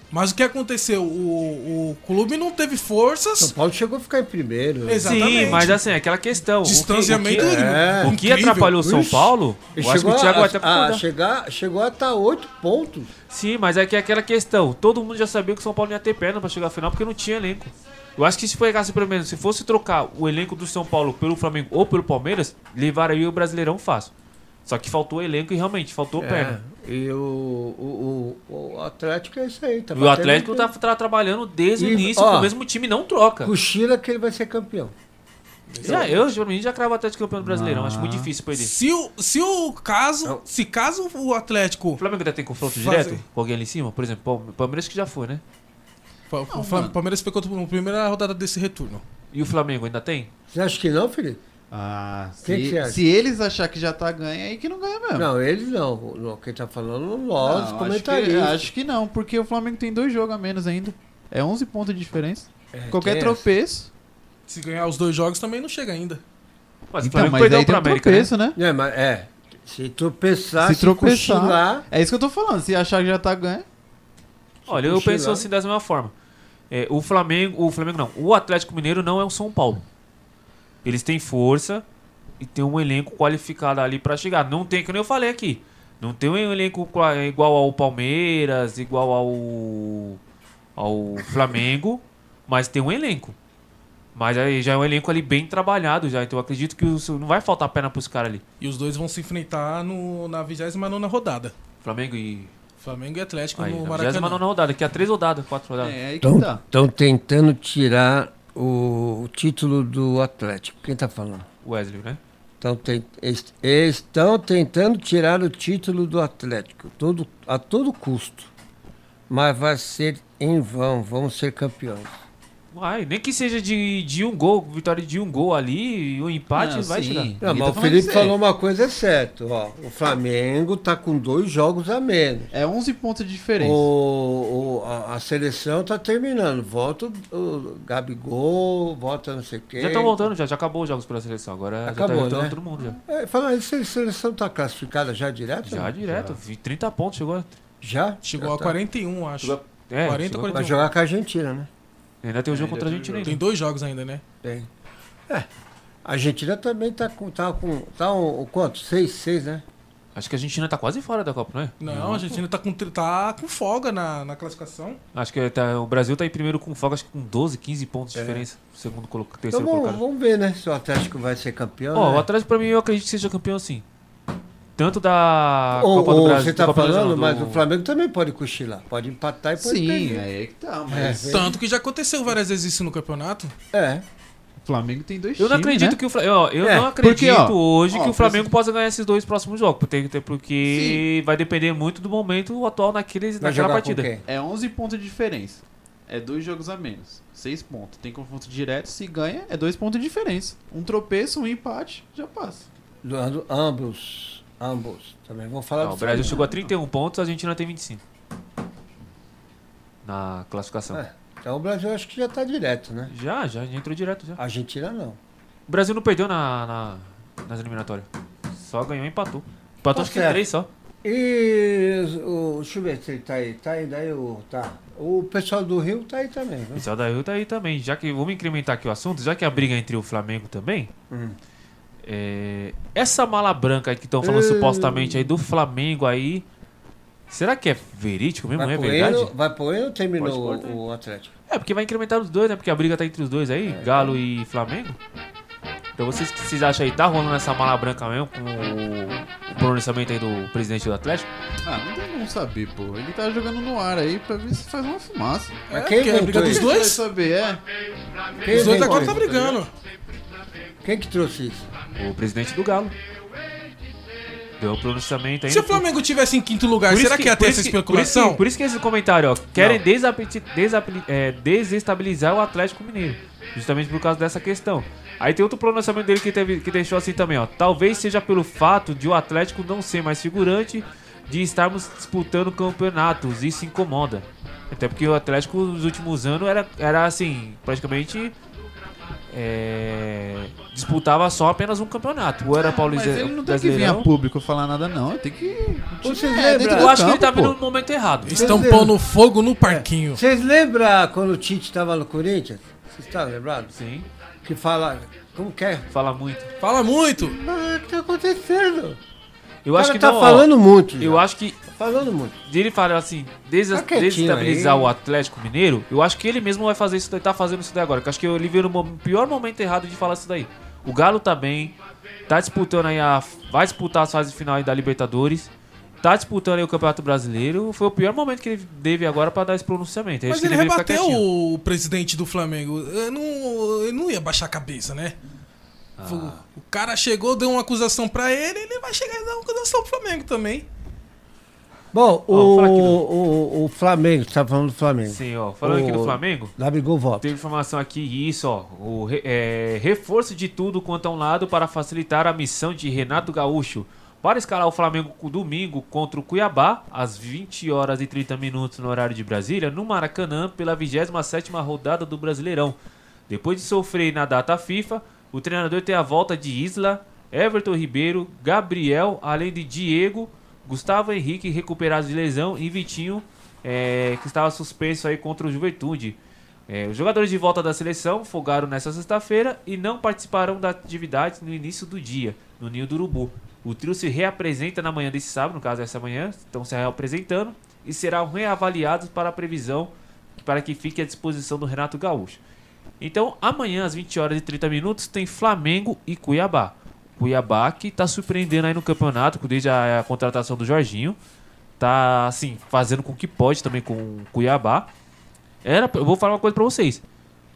C: Mas o que aconteceu? O, o clube não teve forças. São
B: Paulo chegou a ficar em primeiro.
C: Exatamente.
A: Sim, mas assim, aquela questão. o que-
C: Distanciamento
A: o que,
B: É.
A: o que atrapalhou o São
B: Ixi.
A: Paulo,
B: E
A: eu acho que o
B: chegou
A: Thiago
B: a- ah,
A: até
B: a
A: concordar.
B: chegar, chegou a estar oito pontos.
A: Sim, mas é que é aquela questão. Todo mundo já sabia que o São Paulo não ia ter perna pra chegar à final porque não tinha elenco. Eu acho que se pegasse pelo menos, se fosse trocar o elenco do São Paulo pelo Flamengo ou pelo Palmeiras, levaria o Brasileirão fácil. Só que faltou elenco e realmente faltou perna.
B: É, E o, o, o- o Atlético é isso aí. Tá
A: E o
B: batendo
A: Atlético
B: em-
A: tá, tá trabalhando desde o
B: E,
A: início,
B: ó,
A: com o mesmo time não troca.
B: Cochila que ele vai ser campeão.
A: Já, eu, pra mim, já cravo o Atlético campeão do Brasileirão.
B: Ah.
A: Acho muito difícil perder.
C: Se o, se o caso. Se caso o Atlético. O
A: Flamengo ainda tem confronto
C: Fazer.
A: direto com alguém ali em cima? Por exemplo, Palme- Palmeiras que já foi, né?
C: O Flam- Palmeiras pegou na primeira rodada desse retorno.
A: E o Flamengo ainda tem?
B: Você acha que não, Felipe?
D: Ah,
B: Quem que você
D: se,
B: acha?
D: se eles achar que já tá ganho, aí que não ganha mesmo.
B: Não, eles não. não. Quem tá falando, nós,
D: Não,
B: comentaristas.
D: Acho que, acho que não, porque o Flamengo tem dois jogos a menos ainda. É 11 pontos de diferença.
B: É,
D: Qualquer
B: tem
D: tropeço.
C: Se ganhar os dois jogos também não chega ainda.
A: Mas
D: Então, mas aí tem um tropeço, né?
B: É, mas é. Se tropeçar, Tá, se,
D: se tropeçar.
B: cochilar,
D: É isso que eu tô falando. Se achar que já tá ganho.
A: Olha, eu
D: cochilar.
A: penso assim da mesma forma. É, o Flamengo, o Flamengo não, o Atlético Mineiro não é o São Paulo. Eles têm força e tem um elenco qualificado ali pra chegar. Não tem, que nem eu falei aqui. Não tem um elenco qua- igual ao Palmeiras, igual ao ao Flamengo, mas tem um elenco. Mas aí já é um elenco ali bem trabalhado já, então eu acredito que os- não vai faltar perna pros caras ali.
C: E os dois vão se enfrentar no, na 29 rodada.
A: Flamengo e
C: Flamengo e Atlético
A: aí,
C: no
A: na
C: Maracanã.
A: 29 rodada, que é três rodadas, quatro rodadas.
D: É, aí
B: Então, Estão tentando tirar o, o título do Atlético. Quem tá falando?
A: Wesley, né?
B: Estão, ten- est- estão tentando tirar o título do Atlético todo, a todo custo. Mas vai ser em vão, vamos ser campeões.
A: Vai, nem que seja de, de um gol, vitória de um gol ali, e um empate,
D: Não,
A: vai
D: sim.
A: chegar.
B: Não, mas o Felipe falou uma coisa certa, ó. O Flamengo tá com dois jogos a menos.
D: É 11 pontos de diferença.
B: O, o- a, a seleção tá terminando. Volta o, o Gabigol, volta não sei quem.
A: Já estão voltando, já, já acabou os jogos pela seleção. Agora
B: Acabou,
A: já tá voltando
B: né?
A: todo mundo já.
B: É, fala isso, a seleção tá classificada já direto?
A: Já direto, vi 30 pontos chegou.
B: Já?
C: Chegou
B: Já
C: a
B: tá.
C: 41, acho.
A: Chegou a- é,
C: 40
A: chegou a-
B: Vai
C: 41.
B: jogar com a Argentina, né?
A: Ainda tem o jogo
C: Ainda
A: contra a
C: tem jogo.
A: Argentina ainda.
C: Tem dois jogos ainda, né?
B: Tem. É. A Argentina também tá com. Tá, com, tá um, um quanto? Seis, seis, né?
A: Acho que a Argentina tá quase fora da Copa, não é?
C: Não, a Argentina tá com, tri- tá com folga na, na classificação.
A: Acho que tá- o Brasil tá em primeiro com folga, acho que com 12, 15 pontos de diferença. Segundo colocado,
B: Então
A: terceiro
B: vamos,
A: colocado.
B: vamos ver, né? Se o Atlético vai ser campeão.
A: Ó,
B: né?
A: o Atlético pra mim eu acredito que seja campeão sim. Tanto da
B: Ou,
A: Copa do
B: ou
A: Brasil.
B: você tá
A: Copa do Brasil,
B: falando,
A: não, do-
B: mas o Flamengo também pode cochilar. Pode empatar e pode
D: Sim,
B: perder.
D: aí é que tá, mas-
B: É,
C: Tanto que já aconteceu várias vezes isso no campeonato.
B: É.
D: O Flamengo tem dois
A: Eu não
D: times,
A: acredito
D: né?
A: que o Flamengo. Ó, eu
D: É,
A: não
D: porque,
A: acredito
D: ó,
A: hoje
D: ó,
A: que o Flamengo
D: precisa-
A: possa ganhar esses dois próximos jogos. Porque, até porque vai depender muito do momento atual naqueles, naquela partida.
D: É 11 pontos de diferença. É dois jogos a menos. Seis pontos. Tem confronto direto. Se ganha, é dois pontos de diferença. Um tropeço, um empate, já passa.
B: Leandro, ambos. Ambos. Também vou falar
A: Não,
B: do
A: o Brasil
B: Flamengo.
A: chegou a 31 pontos, a Argentina tem 25. Na classificação.
B: É, Então o Brasil acho que já tá direto, né?
A: Já, já, já entrou direto já.
B: A Argentina não.
A: O Brasil não perdeu na, na- nas eliminatórias. Só ganhou e empatou. Empatou
B: Tá
A: acho que
B: certo.
A: três só.
B: E o, deixa eu ver se ele tá aí. Tá aí, daí o. Tá. O pessoal do Rio tá aí também,
A: O
B: né?
A: pessoal da Rio tá aí também. Já que vamos incrementar aqui o assunto, já que a briga é entre o Flamengo também.
C: Hum.
A: é, essa mala branca aí que estão falando
B: Eh.
A: supostamente aí do Flamengo aí. Será que é verídico mesmo?
B: Vai
A: é
B: pro
A: verdade?
B: Eno- vai pro Eno ou terminou
A: Pode cortar aí.
B: o, o Atlético?
A: É, porque vai incrementar os dois, né? Porque a briga tá entre os dois aí,
C: É.
A: Galo e Flamengo. Então vocês que vocês acham aí, tá rolando essa mala branca mesmo com o, o pronunciamento aí do presidente do Atlético?
D: Ah, não tem como saber, pô. Ele tá jogando no ar aí pra ver se faz uma fumaça.
B: Mas quem
D: É, porque a briga
B: inventou
D: dos
B: isso?
D: dois? Vai saber, é.
B: Quem
D: Os dois agora
B: inventou
D: tá
B: isso?
D: brigando.
B: Quem que trouxe isso?
A: O presidente do Galo. Deu o pronunciamento aí.
C: Se o
A: no-
C: Flamengo tivesse em quinto lugar,
A: Por isso
C: será que, ia ter
A: por
C: essa
A: isso que-
C: especulação?
A: Por isso que, por isso que esse comentário, ó. Querem desapeti- desapeli- é, desestabilizar o Atlético Mineiro. Justamente por causa dessa questão. Aí tem outro pronunciamento dele que, teve- que deixou assim também, ó. Talvez seja pelo fato de o Atlético não ser mais figurante de estarmos disputando campeonatos. Isso incomoda. Até porque o Atlético nos últimos anos era, era assim, praticamente é, disputava só apenas um campeonato. Ou era
D: Ah, Mas
A: Paulista
D: ele não tem que vir a
A: Brasileirão.
D: público falar nada, não. Tem que.
B: Vocês
A: É,
B: lembram?
A: eu acho que ele tava no momento errado.
C: Estão pondo fogo
A: É.
C: no parquinho.
B: Vocês lembram quando o Tite estava no Corinthians? Vocês estão lembrados?
A: Sim.
B: Que fala. Como que é?
A: Fala muito.
C: Fala muito!
B: Mas o que tá acontecendo?
A: Eu
B: O
A: acho que
B: cara tá
A: não, ó,
B: falando muito
A: Eu acho que.
B: falando muito.
A: Ele fala assim, desde
B: Tá quietinho
A: desestabilizar
B: aí.
A: o Atlético Mineiro, eu acho que ele mesmo vai fazer isso daí, tá fazendo isso daí agora. que eu acho que ele veio no mo- pior momento errado de falar isso daí. O Galo tá bem, tá disputando aí a. Vai disputar as fases final aí da Libertadores. Tá disputando aí o Campeonato Brasileiro. Foi o pior momento que ele teve agora pra dar esse pronunciamento. É
C: Mas
A: isso que
C: ele
A: deveria ficar
C: rebateu
A: quietinho.
C: o presidente do Flamengo. Eu não, eu não ia baixar a cabeça, né?
A: Ah.
C: O, o cara chegou, deu uma acusação pra ele, ele vai chegar e dar uma acusação pro Flamengo também.
B: Bom, o, o, o Flamengo, você tá falando do Flamengo.
A: Sim, ó. Falando aqui do Flamengo.
B: Gabigol volta.
A: Teve informação aqui, isso, ó. O re- é, reforço de tudo quanto a um lado para facilitar a missão de Renato Gaúcho. Para escalar o Flamengo co- domingo contra o Cuiabá, às 20 horas e 30 minutos no horário de Brasília, no Maracanã, pela 27ª rodada do Brasileirão. Depois de sofrer na data FIFA, o treinador tem a volta de Isla, Everton Ribeiro, Gabriel, além de Diego, Gustavo Henrique recuperado de lesão e Vitinho, eh, que estava suspenso aí contra o Juventude. Eh, os jogadores de volta da seleção folgaram nesta sexta-feira e não participarão da atividade no início do dia, no Ninho do Urubu. O trio se reapresenta na manhã desse sábado, no caso essa manhã, estão se reapresentando e serão reavaliados para a previsão para que fique à disposição do Renato Gaúcho. Então, amanhã, às 20 horas e 30 minutos, tem Flamengo e Cuiabá. Cuiabá que tá surpreendendo aí no campeonato, com- desde a, a contratação do Jorginho. Tá, assim, fazendo com que pode também com o Cuiabá. Era, pra- eu vou falar uma coisa pra vocês.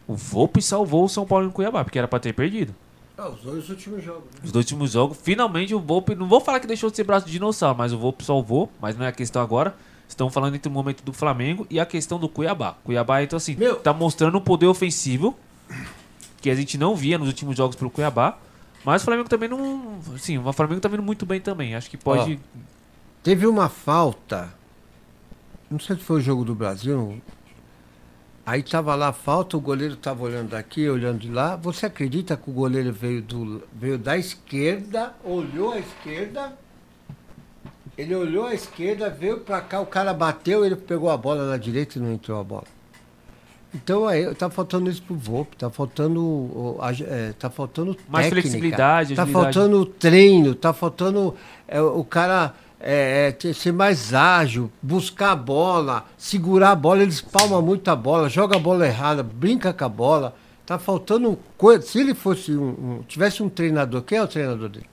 A: O Volpe salvou o São Paulo e o Cuiabá, porque era pra ter perdido.
B: Ah, os dois últimos jogos. né?
A: Os dois últimos jogos, finalmente o Volpe, não vou falar que deixou de ser braço de dinossauro, mas o Volpe salvou, mas não é a questão agora. Estão falando entre o momento do Flamengo e a questão do Cuiabá. Cuiabá, então assim, tá mostrando um poder ofensivo que a gente não via nos últimos jogos pro Cuiabá, mas o Flamengo também não, sim, o Flamengo tá vindo muito bem também. Acho que pode
B: Ó, teve uma falta. Não sei se foi o jogo do Brasil. Aí tava lá a falta, o goleiro tava olhando daqui, olhando de lá. Você acredita que o goleiro veio, do, veio da esquerda, olhou à esquerda? Ele olhou à esquerda, veio pra cá, o cara bateu, ele pegou a bola na direita e não entrou a bola. Então aí tá faltando isso pro Volpe, tá faltando o, a, é, tá faltando
A: Mais
B: técnica,
A: flexibilidade,
B: tá
A: agilidade.
B: faltando treino, tá faltando é, o cara é, é, ter- ser mais ágil, buscar a bola, segurar a bola, eles palmam muito a bola, joga a bola errada, brinca com a bola, tá faltando coisa. Se ele fosse um, um- tivesse um treinador, quem é o treinador dele?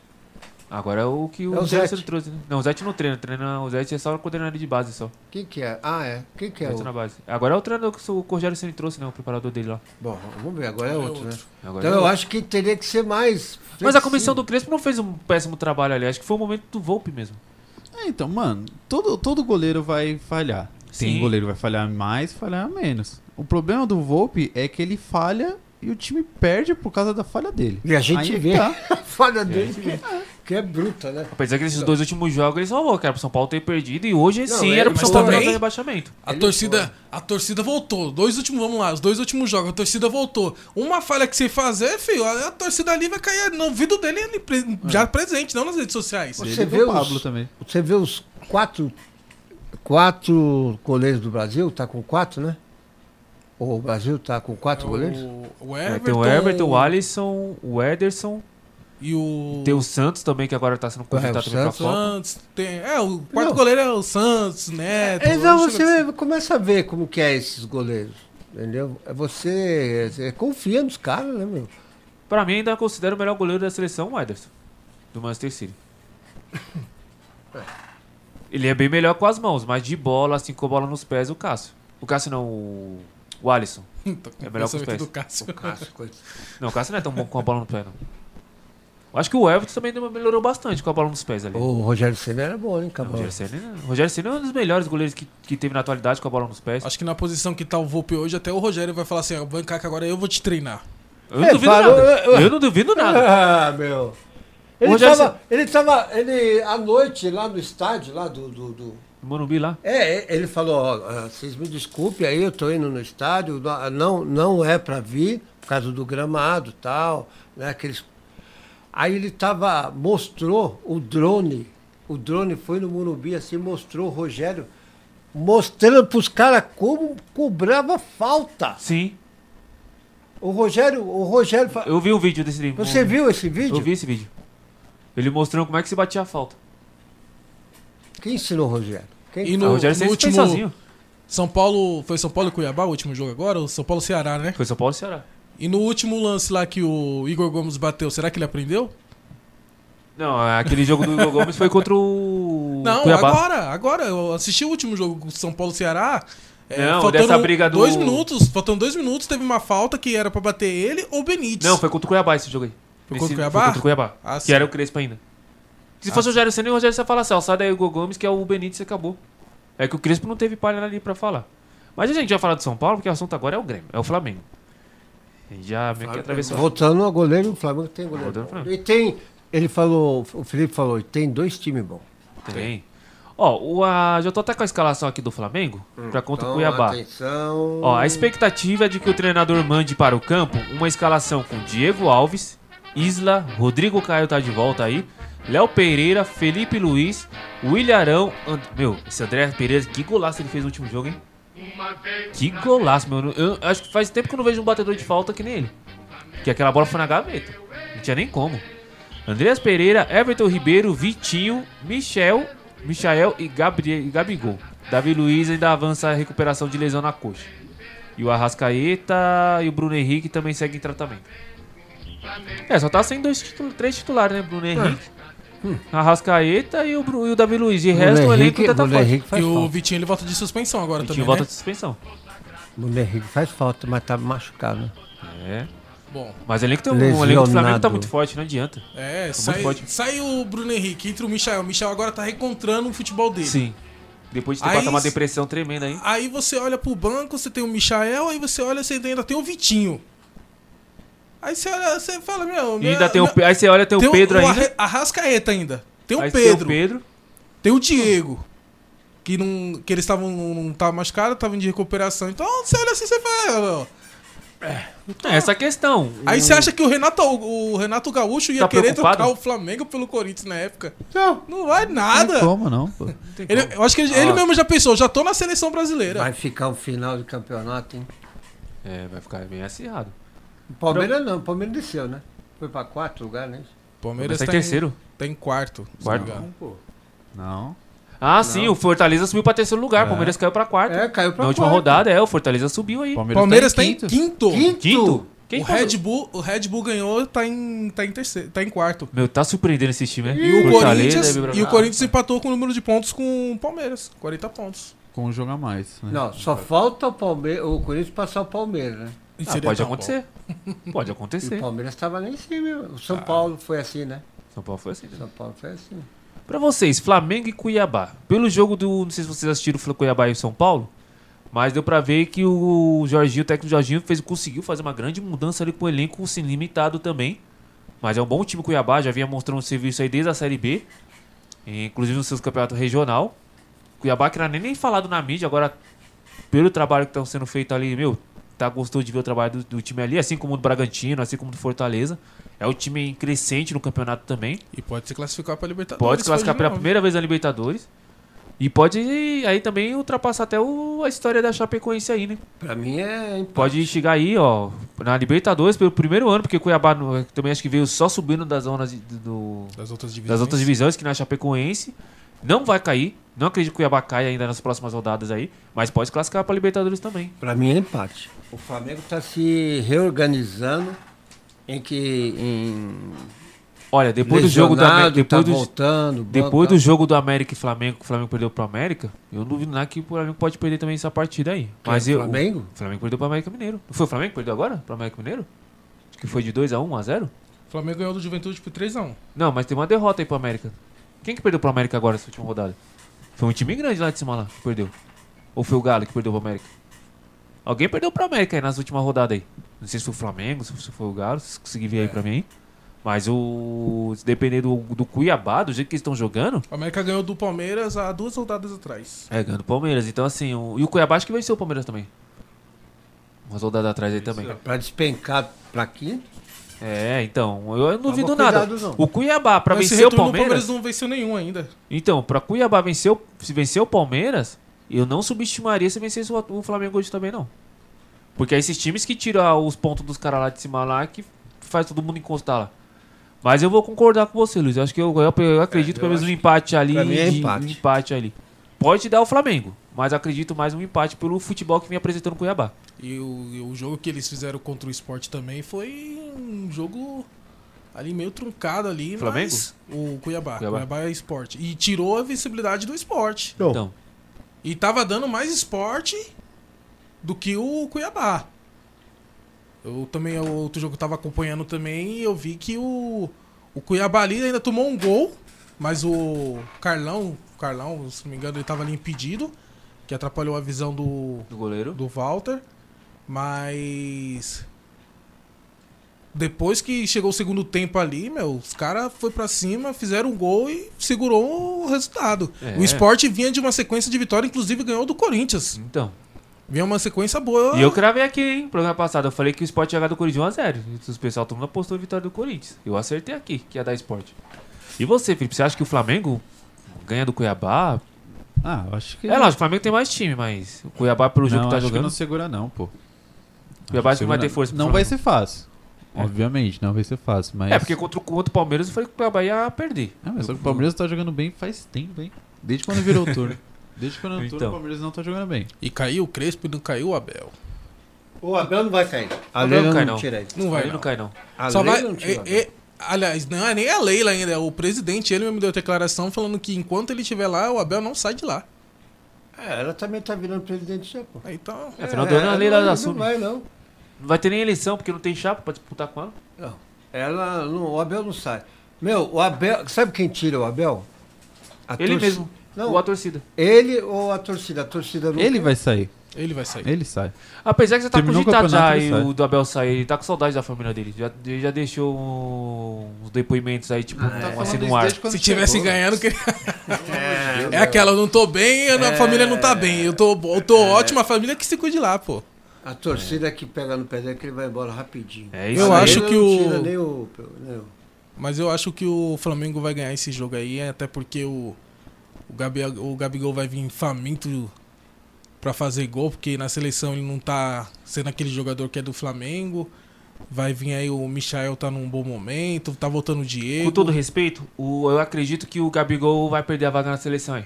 A: Agora é o que o,
B: É o
A: Zete
B: Zete.
A: trouxe, né? Não, o Zete não treina, treina, o Zete é só coordenador de base só.
B: Quem que é? Ah, é. Quem que é?
A: Zete
B: o-
A: na base. Agora é o treinador que o Rogério Ceni trouxe, né, o preparador dele lá.
B: Bom, vamos ver, agora é outro, né?
A: Agora
B: então
A: é
B: eu
A: outro.
B: acho que teria que ser mais.
A: Mas a comissão do Crespo não fez um péssimo trabalho ali. Acho que foi o momento do Volpe mesmo.
D: É, então, mano, todo, todo goleiro vai falhar. Tem
A: Sim.
D: goleiro que vai falhar mais, falhar menos. O problema do Volpe é que ele falha e o time perde por causa da falha dele.
B: E a gente
D: Aí
B: vê
D: tá.
B: a falha dele, que, que é bruta, né?
A: Apesar que esses dois últimos jogos eles salvou, que era pro São Paulo ter perdido. E hoje
B: Não,
A: sim
B: ele-
A: era pro
B: mas
A: São Paulo
B: também-
A: também... rebaixamento.
C: A torcida, a torcida voltou. Dois últimos, vamos lá, os dois últimos jogos, a torcida voltou. Uma falha que você fazer, filho, a, a torcida ali vai cair no ouvido dele ali, pre-
A: É.
C: já presente, não nas redes sociais.
B: Você vê, os, você vê os quatro, quatro goleiros do Brasil, tá com quatro, né? Ou o Brasil tá com quatro goleiros?
C: O
A: É,
C: Everton,
A: tem o Everton, o Alisson, o Ederson.
C: E o.
A: Tem o Santos também, que agora tá sendo
B: É, o
A: cogitado também pra
B: Santos.
A: Copa.
C: Santos, tem, é, o quarto
B: Não.
C: goleiro é o Santos,
A: É,
C: Neto.
B: Então
C: não
B: você
C: chega-
B: começa a ver como que é esses goleiros, entendeu? É Você, você confia nos caras, né, meu?
A: Pra mim, ainda considero o melhor goleiro da seleção o Ederson, do Manchester City. Ele é bem melhor com as mãos, mas de bola, assim, com a bola nos pés, o Cássio. O Cássio não, o, o Alisson.
C: assim. Então,
A: é melhor com os
C: pensamento
A: pés.
C: do Cássio.
A: Não, o Cássio não é tão bom com a bola no pé, não. Eu acho que o Everton também melhorou bastante com a bola nos pés ali.
B: O Rogério Senna era bom, hein, Cabral?
A: Rogério Ceni- Rogério Ceni é um dos melhores goleiros que, que teve na atualidade com a bola nos pés.
C: Acho que na posição que tá o Volpe hoje, até o Rogério vai falar assim: ó, bancar que agora eu vou te treinar.
A: Eu
C: É,
A: não duvido nada. Eu não duvido nada.
B: Ah, meu. Ele
A: Rogério
B: tava, ele tava, ele, à noite lá no estádio, lá do, do, do-
A: Morumbi lá?
B: É, ele falou, ó, ah, vocês me desculpem aí, eu tô indo no estádio, não- não, não é para vir, por causa do gramado e tal, né? Aqueles... Aí ele tava, mostrou o drone, o drone foi no Morumbi assim, mostrou o Rogério, mostrando pros caras como cobrava falta.
A: Sim.
B: O Rogério, o Rogério... fa-
A: Eu vi um vídeo desse
B: Você viu esse vídeo?
A: Eu vi esse vídeo. Ele mostrando como é que se batia a falta.
B: Quem ensinou o Rogério? Quem...
C: E
A: Ah, o
C: no,
A: Rogério
C: no
A: sempre
C: último.
A: fez sozinho.
C: São Paulo. Foi São Paulo e Cuiabá o último jogo agora? Ou São Paulo e Ceará, né?
A: Foi São Paulo e Ceará.
C: E no último lance lá que o Igor Gomes bateu, será que ele aprendeu?
A: Não, aquele jogo do Igor Gomes foi contra o.
C: Não,
A: Cuiabá.
C: agora, agora. Eu assisti o último jogo do São Paulo e Ceará. É,
A: Não, dessa briga do-
C: Dois minutos, faltando dois minutos, teve uma falta que era pra bater ele ou Benítez.
A: Não, foi contra o Cuiabá esse jogo aí.
C: Foi
A: Esse-
C: contra o Cuiabá?
A: contra o Cuiabá.
C: Ah,
A: que
C: sim.
A: era o Crespo ainda. Se
C: Ah,
A: fosse
C: sim.
A: o Rogério Senna, o Rogério ia falar assim, ó, sai daí o Igor Gomes, que é o Benítez e acabou. É que o Crespo não teve palha ali pra falar. Mas a gente vai falar do São Paulo, porque o assunto agora é o Grêmio, é o Flamengo. A gente já meio que atravessou.
B: Voltando ao goleiro, o Flamengo tem goleiro.
A: Voltando ao
B: bom.
A: Flamengo.
B: E tem, ele falou, o Felipe falou, e tem dois times bons.
A: Tem. Ó, o, a, já tô até com a escalação aqui do Flamengo pra contra o
B: então,
A: Cuiabá.
B: atenção.
A: Ó, a expectativa é de que o treinador mande para o campo uma escalação com Diego Alves, Isla, Rodrigo Caio tá de volta aí, Léo Pereira, Felipe Luiz, William Arão. And- Meu, esse André Pereira, que golaço ele fez no último jogo, hein? Que golaço, meu. Eu acho que faz tempo que eu não vejo um batedor de falta que nem ele. Que aquela bola foi na gaveta. Não tinha nem como. Andreas Pereira, Everton Ribeiro, Vitinho, Michel, Michael e Gabri- Gabigol. Davi Luiz ainda avança a recuperação de lesão na coxa. E o Arrascaeta e o Bruno Henrique também seguem tratamento. É, só tá sem dois titu- três titulares, né?
B: É.
A: Bruno Henrique, Arrascaeta e o, Bru- e o Davi Luiz. De
B: Bruno
A: resto, o elenco
B: Henrique-
A: ainda tá
B: Bruno
A: forte.
B: Henrique faz
C: E o
B: falta.
C: Vitinho ele volta de suspensão agora
A: Vitinho
C: também.
A: volta
C: né?
A: de suspensão.
B: O Bruno Henrique faz falta, mas tá machucado.
A: É.
C: Bom.
A: Mas o elenco, tem, um- o elenco do Flamengo tá muito forte, não adianta.
C: É,
A: tá
C: sai,
A: muito forte.
C: sai o Bruno Henrique, entra o Michel. O Michel agora tá reencontrando o futebol dele.
A: Sim. Depois de ter
C: Aí
A: passado uma
C: se-
A: depressão tremenda aí.
C: Aí você olha pro banco, você tem o Michael, aí você olha, você ainda tem o Vitinho. Aí você olha, você fala, meu.
A: E ainda tem o Pe- aí você olha, tem um o Pedro ainda.
C: Arra- Arrascaeta ainda. Tem o
A: Aí você tem o
C: Pedro.
A: Pedro.
C: Tem o Diego. Que, não, que eles estavam não estavam machucados, estavam de recuperação. Então você olha assim, você fala.
A: É, essa questão.
C: Aí
A: O-
C: você acha que o Renato, o Renato Gaúcho ia
A: Hum. Tá
C: querer
A: preocupado?
C: trocar o Flamengo pelo Corinthians na época? Não. Não vai nada.
D: Como não, pô?
C: Ele- eu acho que ele, ele
B: Ah.
C: mesmo já pensou, já tô na seleção brasileira.
B: Vai ficar um final de campeonato, hein?
A: É, vai ficar bem acirrado.
B: O Palmeiras não, o Palmeiras desceu, né? Foi pra quatro lugares, né?
C: Palmeiras
A: Mas tá em
C: tá em-
A: terceiro.
C: tá em quarto. se
A: Quarto.
C: não me
B: Não,
C: engano.
B: pô.
D: Não.
A: Ah, sim, o Fortaleza subiu pra terceiro lugar. O
D: É.
A: Palmeiras caiu pra quarto.
B: É, caiu pra
A: Na última
B: quarto.
A: rodada, é, o Fortaleza subiu aí.
C: Palmeiras tá em quinto.
A: Quinto? Quinto? Quem
C: o,
A: faz o-
C: Red Bull, o Red Bull ganhou, tá em, tá em terceiro, tá em quarto.
A: Meu, tá surpreendendo esse time, né?
C: E o,
A: Fortaleza,
C: Corinthians,
A: Vibra-
C: e o
A: Ah,
C: Corinthians empatou com o número de pontos com o Palmeiras. 40 pontos.
D: Com um jogo a mais. Né?
B: Não, só falta o, Palmeiras, o Corinthians passar o Palmeiras, né?
A: Ah, seria pode tão bom. acontecer. Pode acontecer.
B: E o Palmeiras estava lá em cima. O
C: Ah.
B: São Paulo foi assim, né?
A: São Paulo foi assim. né?
B: São Paulo foi assim.
A: Pra vocês, Flamengo e Cuiabá. Pelo jogo do. Não sei se vocês assistiram o Fla- Cuiabá e o São Paulo. Mas deu pra ver que o Jorginho, o técnico Jorginho, fez, conseguiu fazer uma grande mudança ali com o elenco assim, limitado também. Mas é um bom time Cuiabá, já vinha mostrando um serviço aí desde a Série B. Inclusive no seu campeonato regional. Cuiabá que não era nem falado na mídia, agora pelo trabalho que estão sendo feito ali, meu, tá gostoso de ver o trabalho do, do time ali, assim como o do Bragantino, assim como o do Fortaleza. É o time em crescente no campeonato também.
C: E pode se classificar pra
B: Tá
C: Libertadores.
A: Pode se classificar
C: hoje
A: pela
C: não.
A: primeira vez na Libertadores. E pode aí também ultrapassar até o- a história da Chapecoense aí, né?
B: Pra mim é empate.
A: Pode chegar aí, ó, na Libertadores pelo primeiro ano, porque Cuiabá no- também acho que veio só subindo das zonas de- do,
C: Das outras divisões.
A: das outras divisões, que na Chapecoense não vai cair. Não acredito que o Cuiabá caia ainda nas próximas rodadas aí, mas pode se classificar pra Libertadores também.
B: Pra mim é empate. O Flamengo está se reorganizando em que. Em...
A: Olha, depois do jogo da América,
B: Lesionado,
A: depois
B: tá
A: do,
B: voltando,
A: depois
B: banco,
A: do
B: tá-
A: jogo do América e Flamengo, que o Flamengo perdeu pro América, eu não duvido nada que o Flamengo pode perder também essa partida aí.
B: Quem? é
A: Mas eu,
B: Flamengo?
A: O Flamengo perdeu pro América Mineiro. Não Foi o Flamengo que perdeu agora pro América Mineiro? Acho que foi de 2 a 1 a 0.
C: O Flamengo ganhou do Juventude por 3x1.
A: Não, mas tem uma derrota aí pro América. Quem que perdeu pro América agora essa última rodada? Foi um time grande lá de cima lá que perdeu. Ou foi o Galo que perdeu pro América? Alguém É. perdeu pro América aí nas últimas rodadas aí. Não sei se foi o Flamengo, se foi o Galo, se vocês conseguirem ver aí pra mim aí. Mas o. se Depender do, do Cuiabá, do jeito que eles estão jogando.
C: O América ganhou do Palmeiras há duas rodadas atrás.
A: É, ganhando o Palmeiras. Então, assim, o- e o Cuiabá acho que venceu o Palmeiras também. Uma rodada atrás aí também.
B: Pra despencar pra quinto?
A: É, então, eu não duvido
B: Toma
A: nada.
B: Tá cuidado, não.
A: O Cuiabá, pra
C: Mas esse
A: vencer o
C: retorno,
A: Palmeiras.
C: O Palmeiras não venceu nenhum ainda.
A: Então, pra Cuiabá vencer o, se vencer o Palmeiras, eu não subestimaria se vencesse o, o Flamengo hoje também, não. Porque é esses times que tiram os pontos dos caras lá de cima lá que faz todo mundo encostar lá. Mas eu vou concordar com você, Luiz. Eu acho que eu, eu- eu acredito
B: É, eu
A: pelo menos no
B: acho
A: empate ali.
B: pra mim é
A: de-
B: empate.
A: Um empate ali. Pode dar o Flamengo, mas acredito mais no empate pelo futebol que vem apresentando o Cuiabá.
C: E o, e o jogo que eles fizeram contra o esporte também foi um jogo ali meio truncado ali.
A: Flamengo?
C: mas- o Cuiabá.
A: Cuiabá.
C: Cuiabá, é esporte. E tirou a visibilidade do esporte.
A: Então.
C: E tava dando mais esporte do que o Cuiabá. Eu também, o outro jogo que eu tava acompanhando também, e eu vi que o, o Cuiabá ali ainda tomou um gol, mas o Carlão, o Carlão, se não me engano, ele tava ali impedido, que atrapalhou a visão do,
A: do goleiro,
C: do Walter. Mas depois que chegou o segundo tempo ali, meu, os caras foi pra cima, fizeram um gol e segurou o resultado.
A: É.
C: O esporte vinha de uma sequência de vitória, inclusive ganhou do Corinthians.
A: Então.
C: Vinha uma sequência boa.
A: E eu cravei aqui, hein, programa passado. Eu falei que o esporte ia ganhar do Corinthians é 1x0. Os pessoal, todo mundo apostou a vitória do Corinthians. Eu acertei aqui, que ia dar esporte. E você, Felipe, você acha que o Flamengo ganha do Cuiabá?
D: Ah, eu acho que.
A: É lógico, o Flamengo tem mais time, mas o Cuiabá, pelo jogo
D: Não,
A: que tá
D: acho
A: jogando.
D: não segura, não, pô.
A: O Cuiabá
D: Acho que
A: não vai
D: segura
A: ter força pro
D: Não vai ser
A: Flamengo.
D: fácil. Obviamente, não vai ser fácil, mas.
A: É, porque contra, o- contra o Palmeiras eu falei que o Cuiabá ia perder.
D: Ah, mas só que o Palmeiras tá jogando bem faz tempo, hein? Desde quando virou o turno. Desde quando virou o turno,
A: Então.
D: o Palmeiras não tá jogando bem.
C: E caiu o Crespo e não caiu o Abel.
B: O Abel não vai cair.
A: A Leila não tira ele.
C: Não vai,
A: Ele não cai, não. é,
B: A
C: Só
B: Leila
C: vai.
B: não tira né?
C: e- e- aliás, não é nem a Leila ainda, é o presidente. Ele mesmo deu declaração falando que enquanto ele estiver lá, o Abel não sai de lá.
B: É, ela também tá virando presidente já, pô.
C: Então.
A: É, final do ano a Leila
B: não,
A: assume.
B: Não vai, não.
A: Não vai ter nem eleição, porque não tem chapa pra disputar com ela.
B: Não. Ela, não, o Abel não sai. Meu, o Abel, sabe quem tira o Abel? A
A: Ele
B: torci-
A: mesmo.
B: Não,
A: Ou a torcida.
B: ele ou a torcida? A torcida não
D: Ele
B: quer.
D: vai sair.
C: Ele vai sair.
D: Ele sai.
A: Apesar que já tá
D: Terminou o
A: cogitado já
D: campeonato, ele
A: aí
D: sai.
A: o do Abel sair, ele tá com saudade da família dele. Já, ele já deixou uns depoimentos aí, tipo, um, assim no ar.
C: Se tivesse
D: né?
C: ganhando, que... é aquela, eu não tô bem, eu- a
B: É.
C: família não tá bem. Eu tô, eu
A: É.
C: tô ótimo, a família que se cuide lá, pô.
B: A torcida que pega no pé dele que ele vai embora rapidinho.
A: É
C: isso Eu aí. acho
B: Ele
C: que
B: não
C: o-
B: tira nem o- nem o-
C: Mas eu acho que o Flamengo vai ganhar esse jogo aí, até porque o, o, Gabi, o Gabigol vai vir faminto pra fazer gol, porque na seleção ele não tá sendo aquele jogador que é do Flamengo. Vai vir aí o Michael tá num bom momento, tá voltando o Diego.
A: Com todo respeito, o- eu acredito que o Gabigol vai perder a vaga na seleção aí.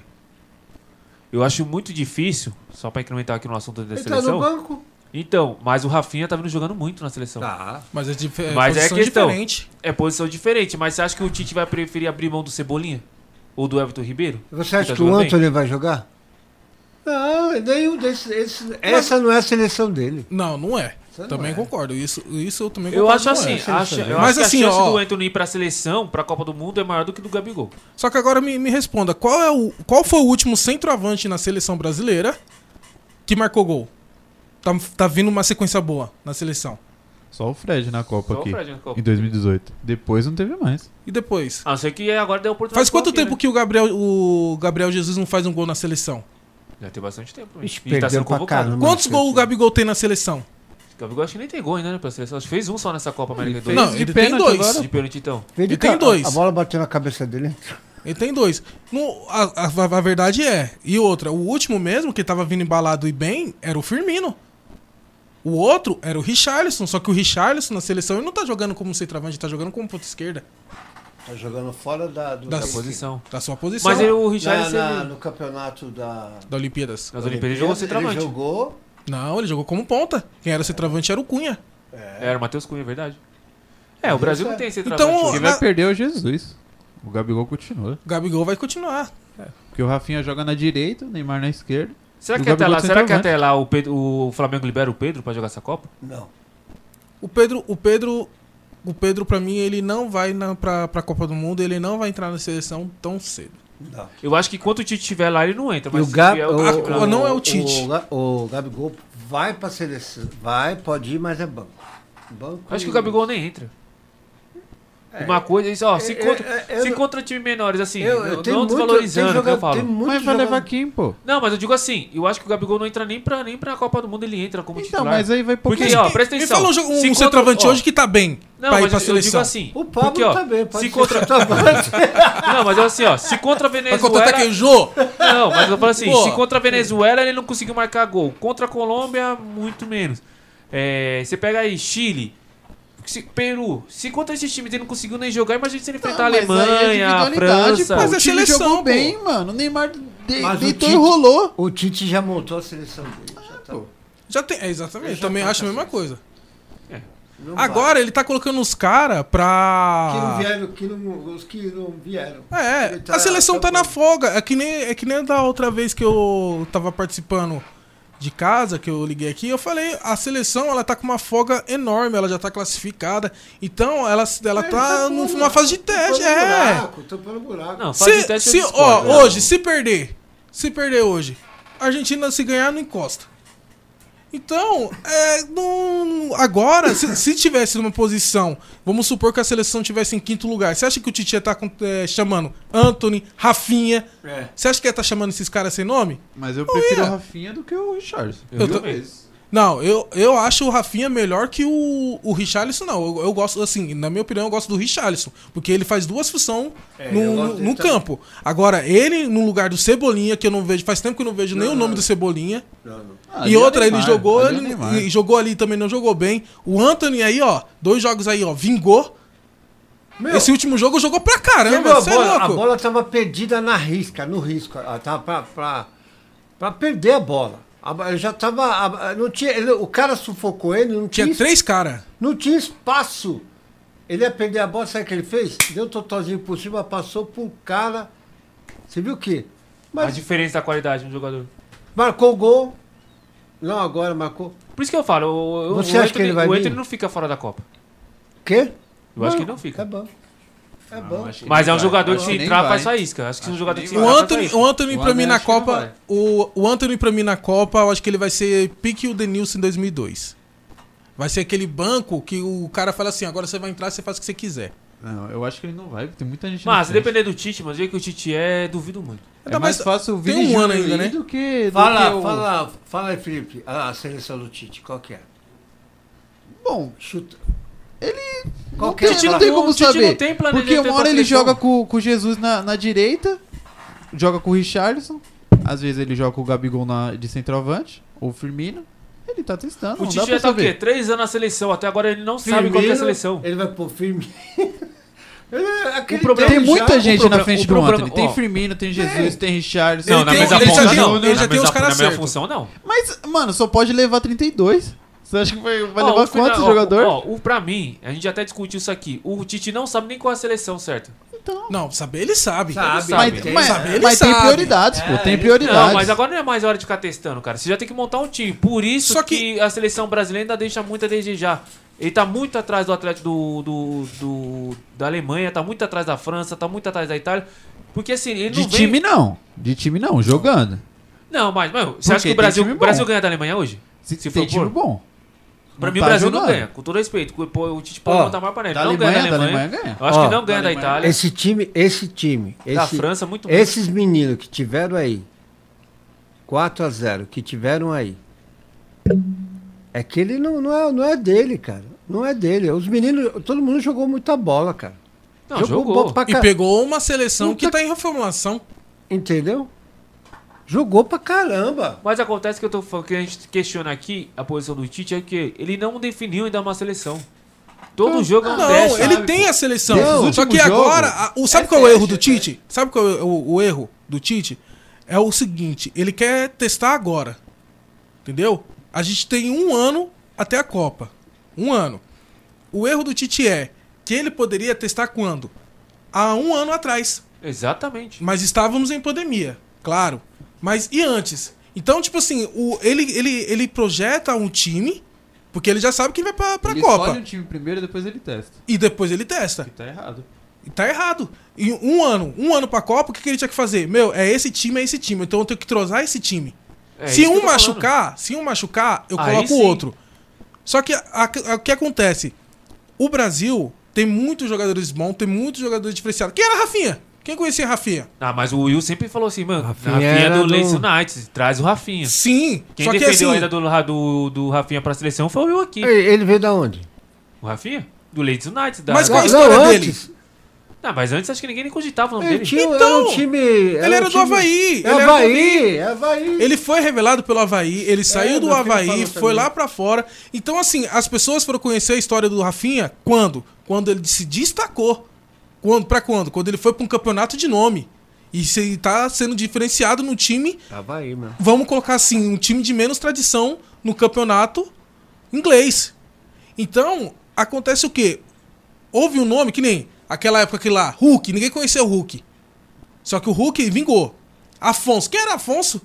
A: Eu acho muito difícil, só pra incrementar aqui no assunto da
B: Ele tá no
A: seleção.
B: banco.
A: Então, mas o Rafinha tá vindo jogando muito na seleção.
B: Tá.
C: Mas é dif- é
A: Mas é
C: posição
A: questão.
C: diferente.
A: É posição diferente, mas você acha que o Tite vai preferir abrir mão do Cebolinha? Ou do Everton Ribeiro?
B: Você acha
A: tá
B: que o
A: jogando bem?
B: Anthony vai jogar? Não, nenhum desses. esse- essa não é a seleção dele.
C: Não, não é.
B: não
C: também
B: é.
C: concordo. Isso, isso eu também
A: Eu
C: concordo.
A: acho
C: não
A: assim,
C: é.
A: acho, eu
C: Mas
A: acho que
C: assim,
A: a chance
C: ó,
A: do Anthony ir pra seleção, pra Copa do Mundo, é maior do que do Gabigol.
C: Só que agora me, me responda, qual, é o, qual foi o último centroavante na seleção brasileira que marcou gol? Tá, tá vindo uma sequência boa na seleção.
D: Só o Fred na Copa
A: Só o
D: aqui.
A: Fred na Copa.
D: Em 2018. Depois não teve mais.
C: E depois?
A: A não ser Ah, que é? agora deu oportunidade.
C: Faz quanto
A: pro Rafinha,
C: tempo que o Gabriel, o Gabriel Jesus não faz um gol na seleção?
A: né? Já tem bastante tempo.
B: Ixi,
A: E tá
B: perdeu
A: sendo
B: pra
A: convocado.
B: caramba.
C: Quantos gols o
B: é.
C: Gabigol tem na seleção?
A: O Gabigol acho que nem tem gol ainda, né, pra seleção. Acho que fez um só nessa Copa América 2.
C: Não, ele tem dois.
A: De pênalti, então.
C: Ele tem dois.
B: A bola bateu na cabeça dele.
C: Ele tem dois. No- a, a- a verdade é. E outra, o último mesmo que tava vindo embalado e bem era o Firmino. O outro era o Richarlison. Só que o Richarlison na seleção ele não tá jogando como centroavante, ele tá jogando como ponta esquerda.
B: Tá jogando fora da, do-
C: Da
B: da-
A: posição.
C: Da sua posição.
A: Mas ele- o
C: Richarlison,
B: Na- na-
C: ele-
B: No campeonato da.
C: Da Olimpíadas.
A: Nas Olimpíadas ele jogou centroavante.
B: Ele jogou.
C: Não, ele jogou como ponta. Quem era centroavante era o Cunha.
A: Era o Matheus Cunha, é verdade. É, o Brasil não tem esse
C: Então,
D: Quem
A: né?
C: na-
D: vai perder é o Jesus. O Gabigol continua.
C: o Gabigol vai continuar.
D: Porque o Rafinha joga na direita, o Neymar na esquerda.
A: Será
D: E o
A: que, até
D: Gabigol
A: lá, será que
B: né?
D: centroavante.
A: até lá o, Pedro- o Flamengo libera o Pedro pra jogar essa Copa?
B: Não.
C: O Pedro, o Pedro, o Pedro para mim ele não vai na, pra, pra Copa do Mundo, ele não vai entrar na seleção tão cedo.
B: Não.
A: Eu acho que enquanto o Tite estiver lá, ele não entra.
B: E
A: Mas
B: o Gab,
A: se vier
B: o,
C: Ah, não é o
B: O,
C: Tite.
B: Ga- o Gabigol vai pra seleção. Vai, pode ir, mas é banco. banco
A: Acho que o
B: e-
A: Gabigol nem entra. Uma coisa, isso, ó, se
B: É,
A: contra,
B: é, é, eu
A: se
B: não-
A: contra times menores, assim,
B: Eu- eu
A: não-
B: tenho
A: não
B: muito-
A: desvalorizando,
B: tem
A: que eu
B: jogador-
A: falo.
B: tem muito Mas vai jogador- levar
D: quem, pô?
A: Não, mas eu digo assim, eu acho que o Gabigol não entra nem pra, nem pra Copa do Mundo, ele entra como titular.
D: Então, mas aí vai por
A: Porque,
D: quê?
A: ó, presta
D: Me
A: atenção.
D: fala um jo- um
A: se contra-
D: centroavante
A: ó,
D: hoje que tá bem
A: Não,
D: pra
A: mas
D: ir pra
A: eu- eu digo
D: seleção.
A: assim.
D: O Pablo
A: porque, ó,
D: tá bem, pode
A: se
D: ser
A: contra...
D: centroavante.
A: Não, mas é assim, ó, se contra a Venezuela...
C: contratar quem, é Jô?
A: Não, mas eu falo assim,
C: Pô.
A: se contra a Venezuela ele não conseguiu marcar gol, contra a Colômbia, muito menos. É, você pega aí Chile, se- Peru, se contra esses times ele não conseguiu nem jogar, imagina se ele enfrentar a
D: mas aí é
A: tá Alemanha, a
D: individualidade,
A: França...
D: pô, o time jogou bem,
A: pô.
D: mano. O Neymar de,
B: Mas o
D: deitou
B: Tite-
D: e rolou.
B: O Tite já montou a seleção dele. já tá.
C: Já tem, é, exatamente. Eu também acho a mesma coisa.
B: Não
C: Agora ele tá colocando os caras pra.
B: Que não vieram, que não, os que não vieram.
C: É,
B: Ele tá-
C: a seleção tá na folga. É que, nem, é que nem da outra vez que eu tava participando de casa, que eu liguei aqui, eu falei, a seleção ela tá com uma folga enorme, ela já tá classificada. Então, ela, ela
B: Ele
C: tá
B: É, com
C: num-
B: buraco,
C: numa fase de teste,
B: tampando
C: é.
B: né? Buraco, tampando buraco.
C: Se, se, ó, hoje, se perder, se perder hoje, a Argentina se ganhar não encosta. Então, é, não- agora, se, se tivesse numa posição, vamos supor que a seleção tivesse em quinto lugar, você acha que o Tite ia estar chamando Anthony, Rafinha?
D: É.
C: Você acha que ia estar chamando esses caras sem nome?
D: Mas eu
C: Não
D: prefiro
C: ia.
D: o Rafinha do que o Richardson.
C: Eu
D: mil
C: também.
D: vezes.
C: Não, eu, eu acho o Rafinha melhor que o, o Richarlison, não. Eu, eu gosto, assim, na minha opinião, eu gosto do Richarlison. Porque ele faz duas funções
B: É, eu
C: no,
B: gosto
C: no-
B: dele
C: no
B: também.
C: campo. Agora, ele no lugar do Cebolinha, que eu não vejo, faz tempo que eu não vejo nem
B: Não,
C: o nome
B: não.
C: do Cebolinha.
B: Não, não.
D: Ah,
C: e
B: Ali é
C: outra, ele
B: Neymar,
C: jogou,
B: ali é
C: ele,
B: Neymar.
C: e jogou ali também, não jogou bem. O Anthony aí, ó, dois jogos aí, ó, vingou. Esse último jogo jogou pra caramba,
B: Lembra a
C: você é
B: bola,
C: louco.
B: A bola tava perdida na risca, no risco. Ela tava pra, pra, pra perder a bola. A bo- Ele já tava. a- a- Não tinha, ele- o cara sufocou ele, não tinha.
C: Tinha três caras.
B: Não tinha espaço. Ele ia perder a bola, sabe o que ele fez? Deu um totalzinho por cima, passou pro cara. Você viu o quê?
A: A diferença da qualidade do jogador.
B: Marcou o gol. Não agora, marcou.
A: Por isso que eu falo, o, o-
B: Você
A: o
B: acha que ele
A: Anthony-
B: vai
A: o
B: vir?
A: Anthony não fica fora da Copa.
B: Quê?
A: Eu acho que ele
B: Não,
A: não fica.
B: É bom. É bom.
A: Mas é um jogador que
C: Acho
A: se
C: que nem
A: entrar
C: vai.
A: faz faísca. Acho que é um jogador que se
C: O
A: entrar faz
C: Anthony,
A: faísca.
C: o Anthony pra mim na
A: acho que não
C: Copa.
A: vai.
C: O, o Anthony pra mim na Copa, eu acho que ele vai ser pique o Denilson em 2002. Vai ser aquele banco que o cara fala assim: agora você vai entrar, você faz o que você quiser.
D: Não, eu acho que ele não vai. Tem muita gente
A: Mas se
D: no
A: depender do Tite, mas o jeito que o Tite é, duvido muito.
D: É mais fácil o Vini
C: um ano
D: Júnior
C: ainda,
D: ir
C: né?
D: do que, do
B: Fala,
D: que o-
B: fala, fala aí, Felipe. A a seleção do Tite, qual que é?
D: Bom,
B: chuta.
D: Ele.
B: Qual
D: Não
B: que é?
D: tem, não tem como
A: um. O Tite
D: saber.
A: não tem planejamento
D: porque uma hora
A: pra
D: ele
A: seleção.
D: joga com, com o Jesus na, na direita, joga com o Richardson, às vezes ele joga com o Gabigol na, de centroavante, ou o Firmino. Ele tá testando,
A: O
D: não dá
A: Tite
D: pra
A: já tá o quê?
D: saber.
A: Três anos na seleção. Até agora ele não sabe qual que é a
B: Firmino,
A: seleção.
B: Ele vai pôr firme. Ele é aquele
D: problema-
B: tempo
D: Tem muita
B: já-
D: gente
B: o problema-
D: na frente
B: o
D: do
B: problema-
D: Antony. Tem
B: ó,
D: Firmino, tem Jesus, tem Richarlison.
A: Não, na
D: tem-
A: mesma
D: ele
A: ponta
D: já tem-
A: não.
D: ele já
A: Na
D: tem os
A: mesma-
D: caras
A: Na minha
D: certos.
A: função não.
D: Mas, mano, só pode levar 32. Você acha que vai, vai
A: Ó,
D: levar
A: o final-
D: quantos
A: ó,
D: jogador?
A: Ó, o, pra mim, a gente até discutiu isso aqui. O Tite não sabe nem qual é a seleção certa.
C: Não, saber ele sabe.
A: Sabe,
C: Mas-
A: tem-
C: mas-
A: sabe, ele
C: mas tem
A: sabe.
C: prioridades, pô, tem
A: ele-
C: prioridades.
A: Não, mas agora não é mais hora de ficar testando, cara. Você já tem que montar um time. Por isso que... a seleção brasileira ainda deixa muito a desejar. Ele tá muito atrás do Atlético do, do, do- da Alemanha, tá muito atrás da França, tá muito atrás da Itália. Porque assim, ele
D: De
A: não vem-
D: time não. De time não, jogando.
A: Não, mas, mano, você
D: Por
A: acha
D: quê?
A: que o
D: Tem
A: Brasil, o
D: time bom.
A: Brasil ganha da Alemanha hoje? Se,
D: tem time
A: por?
D: bom.
A: Pra
D: Não
A: mim,
D: tá
A: o Brasil não
D: jogando.
A: ganha, com todo respeito. O, o Tite
B: Ó,
A: pode botar mais pra neve. Não ganha da Alemanha. Eu acho
B: Ó,
A: que não ganha da, Itália.
B: Esse time, esse time.
A: Da
B: esse-
A: França, muito menos.
B: Esses meninos que tiveram aí, 4x0, que tiveram aí. É que ele não, não, é, não é dele, cara. Não é dele. Os meninos, todo mundo jogou muita bola, cara.
C: Não, jogou. E pegou uma seleção que tá em reformulação.
B: Entendeu? Jogou pra caramba.
A: Mas acontece que eu tô falando que a gente questiona aqui a posição do Tite é que ele não definiu ainda uma seleção. Todo jogo é um
C: Não,
A: teste.
C: ele tem a seleção.
A: Não,
C: só que
A: último jogo-
C: agora, a- o, sabe qual é o erro do Tite? Sabe qual é o, o erro do Tite? É o seguinte, ele quer testar agora. Entendeu? A gente tem um ano até a Copa. Um ano. O erro do Tite é que ele poderia testar quando? Há um ano atrás.
A: Exatamente.
C: Mas estávamos em pandemia, claro. Mas e antes? Então, tipo assim, o, ele, ele, ele projeta um time, porque ele já sabe que ele vai pra, pra
D: Ele
C: Copa.
D: escolhe o time primeiro e depois ele testa.
C: E depois ele testa. E
D: tá errado.
C: E tá errado. E um ano, um ano pra Copa, o que, que ele tinha que fazer? Meu, é esse time, é esse time. Então eu tenho que trozar esse time.
A: É
C: se
A: isso que eu
C: um
A: tô
C: machucar, se um machucar, eu
A: Aí
C: coloco
A: sim.
C: o outro. Só que a- a- o que acontece? O Brasil, Tem muitos jogadores bons, tem muitos jogadores diferenciados. Quem era Rafinha? Quem conhecia Rafinha?
A: Ah, mas o Will sempre falou assim, mano, Rafinha,
C: era
A: do,
C: do-
A: Leeds United, traz o Rafinha.
C: Sim,
A: Quem
C: só que
A: defendeu
C: assim-
A: ainda do, do, do Rafinha pra seleção foi o Will aqui.
B: Ele veio da onde?
A: O Rafinha? Do Leeds United. Da,
B: Mas qual a
A: da-
B: história Não, dele? antes.
A: Ah, mas antes acho que ninguém nem cogitava o nome
B: Ele
A: dele.
B: tinha- Então, era um time.
C: Então, Ele era do Havaí.
B: É
C: ele era do
B: Havaí, é Havaí.
C: Ele foi revelado pelo Havaí, ele
B: É,
C: saiu do
B: meu filho
C: Havaí,
B: falou
C: foi
B: também.
C: lá pra fora. Então, assim, as pessoas foram conhecer a história do Rafinha quando? Quando ele se destacou. Quando? Pra quando? Quando ele foi pra um campeonato de nome. E se tá sendo diferenciado num time,
B: Havaí, mano.
C: vamos colocar assim, um time de menos tradição no campeonato inglês. Então, acontece o quê? Houve um nome que nem aquela época que lá, Hulk, ninguém conhecia o Hulk. Só que o Hulk vingou. Afonso, quem era Afonso?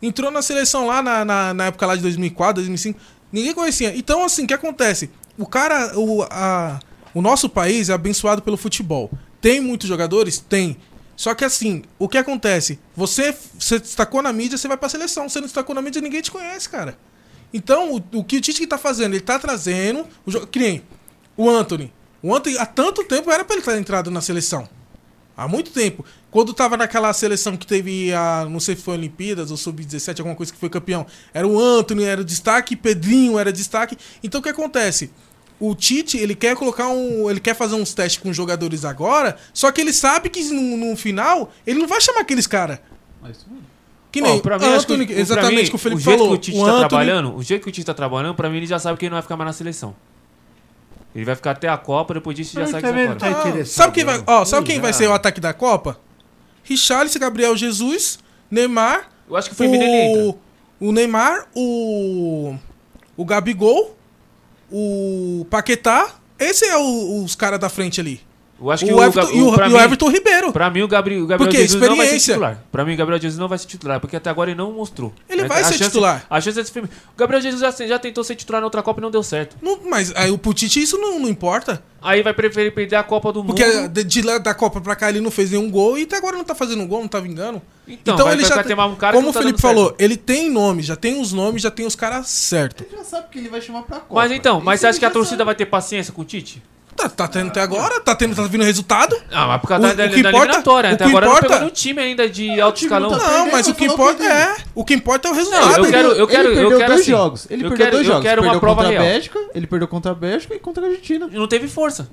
C: Entrou na seleção lá na, na, na época lá de 2004, 2005. Ninguém conhecia. Então, assim, o que acontece? O cara, o, a, o nosso país é abençoado pelo futebol. Tem muitos jogadores? Tem. Só que assim, o que acontece? Você se destacou na mídia, você vai pra seleção. Você não destacou na mídia, ninguém te conhece, cara. Então, o, o que o Tite que tá fazendo? Ele tá trazendo. O, jo- que nem o Anthony. O Anthony, há tanto tempo, era pra ele estar entrado na seleção. Há muito tempo. Quando tava naquela seleção que teve a. Não sei se foi Olimpíadas ou Sub-17, alguma coisa que foi campeão. Era o Anthony, era o destaque, Pedrinho era destaque. Então o que acontece? O Tite, ele quer colocar um. Ele quer fazer uns testes com os jogadores agora, só que ele sabe que no, no final ele não vai chamar aqueles caras. Que nem
A: Ó, pra mim, acho que
C: Anthony,
A: o- pra
C: exatamente
A: mim,
C: que o Felipe
A: jeito
C: falou.
A: Que o Tite tá
C: Anthony-
A: trabalhando, o jeito que o Tite tá trabalhando, pra mim ele já sabe que ele não vai ficar mais na seleção. Ele vai ficar até a Copa, depois disso já sai que vai fora.
C: Ah, sabe quem vai, ó, sabe quem vai ser o ataque da Copa? Richarlison, Gabriel Jesus, Neymar.
A: Eu acho que foi então. Minelli
C: O Neymar, o o Gabigol, o Paquetá, esse é o- os caras da frente ali.
A: Eu acho
C: o
A: que
C: Everton-
A: Gab-
C: e o-
A: pra
C: e o Everton Ribeiro.
A: Pra mim, o Gabriel, o Gabriel
C: Porque
A: Jesus não vai ser
C: experiência.
A: titular. Pra mim, o Gabriel Jesus não vai ser titular, porque até agora ele não mostrou.
C: Ele
A: Mas
C: vai
A: a
C: ser
A: chance-
C: titular.
A: A chance é desse filme. O Gabriel Jesus já, já tentou ser titular na outra Copa e não deu certo.
C: Não- mas aí o Putite isso não, não importa.
A: Aí vai preferir perder a Copa do
C: Porque
A: Mundo.
C: de, de lá da Copa pra cá ele não fez nenhum gol e até agora não tá fazendo gol, não tá vingando.
A: Então, vai- vai catemar um cara que
C: Como
A: não
C: o
A: tá
C: Felipe
A: dando certo.
C: falou, ele tem nome, já tem os nomes, já tem os caras certos.
D: Já sabe que ele vai chamar pra Copa.
A: Mas então, mas você acha que a torcida vai ter paciência com o Tite?
C: Tá, tá tendo até agora, tá, tendo, tá vindo resultado.
A: Ah, mas por causa da, da eliminatória. né? Até agora não pegou nenhum time ainda de alto escalão.
C: Não, mas o que importa é. O que importa é o resultado.
A: Não, eu quero, eu quero,
D: ele
A: eu
D: perdeu
A: quero
D: dois
A: assim,
D: jogos. Ele
A: eu
D: perdeu
A: quero,
D: dois jogos.
A: Eu quero
D: perdeu
A: uma prova
D: contra
A: real.
D: a Bélgica, ele perdeu contra a Bélgica e contra a Argentina.
A: Não teve força.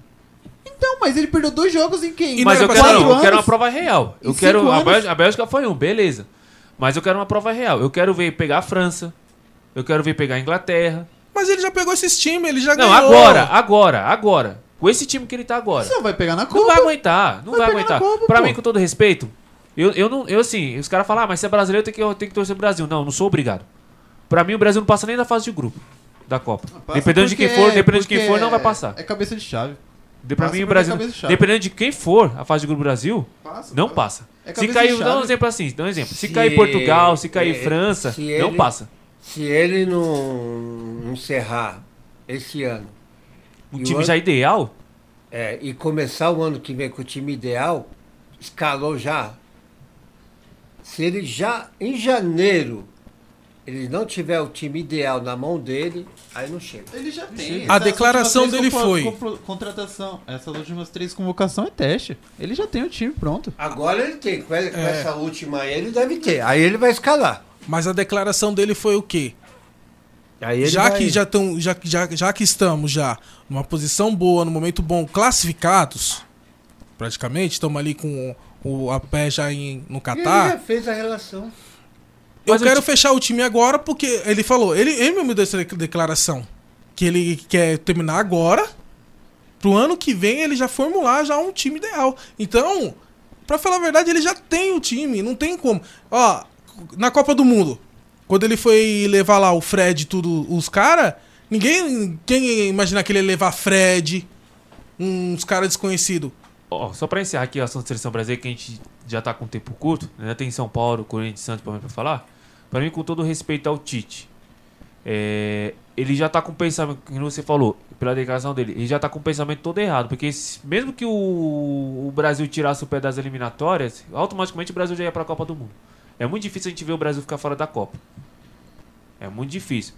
D: Então, mas ele perdeu dois jogos em quem?
A: Mas eu quero, não,
D: Quatro
A: eu quero uma
D: anos?
A: prova real.
D: Em
A: Eu quero
D: cinco
A: a
D: anos?
A: Bélgica, a Bélgica foi um, beleza. Mas eu quero uma prova real. Eu quero ver pegar a França. Eu quero ver pegar a Inglaterra.
C: Mas ele já pegou esses times, ele já
A: Não,
C: ganhou.
A: agora, agora, agora. Com esse time que ele tá agora.
D: Não vai pegar na
A: Não
D: Copa.
A: vai aguentar, não vai,
D: Vai pegar
A: aguentar.
D: na Copa,
A: pra
D: pô.
A: mim, com todo respeito, eu, eu não. Eu assim, os caras falam, ah, mas se é brasileiro, tem que, eu tenho que torcer pro Brasil. Não, não sou obrigado. Pra mim, o Brasil não passa nem da fase de grupo da Copa.
D: Passa
A: dependendo de quem
D: porque- é,
A: for, dependendo de quem
D: porque
A: for, não vai passar.
D: É cabeça de chave.
A: De, pra
D: Passa
A: mim, o
D: porque é
A: Brasil.
D: cabeça de chave.
A: Dependendo de quem for a fase de grupo do Brasil, não passa.
D: É
A: se
D: cabeça
A: cair,
D: de
A: dá um
D: chave.
A: exemplo assim, dá um exemplo. Se, cair Portugal, se cair
B: é,
A: França,
B: se
A: não
B: ele-
A: passa.
B: Se ele não encerrar esse ano.
A: Um
B: e
A: time já ideal?
B: É, e começar o ano que vem com o time ideal, escalou já. Se ele já, em janeiro, ele não tiver o time ideal na mão dele, aí não chega.
D: Ele já
B: tem.
D: Essas
C: declaração
D: últimas três
C: dele
D: compro- compro- Contratação. Essas últimas três convocação é teste. Ele já tem o time pronto.
B: Agora ele tem, com e- com
D: É.
B: essa última aí ele deve ter. Aí ele vai escalar.
C: Mas a declaração dele foi o quê?
B: ele
C: já,
B: vai-
C: que já, tão, já, que- já, já que estamos já numa posição boa, num momento bom, classificados, praticamente, estamos ali com o, o a pé já em, no
B: E ele
C: Catar.
B: já fez a relação.
C: Eu quero fechar o time agora porque ele falou, ele, ele mesmo deu essa dec- declaração que ele quer terminar agora. Pro ano que vem ele já formular já um time ideal. Então, pra falar a verdade, ele já tem o time, não tem como. Ó, na Copa do Mundo, quando ele foi levar lá o Fred e tudo os cara, ninguém quem ia imaginar que ele ia levar Fred, uns cara desconhecido.
A: Ó, só pra encerrar aqui a assunto da seleção brasileira, que a gente já tá com tempo curto, ainda tem São Paulo, Corinthians e Santos pra mim pra falar. Pra mim, com todo respeito ao Tite, é, ele já tá com o pensamento, que você falou, pela declaração dele, ele já tá com o pensamento todo errado. Porque se- mesmo que o, o Brasil tirasse o pé das eliminatórias, automaticamente o Brasil já ia pra Copa do Mundo. É muito difícil a gente ver o Brasil ficar fora da Copa. É muito difícil.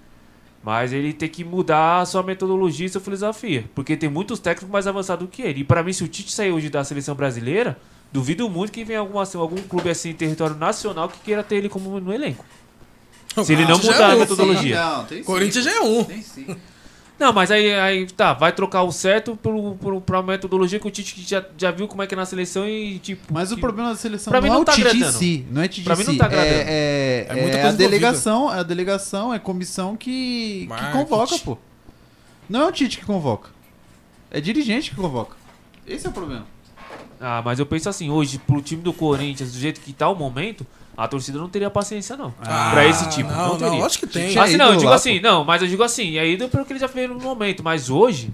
A: Mas ele tem que mudar a sua metodologia e sua filosofia. Porque tem muitos técnicos mais avançados do que ele. E pra mim, se o Tite sair hoje da seleção brasileira, duvido muito que venha alguma, algum clube assim, em território nacional, que queira ter ele como no elenco. Se ele não
C: Corinthians já
A: mudar
C: é
A: a
C: um.
A: metodologia.
C: Não, tem sim. Corinthians já é um. Tem
D: sim.
A: Não, mas aí, aí tá, vai trocar o certo pro, pro, pra metodologia que o Tite já, já viu como é que é na seleção e tipo.
D: Mas o problema da seleção
A: pra mim
D: não,
A: não
D: é o
A: tá
D: Tite em
A: agradando.
D: si, não é Tite
A: Pra
D: em
A: mim
D: si.
A: não tá agradando.
D: É, é,
A: É muita
D: é
A: coisa
D: a
A: envolvida.
D: delegação, é a delegação, é a comissão que, que
A: Marketing.
D: convoca, pô. Não é o Tite que convoca. É dirigente que convoca. Esse é o problema.
A: Ah, mas eu penso assim, hoje, pro time do Corinthians, do jeito que tá o momento, a torcida não teria paciência, não.
C: Ah,
A: pra esse tipo.
C: não,
A: Não,
C: não,
A: teria.
C: lógico que tem.
A: Assim,
C: É
A: não, eu
C: ídolo
A: digo
C: lá,
A: assim, não, mas eu digo assim, é ido pelo que ele já fez no momento. Mas hoje,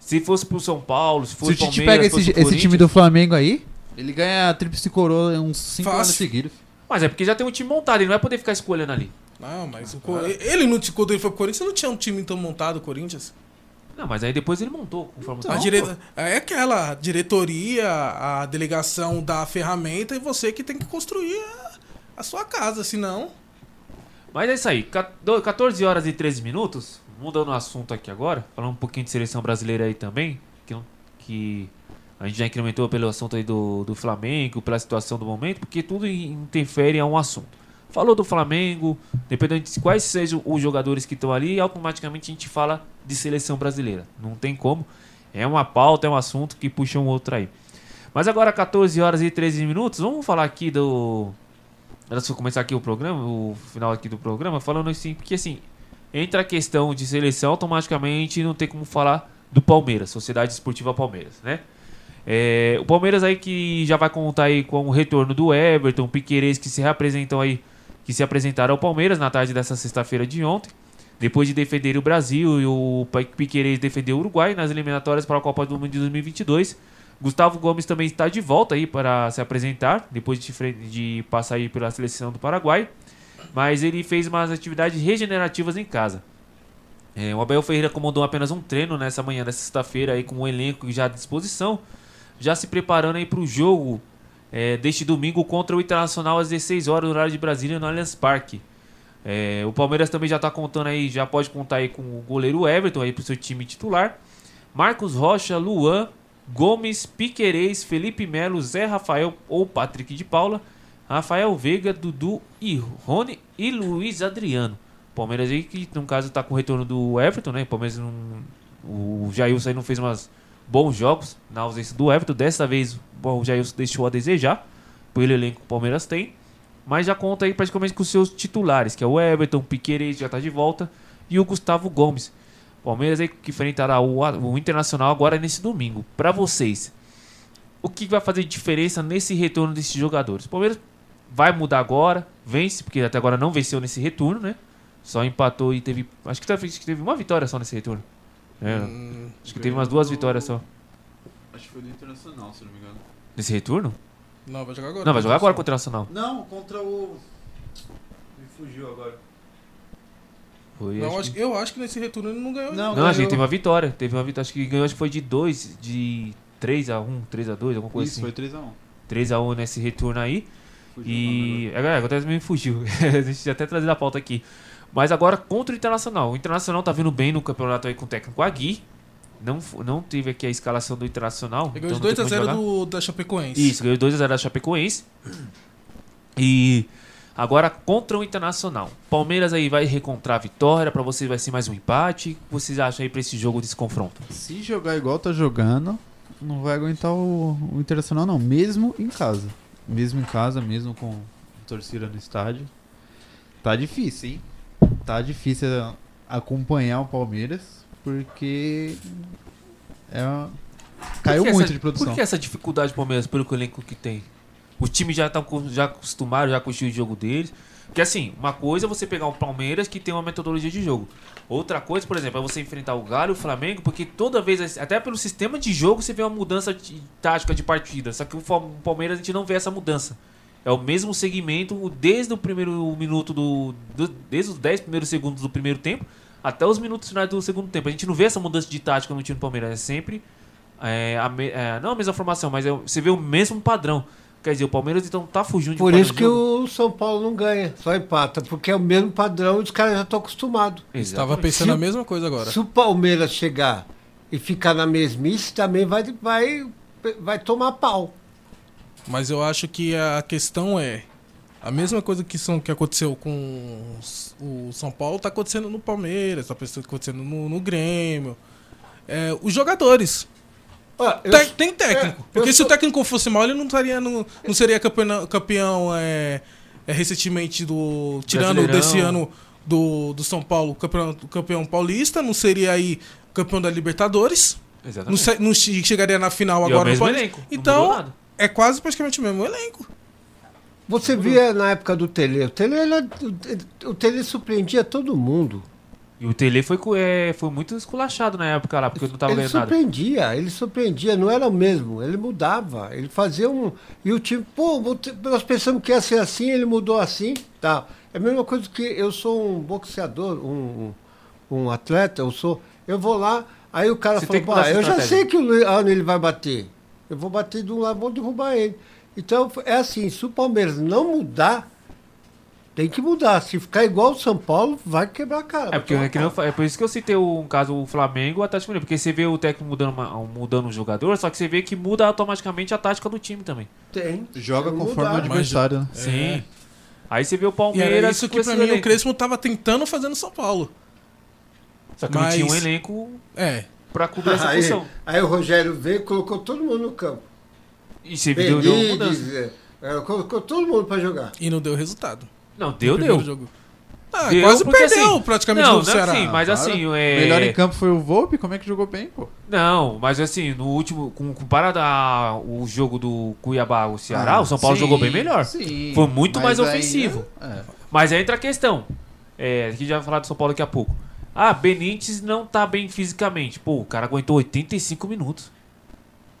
A: se fosse pro São Paulo, se
D: Se o
A: fosse pro
D: Tite
A: Palmeiras,
D: pega
A: se fosse
D: esse,
A: pro
D: esse time
A: Corinthians-
D: do Flamengo aí, ele ganha a tríplice coroa uns 5
A: Fácil.
D: anos seguidos.
A: Mas é porque já tem um time montado, ele não vai poder ficar escolhendo ali.
C: Não, mas o Cor... ele não, quando ele foi pro Corinthians, não tinha um time tão montado, o Corinthians.
A: Não, mas aí depois ele montou, conforme
C: a dire... É aquela diretoria, a delegação dá a ferramenta e você que tem que construir a, a sua casa, senão.
A: Mas é isso aí, 14 horas e 13 minutos, mudando o assunto aqui agora, falando um pouquinho de seleção brasileira aí também, que, não- que a gente já incrementou pelo assunto aí do, do Flamengo, pela situação do momento, porque tudo in- interfere a um assunto. Falou do Flamengo, dependendo de quais sejam os jogadores que estão ali, automaticamente a gente fala de seleção brasileira. Não tem como, é uma pauta, é um assunto que puxa um outro aí. Mas agora 14 horas e 13 minutos, vamos falar aqui do antes de começar aqui o programa, o final aqui do programa, falando assim, porque assim, entra a questão de seleção, automaticamente não tem como falar do Palmeiras, Sociedade Esportiva Palmeiras, né? É, o Palmeiras aí que já vai contar aí com o retorno do Everton, Piqueires que se reapresentam aí, que se apresentaram ao Palmeiras na tarde dessa sexta-feira de ontem, depois de defender o Brasil e o Pa- Piqueires defendeu o Uruguai nas eliminatórias para a Copa do Mundo de 2022. Gustavo Gomes também está de volta aí para se apresentar, depois de, fre- de passar aí pela seleção do Paraguai. Mas ele fez umas atividades regenerativas em casa. É, o Abel Ferreira comandou apenas um treino nessa manhã dessa sexta-feira aí com o elenco já à disposição, já se preparando aí para o jogo é, deste domingo contra o Internacional às 16 horas horário de Brasília no Allianz Parque. É, o Palmeiras também já está contando aí, já pode contar aí com o goleiro Everton aí para o seu time titular. Marcos Rocha, Luan, Gomes, Piquerez, Felipe Melo, Zé Rafael ou Patrick de Paula, Rafael Veiga, Dudu e Rony e Luiz Adriano. Palmeiras aí que no caso tá com o retorno do Everton, né? O Palmeiras não. O Jailson aí não fez umas bons jogos na ausência do Everton. Dessa vez bom, o Jailson deixou a desejar pelo elenco que o Palmeiras tem. Mas já conta aí praticamente com os seus titulares, que é o Everton, o Piqueires já tá de volta e o Gustavo Gomes. Palmeiras aí que enfrentará o, o Internacional agora nesse domingo. Pra vocês, o que vai fazer diferença nesse retorno desses jogadores? O Palmeiras vai mudar agora, vence, porque até agora não venceu nesse retorno, né? Só empatou e teve. Acho que teve, acho que teve uma vitória só nesse retorno. É,
C: hum,
A: acho que teve umas duas vitórias só.
D: Acho que foi do Internacional, se não me engano.
A: Nesse retorno?
C: Não, vai jogar agora.
A: Não, vai jogar agora contra o Nacional.
D: Não, contra o. Me fugiu agora.
A: Foi,
C: Não,
A: acho
C: acho-
A: que-
C: Eu acho que nesse retorno ele não ganhou.
D: Não,
A: Não, a gente teve uma vitória. Teve uma vitória. Acho que ganhou, acho que foi de 2, de 3 a 1 3 a 2 alguma coisa
D: Isso,
A: assim.
D: foi 3 a 1.
A: 3 a 1 nesse retorno aí. e. Agora, agora me fugiu. a gente tinha até trazido a pauta aqui. Mas agora contra o Internacional. O Internacional tá vindo bem no campeonato aí com o técnico Agui. Não, f- não teve aqui a escalação do Internacional.
C: Ele ganhou
A: então não
C: de
A: tem
C: 2x0
A: como jogar.
C: do, da Chapecoense.
A: Isso, ganhou 2x0 da Chapecoense. E agora contra o Internacional. Palmeiras aí vai recontrar a vitória. Pra vocês vai ser mais um empate. O que vocês acham aí pra esse jogo desse confronto?
D: Se jogar igual tá jogando, não vai aguentar o, o Internacional, não. Mesmo em casa. Mesmo em casa, mesmo com torcida no estádio. Tá difícil, hein? Tá difícil a- acompanhar o Palmeiras, porque. É, uma- caiu
A: Por que
D: muito
A: essa-
D: de produção.
A: Por que essa dificuldade do Palmeiras, pelo que o elenco que tem? O time já tá acos- já acostumado, já com o estilo de jogo deles. Porque assim, uma coisa é você pegar o Palmeiras que tem uma metodologia de jogo. Outra coisa, por exemplo, é você enfrentar o Galo e o Flamengo, porque toda vez, assim, até pelo sistema de jogo, você vê uma mudança de- tática de partida. Só que o Fa- o Palmeiras a gente não vê essa mudança. É o mesmo segmento desde o primeiro minuto do. do- desde os 10 primeiros segundos do primeiro tempo até os minutos finais do segundo tempo. A gente não vê essa mudança de tática no time do Palmeiras. É sempre é, a me- é, não a mesma formação, mas é o- você vê o mesmo padrão. Quer dizer, o Palmeiras então tá fugindo
B: Por
A: de
B: isso que o São Paulo não ganha, só empata, porque é o mesmo padrão e os caras já estão acostumados.
C: Estava pensando
B: Se-
C: a mesma coisa agora.
B: Se o Palmeiras chegar e ficar na mesmice, também vai, vai, vai tomar pau.
C: Mas eu acho que a questão é a mesma coisa que, são, que aconteceu com os- o São Paulo tá acontecendo no Palmeiras, tá acontecendo no, no Grêmio. É, os jogadores. Tec- tem técnico. porque se o técnico fosse mal, ele não, estaria no- não seria campeão, campeão é, é, recentemente do. Tirando
A: Brasileirão.
C: desse ano do, do São Paulo, campeão, campeão paulista, não seria aí campeão da Libertadores.
A: Exatamente.
C: Não, se- não che- chegaria na final
A: E é o
C: agora no
A: mesmo
C: Paulista.
A: elenco, não mudou
C: Então,
A: nada.
C: é quase praticamente o mesmo elenco.
B: Você via na época do Tele, o Tele, era- o Tele surpreendia todo mundo.
A: E o Tele foi, co- é, foi muito esculachado na época lá, porque não tava
B: ele
A: ganhando nada.
B: surpreendia, ele surpreendia, não era o mesmo, ele mudava, ele fazia um. E o time, pô, vou ter- nós pensamos que ia ser assim, ele mudou assim, tá. É a mesma coisa que eu sou um boxeador, um, um um atleta, eu sou. Eu vou lá, aí o cara
A: Você tem
B: falou,
A: que
B: "Pô,
A: mudar essa
B: eu já
A: estratégia."
B: sei que o Lu- ano ele vai bater. Eu vou bater de um lado, vou derrubar ele. Então é assim, se o Palmeiras não mudar, tem que mudar. Se ficar igual o São Paulo, vai quebrar a cara.
A: É, porque
C: né?
A: é que nem eu fa- é por isso que eu citei o- um caso o Flamengo e o Atlético Mineiro. Porque você vê o técnico mudando, uma- mudando um jogador, só que você vê que muda automaticamente a tática do time também.
B: Tem.
D: Joga conforme o adversário, né?
A: Sim.
C: É.
A: Aí você vê o
C: E
A: Palmeiras.
C: era isso
A: com
C: que pra
A: esse
C: mim o
A: elenco.
C: Crespo tava tentando fazer no São Paulo.
A: Só que não tinha um elenco
C: é.
A: pra cobrir essa
B: aí,
A: função.
B: Aí o Rogério veio e colocou todo mundo no campo.
A: E você viu, deu uma mudança.
B: é, é, colocou todo mundo pra jogar.
C: E não deu resultado.
A: Não, deu,
C: primeiro
A: deu.
C: jogo. Ah,
A: Deu,
C: quase
A: porque
C: perdeu
A: assim-
C: praticamente
A: não,
C: no
A: não
C: Ceará.
A: Sim, mas
D: Claro.
A: assim, é...
D: Melhor em campo foi o Volpe, como é que jogou bem, pô?
A: Não, mas assim, no último, com, comparado a- o jogo do Cuiabá o Ceará,
D: Ah,
A: o São Paulo
D: sim,
A: jogou bem melhor.
D: sim.
A: Foi muito
D: Mas
A: mais
D: aí,
A: ofensivo.
D: é.
A: Mas aí entra a questão. É, que já vai falar do São Paulo daqui a pouco. Ah, Benítez não tá bem fisicamente. Pô, o cara aguentou 85 minutos.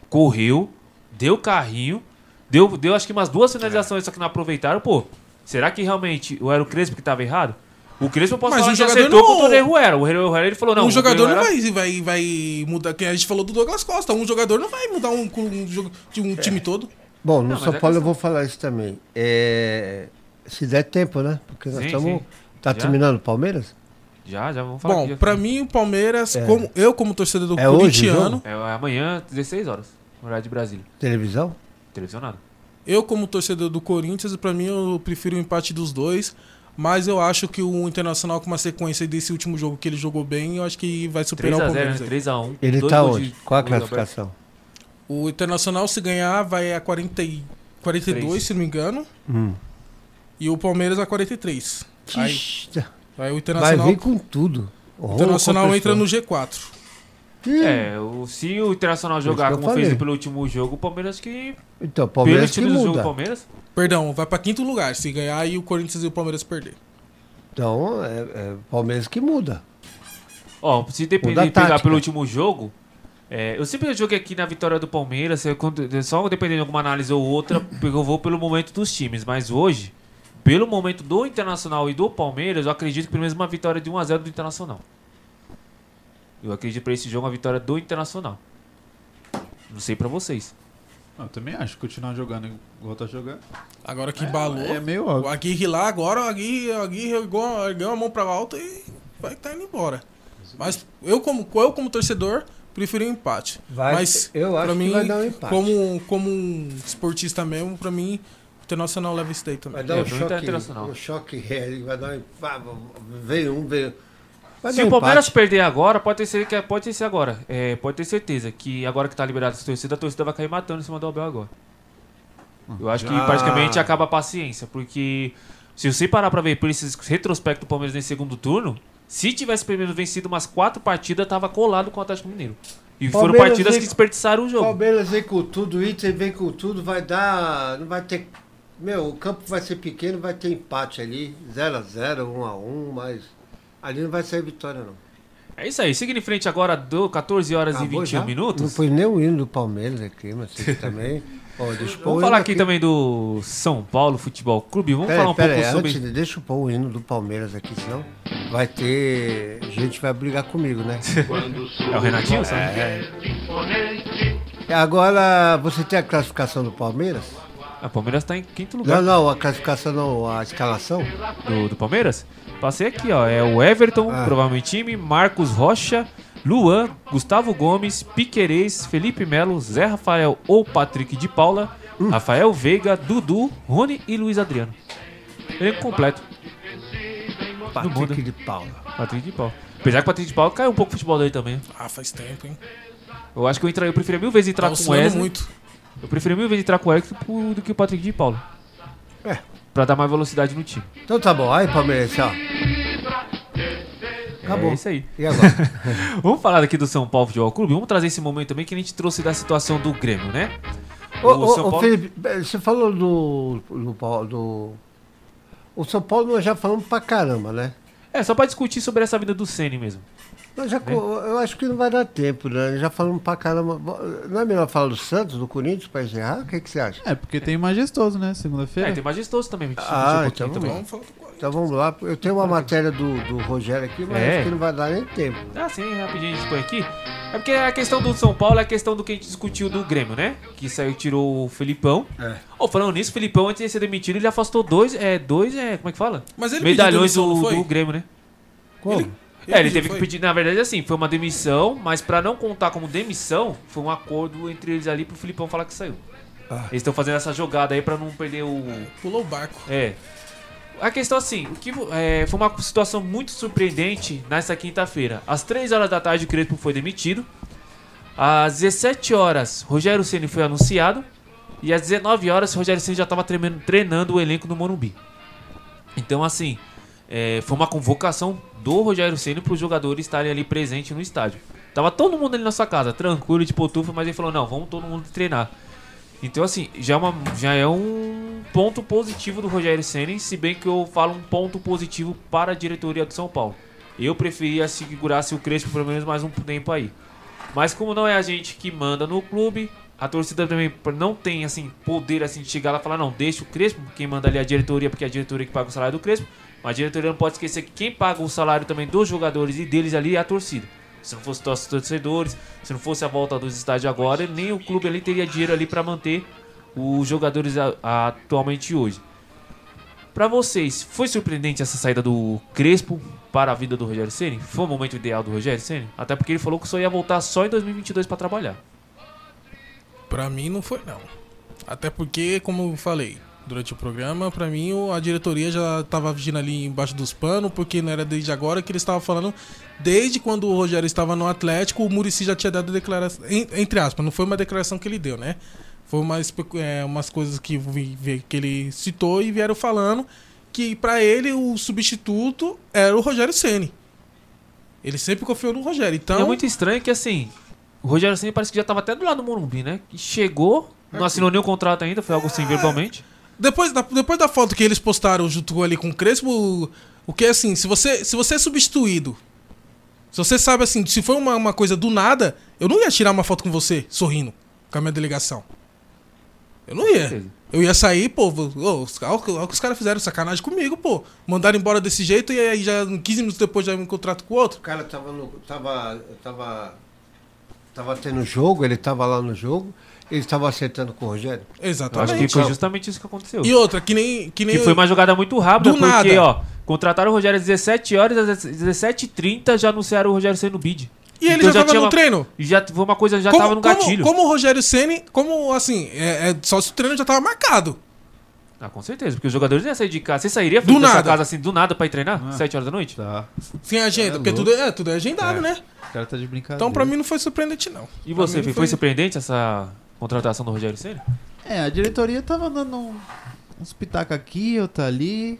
A: Correu, deu carrinho, deu, deu acho que umas duas finalizações, só que não aproveitaram. Pô, será que realmente ou era o Crespo que tava errado? O Crespo eu posso
C: Mas
A: falar
C: o
A: que
C: jogador
A: acertou
C: não-
A: contra o Orejuela. O Orejuela ele falou, não,
C: um
A: o
C: jogador não
A: Orejuela-
C: vai, vai, vai mudar. Que a gente falou do Douglas Costa. Um jogador não vai mudar um, um, jogo- de
B: É.
C: um time todo.
B: Bom, no
C: Não, mas
B: São
C: é
B: Paulo eu vou falar isso também. É, se der tempo, né? Porque nós
A: Sim,
B: estamos.
A: sim.
B: Tá
A: Já?
B: terminando o Palmeiras?
A: Já, já vamos falar aqui, assim.
C: Bom,
A: já.
C: pra mim o Palmeiras,
A: É.
C: como, eu como torcedor do
B: É hoje o
C: corintiano,
A: É amanhã, 16 horas, horário de Brasília.
B: Televisão?
A: Televisionado.
C: eu como torcedor do Corinthians, pra mim eu prefiro o empate dos dois. Mas eu acho que o Internacional, com uma sequência desse último jogo que ele jogou bem, eu acho que vai superar
A: 3 a
C: o
A: 0,
C: Palmeiras.
A: né?
C: aí.
A: 3 a 1.
B: Ele
A: Dois
B: tá
A: gols
B: onde?
A: de
B: Qual a
A: Luiz Alberto.
B: classificação?
C: O Internacional, se ganhar, vai a 40 e- 42,
B: Três.
C: se não me engano.
B: Hum.
C: E o Palmeiras a 43. Aí,
B: Ixi,
C: aí o
B: Vai
C: Internacional,
B: vir com tudo.
C: o
B: Rolo
C: Internacional
B: compressor.
C: entra no G4.
A: É, o, se o Internacional
B: Por É isso
A: jogar
B: que eu
A: como fez
B: falei.
A: pelo último jogo, o Palmeiras que.
B: Então, Palmeiras que
A: pelo estilo do jogo
B: muda.
A: do Palmeiras.
C: Perdão, vai pra quinto lugar se ganhar e o Corinthians e o Palmeiras perder.
B: Então, é, é Palmeiras que muda.
A: Ó, se
B: Muda
A: depender
B: a
A: de pegar
B: tática.
A: pelo último jogo. é, eu sempre joguei aqui na vitória do Palmeiras, eu conto- só dependendo de alguma análise ou outra, porque eu vou pelo momento dos times. Mas hoje, pelo momento do Internacional e do Palmeiras, eu acredito que pelo menos uma vitória de 1x0 do Internacional. Eu acredito pra esse jogo uma vitória do Internacional. Não sei pra vocês.
D: Não, eu também acho, que continuar jogando igual tá jogando.
C: Agora que balou.
D: É meio
C: O
D: óbvio.
C: Aguirre lá agora, o Aguirre, o Aguirre ergou- ergueu a mão pra alta e vai estar indo embora. Mas eu como, eu como torcedor, prefiro um empate.
B: Vai-
C: Mas
B: eu acho
C: pra
B: que
C: mim,
B: vai dar um empate.
C: Como, como um esportista mesmo, pra mim, o Internacional leva esse daí também.
B: Vai
A: É,
B: dar um choque. Um choque ele vai dar um. pá, Veio um, veio. Vai
A: Se
B: dar
A: o
B: um
A: Palmeiras
B: empate.
A: perder agora, pode ter, certeza, pode ter certeza agora. É, pode ter certeza que agora que tá liberada a torcida, a torcida vai cair matando em cima do Abel agora. Eu acho que
B: Ah.
A: praticamente acaba a paciência, porque se você parar pra ver por esses retrospecto do Palmeiras nesse segundo turno, se tivesse pelo menos vencido umas quatro partidas, tava colado com o Atlético Mineiro. E foram
B: Palmeiras
A: partidas
B: vem-
A: que desperdiçaram o jogo.
B: Palmeiras vem com tudo, o Inter vem com tudo, vai dar. Não vai ter. Meu, o campo vai ser pequeno, vai ter empate ali, 0x0, 1x1, mas ali não vai sair vitória, não.
A: É isso aí, siga em frente agora, do 14 horas
B: Acabou
A: e 21
B: já?
A: minutos.
B: Não foi nem o hino do Palmeiras aqui, mas você também. Ó, deixa eu pôr o
A: Vamos
B: hino
A: falar aqui também do São Paulo Futebol Clube. Vamos
B: Pera
A: falar um
B: aí, pera
A: pouco
B: aí,
A: sobre.
B: antes, deixa eu pôr o hino do Palmeiras aqui, senão vai ter. Gente vai brigar comigo, né?
A: É o Renatinho, sabe?
B: É. Agora, você tem a classificação do Palmeiras?
A: A Palmeiras tá em quinto lugar.
B: Não, não, a classificação não, a escalação.
A: do, do Palmeiras. Passei aqui, ó. É o Everton,
C: Ah.
A: provavelmente time, Marcos Rocha, Luan, Gustavo Gomes, Piquerez, Felipe Melo, Zé Rafael ou Patrick de Paula,
C: Hum.
A: Rafael Veiga, Dudu, Rony e Luiz Adriano. Elenco completo.
B: Patrick de Paula.
A: Patrick de Paula. Apesar que o Patrick de Paula caiu um pouco o futebol dele também.
C: Ah, faz tempo, hein?
A: Eu acho que eu, entra, eu preferia mil vezes entrar
C: Tá
A: com o
C: oscilando
A: Wesley.
C: muito.
A: Eu preferia mil vezes entrar com o Eric do que o Patrick de Paula.
B: É.
A: Pra dar mais velocidade no time.
B: Então tá bom, aí Palmeirense, ó. Acabou.
A: É isso aí.
B: E agora?
A: Vamos falar aqui do São Paulo Futebol Clube. Vamos trazer esse momento também que a gente trouxe da situação do Grêmio, né?
B: Ô, ô, ô, Felipe, eh, você falou do, do, Pau- do. O São Paulo nós já falamos pra caramba, né?
A: É, só pra discutir sobre essa vida do Ceni mesmo.
B: Nós já, co- Eu acho que não vai dar tempo, né? Já falamos pra caramba. Bo- Não é melhor falar do Santos, do Corinthians, pra encerrar? O que, que você acha?
D: É, porque tem majestoso, né? Segunda-feira.
A: É, tem majestoso também. gente
B: Ah,
A: discutir
B: então
A: um pouquinho
B: vamos,
A: também.
B: então vamos lá. Eu tenho uma matéria do, do Rogério aqui, mas
A: É.
B: acho que não vai dar nem tempo.
A: Ah, sim, rapidinho a gente põe aqui. É porque a questão do São Paulo é a questão do que a gente discutiu do Grêmio, né? Que saiu e tirou o Felipão.
B: É.
A: Ô, falando nisso, o Felipão, antes de ser demitido, ele afastou dois, é, dois, é, como é que fala?
C: Mas ele pediu
A: Medalhões
C: demissão, não
A: do,
C: foi?
A: do Grêmio, né?
B: Como?
A: É, ele
C: pediu,
A: teve que
C: foi?
A: pedir, na verdade, assim, foi uma demissão, mas pra não contar como demissão, foi um acordo entre eles ali pro Filipão falar que saiu.
B: Ah.
A: Eles estão fazendo essa jogada aí pra não perder o.
C: Pulou o barco.
A: É. A questão assim, o que vo- é, foi uma situação muito surpreendente nessa quinta-feira. Às 3 horas da tarde o Crespo foi demitido. Às 17 horas, Rogério Ceni foi anunciado. E às 19 horas, Rogério Ceni já estava treinando o elenco no Morumbi. Então, assim, é, foi uma convocação do Rogério Ceni para os jogadores estarem ali presentes no estádio. Tava todo mundo ali na sua casa, tranquilo, de potufa, mas ele falou, não, vamos todo mundo treinar. Então, assim, já é, uma- já é um ponto positivo do Rogério Ceni, se bem que eu falo um ponto positivo para a diretoria do São Paulo. Eu preferia se segurasse o Crespo pelo menos mais um tempo aí. Mas como não é a gente que manda no clube, a torcida também não tem assim poder assim de chegar lá e falar não, deixa o Crespo, quem manda ali é a diretoria, porque é a diretoria que paga o salário do Crespo. Mas a diretoria não pode esquecer que quem paga o salário também dos jogadores e deles ali é a torcida. Se não fosse os torcedores, se não fosse a volta dos estádios agora, nem o clube ali teria dinheiro ali para manter os jogadores a- a- atualmente hoje. Pra vocês, foi surpreendente essa saída do Crespo para a vida do Rogério Ceni? Foi o momento ideal do Rogério Ceni? Até porque ele falou que só ia voltar só em 2022 pra trabalhar. é
C: Pra mim não foi não. Até porque, como eu falei durante o programa, pra mim o- a diretoria já tava agindo ali embaixo dos panos, porque não era desde agora que eles estavam falando. Desde quando o Rogério estava no Atlético, o Murici já tinha dado declaração. en- Entre aspas, não foi uma declaração que ele deu, né? Foi uma especu- é, umas coisas que, vi- vi- que ele citou e vieram falando que pra ele o substituto era o Rogério Ceni. Ele sempre confiou no Rogério. Então
A: E é muito estranho que, assim, o Rogério Ceni parece que já tava até do lado do Morumbi, né? Que chegou, não assinou nenhum contrato ainda, foi algo assim
C: Ah,
A: verbalmente.
C: Depois da, depois da foto que eles postaram junto ali com o Crespo, o- o que é assim, se você, se você é substituído, se você sabe assim, se foi uma, uma coisa do nada, eu não ia tirar uma foto com você sorrindo, com a minha delegação. Eu não ia. Eu ia sair, pô, vou- ô, os- olha o que olha o que os caras fizeram, sacanagem comigo, pô. Mandaram embora desse jeito e aí já 15 minutos depois já me contrato com o outro.
B: O cara tava no. tava. tava. tava tendo jogo, ele tava lá no jogo, ele tava acertando com o Rogério.
A: Eu
C: é
A: acho que foi
B: Então,
A: justamente isso que aconteceu.
B: E outra, que nem- que nem-
A: foi uma jogada muito rápida,
B: Do
A: porque,
B: nada.
A: ó, contrataram o Rogério às 17 horas, às 17h30 já anunciaram o Rogério Ceni no bid. Então
C: E ele já tava
A: tinha
C: no
A: uma-
C: treino?
A: Já t- foi uma coisa, já tava no gatilho.
C: Como, o Rogério Ceni, como assim, é, é, só se o treino já tava marcado.
A: Ah, com certeza, porque os jogadores iam sair de casa. Você sairia Felipe, da sua
C: nada.
A: casa assim do nada pra ir
D: É.
A: treinar? 7 horas da noite?
D: Tá.
C: Sem agenda, porque
A: louco.
C: tudo é, tudo é agendado, né?
D: O cara tá de brincadeira.
C: Então pra mim não foi surpreendente, não.
A: E
C: Pra
A: você,
C: mim
A: Fê,
C: não
A: foi... surpreendente essa contratação do Rogério Ceni?
D: É, a diretoria tava dando um- uns pitacos aqui, outro ali.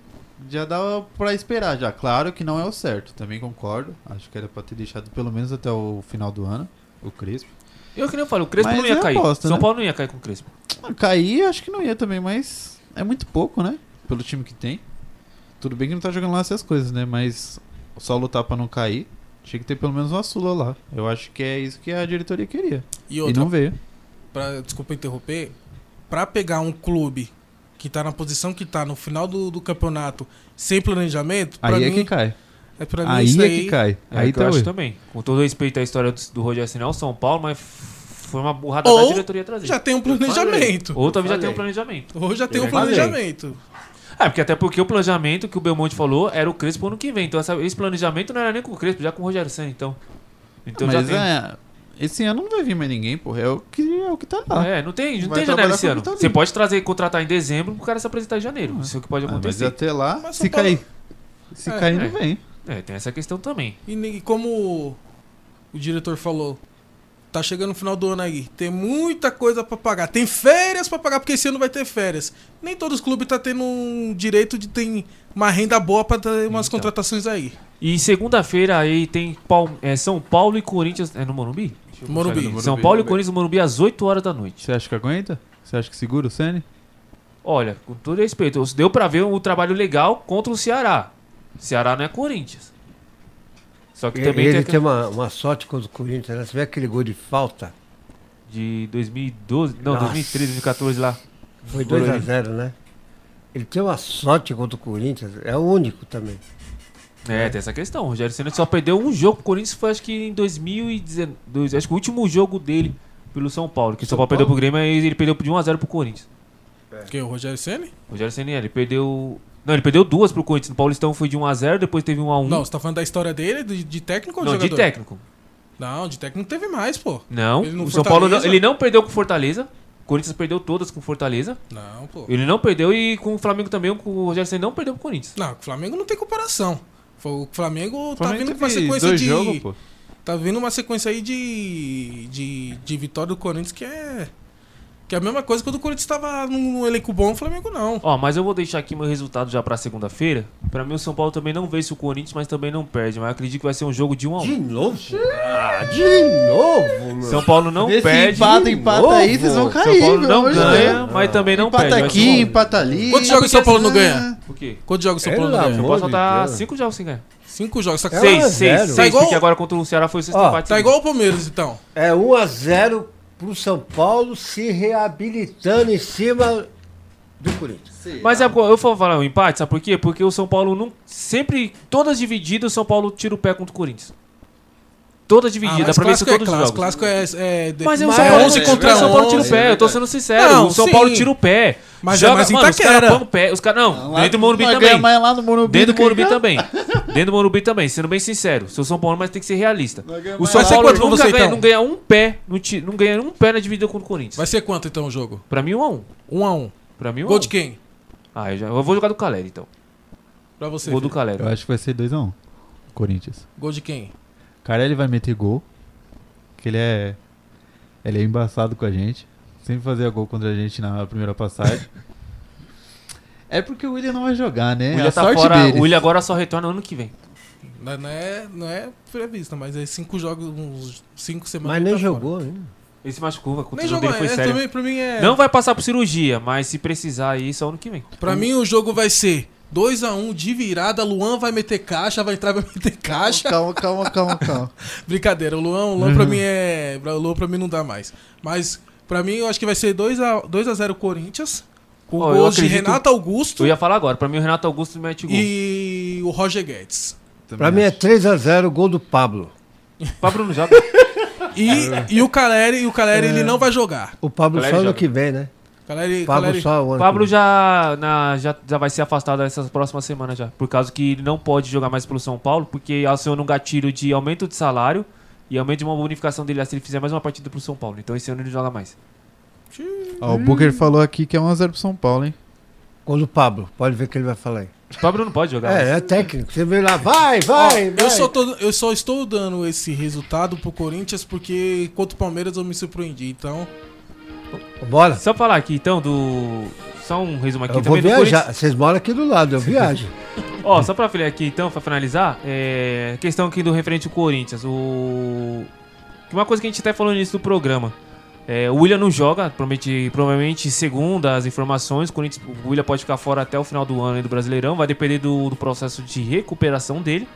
D: Já dava pra esperar, já. Claro que não é o certo, também concordo. Acho que era pra ter deixado pelo menos até o final do ano, o Crespo.
A: Eu que nem eu falo, o Crespo
D: Mas
A: não ia
D: é
A: cair.
D: aposta,
A: São
D: né?
A: Paulo não ia cair com o Crespo.
D: Ah, Cair, acho que não ia também, mas é muito pouco, né? Pelo time que tem. Tudo bem que não tá jogando lá essas coisas, né? Mas só lutar pra não cair. Tinha que ter pelo menos uma Sula lá. Eu acho que é isso que a diretoria queria.
C: E outra-
D: não veio.
C: pra, desculpa interromper, pra pegar um clube que tá na posição que tá no final do, do campeonato sem planejamento, pra
D: Aí é
C: mim-
D: que cai.
C: É pra mim
D: Aí
C: isso
D: é
C: aí-
D: que cai.
A: É,
D: Aí
A: que eu
D: tá
A: acho
D: oito.
A: também. Com todo respeito à história do, do Rogério Ceni, é o São Paulo, mas f- foi uma burrada da
C: Ou
A: diretoria trazer.
C: já tem um planejamento.
A: Ou talvez já
C: Falei.
A: tenha um planejamento.
C: Ou já tem um
A: Eu falei.
C: planejamento.
A: É, porque até porque o planejamento que o Belmonte falou era o Crespo ano que vem. Então essa- esse planejamento não era nem com o Crespo, já com o Rogério Senna, então. Então já
D: Mas
A: tem.
D: é, esse ano não vai vir mais ninguém, porra. É o que, é o que tá lá.
A: É, não tem, não
D: Vai
A: tem janela
D: trabalhar
A: esse
D: com o
A: ano.
D: que tá ali.
A: Você pode trazer e contratar em dezembro pro cara se apresentar em janeiro. Isso é o que pode
D: Ah, mas
A: acontecer.
D: até lá, Mas se São Paulo- cair. Se cair, não
A: é.
D: vem.
A: É, tem essa questão também.
C: E nem- como o diretor falou, tá chegando o final do ano aí, tem muita coisa pra pagar. Tem férias pra pagar, porque esse ano vai ter férias. Nem todos os clubes tá tendo um direito de ter uma renda boa pra ter umas
A: Então.
C: contratações aí.
A: E segunda-feira aí tem Pal- é, São Paulo e Corinthians. É no Morumbi? Deixa eu
C: Morumbi.
A: confere no São Paulo e Corinthians no Morumbi às 8 horas da noite.
D: Você acha que aguenta? Você acha que segura o Sene?
A: Olha, com todo respeito, deu pra ver um trabalho legal contra o Ceará. Ceará não é Corinthians. Só que
B: E-
A: também
B: ele
A: tem,
B: tem, uma, uma sorte contra o Corinthians. né? Você vê aquele gol de falta?
A: De 2012, não,
B: Nossa.
A: 2013, 2014 lá.
B: Foi 2x0, né? Ele tem uma sorte contra o Corinthians. É o único também.
A: É, tem essa questão. O Rogério Senna só perdeu um jogo pro Corinthians, foi acho que em 2019. Acho que o último jogo dele pelo São Paulo. Que o São Paulo perdeu pro Grêmio e ele perdeu de 1x0 pro Corinthians.
C: Quem? O Rogério Ceni?
A: O Rogério Senna, ele perdeu. Não, ele perdeu duas pro Corinthians. No Paulistão foi de 1x0, depois teve 1x1.
C: Não, você tá falando da história dele, de, de técnico ou de
A: Uhum. Não, de
C: jogador?
A: técnico.
C: Não, de técnico teve mais, pô.
A: Não,
C: Ele no
A: o São Paulo não,
C: Fortaleza-
A: ele não perdeu com o Fortaleza. O Corinthians perdeu todas com o Fortaleza.
C: Não, pô.
A: Ele não perdeu e com o Flamengo também, o Rogério Senna não perdeu pro Corinthians.
C: Não, o Flamengo não tem comparação. Foi- O Flamengo, tá
A: Flamengo
C: vindo com uma
A: teve
C: sequência
A: dois
C: de.
A: jogos, pô.
C: Tá vindo uma sequência aí de, de. de vitória do Corinthians que é. Que é a mesma coisa quando o Corinthians tava num elenco bom, o Flamengo não.
A: Ó, mas eu vou deixar aqui meu resultado já pra segunda-feira. Pra mim, o São Paulo também não vence o Corinthians, mas também não perde. Mas eu acredito que vai ser um jogo de 1 a 1 De
B: novo? Ah, de novo, meu.
A: São Paulo não
D: Esse
A: perde.
D: empata, empata
A: De
D: aí,
A: novo.
D: vocês vão
A: São
D: cair,
A: Paulo
D: pelo
A: não
D: amor de
A: ganha,
D: Deus.
A: mas também não
D: Empata
A: perde. Vai ser
D: aqui,
A: um-
D: empata ali.
C: Quantos jogos o São Paulo não ganha?
A: Por quê?
C: Quantos jogos o São Paulo não
A: Pelo
C: ganha?
A: amor São Paulo tá de Deus. cinco jogos sem ganhar.
C: Cinco jogos, só que-
A: Seis, seis, seis, porque agora contra o Ceará foi o sexto
B: Ó,
A: empate.
B: tá
C: igual o Palmeiras, então.
B: É 1x0 pro São Paulo se reabilitando em cima do Corinthians.
A: Mas é, eu vou falar um empate, sabe por quê? Porque o São Paulo não, sempre, todas divididas, o São Paulo tira o pé contra o Corinthians. Todas
C: Ah,
A: divididas,
C: mas
A: dá pra ver isso
C: clássico é
A: todos os
C: clássico.
A: jogos.
C: Clássico é. é de-
A: Mas é o
C: mais
A: São Paulo,
C: 11
A: é,
C: contra
A: o São Paulo tira o
C: 11.
A: pé, eu tô sendo sincero.
C: Não,
A: o São
C: sim.
A: Paulo tira o pé.
C: Mas
A: joga,
C: é mais em
A: mano, os caras
C: Itaquera.
A: põem o pé. Os caras, não,
D: lá-
A: dentro do Morumbi
D: nós
A: também.
D: ganha é mais lá no Morumbi
A: dentro
D: é?
A: do
D: do que
A: Morumbi
D: cá.
A: também. dentro do Morumbi também, sendo bem sincero. Sou São Paulo, mas tem que ser realista. O
C: mais
A: São
C: lá. Vai ser
A: Paulo
C: quanto pra
A: nunca
C: você,
A: ganha,
C: então?
A: não ganha um pé, não, ti- não ganha um pé na dividida contra o Corinthians.
C: Vai ser quanto então o jogo?
A: Pra mim, um a um.
C: Um a um.
A: Pra mim, um
C: Gol
A: a um.
C: de quem?
A: Ah, eu, já- eu vou jogar do Caleri, então.
C: Pra você.
A: Gol do
C: Felipe.
A: Caleri.
D: Eu acho que vai ser 2x1. Corinthians.
C: Gol de quem?
D: Cara, ele vai meter gol. Que ele é. Ele é embaçado com a gente. Sempre fazia gol contra a gente na primeira passagem. é porque o William não vai jogar,
A: O
D: né? É
A: William
D: a
A: tá
D: sorte
A: fora,
D: deles.
A: o William agora só retorna ano que vem.
C: Não não é, não é previsto, mas é cinco jogos, uns cinco semanas.
B: Mas nem
C: tá fora.
B: jogou ainda.
A: Ele se machucou, a
C: Nem
A: contusão
C: jogou,
A: dele foi
C: é,
A: séria.
C: também pra mim é-
A: Não vai passar por cirurgia, mas se precisar aí, só ano que vem.
C: Pra mim o jogo vai ser 2x1 de virada, Luan vai meter caixa, vai entrar e vai meter caixa.
D: Calma, calma, calma, calma.
C: Brincadeira, o Luan, o Luan
A: Uhum.
C: pra mim é. O Luan pra mim não dá mais. Mas pra mim eu acho que vai ser 2x0 Corinthians. Com
A: Ó, eu
C: gols de
A: acredito-
C: Renato Augusto
A: Eu ia falar agora, pra mim o Renato Augusto mete gol.
C: e o Roger Guedes.
B: Pra mim é 3x0 o gol do Pablo.
A: Pablo não joga.
C: E,
A: É.
C: e o Caleri, e o Caleri ele não vai jogar.
B: O Pablo
A: Caleri
B: só ano
A: joga.
B: que vem, né?
C: Caleri,
B: Pablo
C: Caleri-
B: só o ano que
A: Pablo já, na- já, já vai ser afastado essas próximas semanas já. Por causa que ele não pode jogar mais pelo São Paulo, porque aciona um gatilho de aumento de salário e aumento de uma bonificação dele lá se ele fizer mais uma partida pro São Paulo. Então esse ano ele não joga mais.
D: Ó, o Booker falou aqui que é 1x0 pro São Paulo, hein?
B: Gol do Pablo. Pode ver o que ele vai falar aí.
A: Pablo não pode jogar.
B: É, é técnico. Você veio lá, vai,
C: Ó,
B: vai, vai.
C: Eu, só tô- eu só estou dando esse resultado pro Corinthians porque contra o Palmeiras eu me surpreendi. Então,
B: Bora.
A: Só falar aqui então do. Só um resumo aqui
B: Eu vou
A: também do
B: viajar. Vocês moram aqui do lado, eu viajo.
A: Ó, só pra falar aqui então, pra finalizar, é... questão aqui do referente ao Corinthians. O... que Uma coisa que a gente até falou no início do programa. É, o William não joga, promete, provavelmente, segundo as informações, o, Corinthians, o William pode ficar fora até o final do ano aí do Brasileirão, vai depender do, do processo de recuperação dele.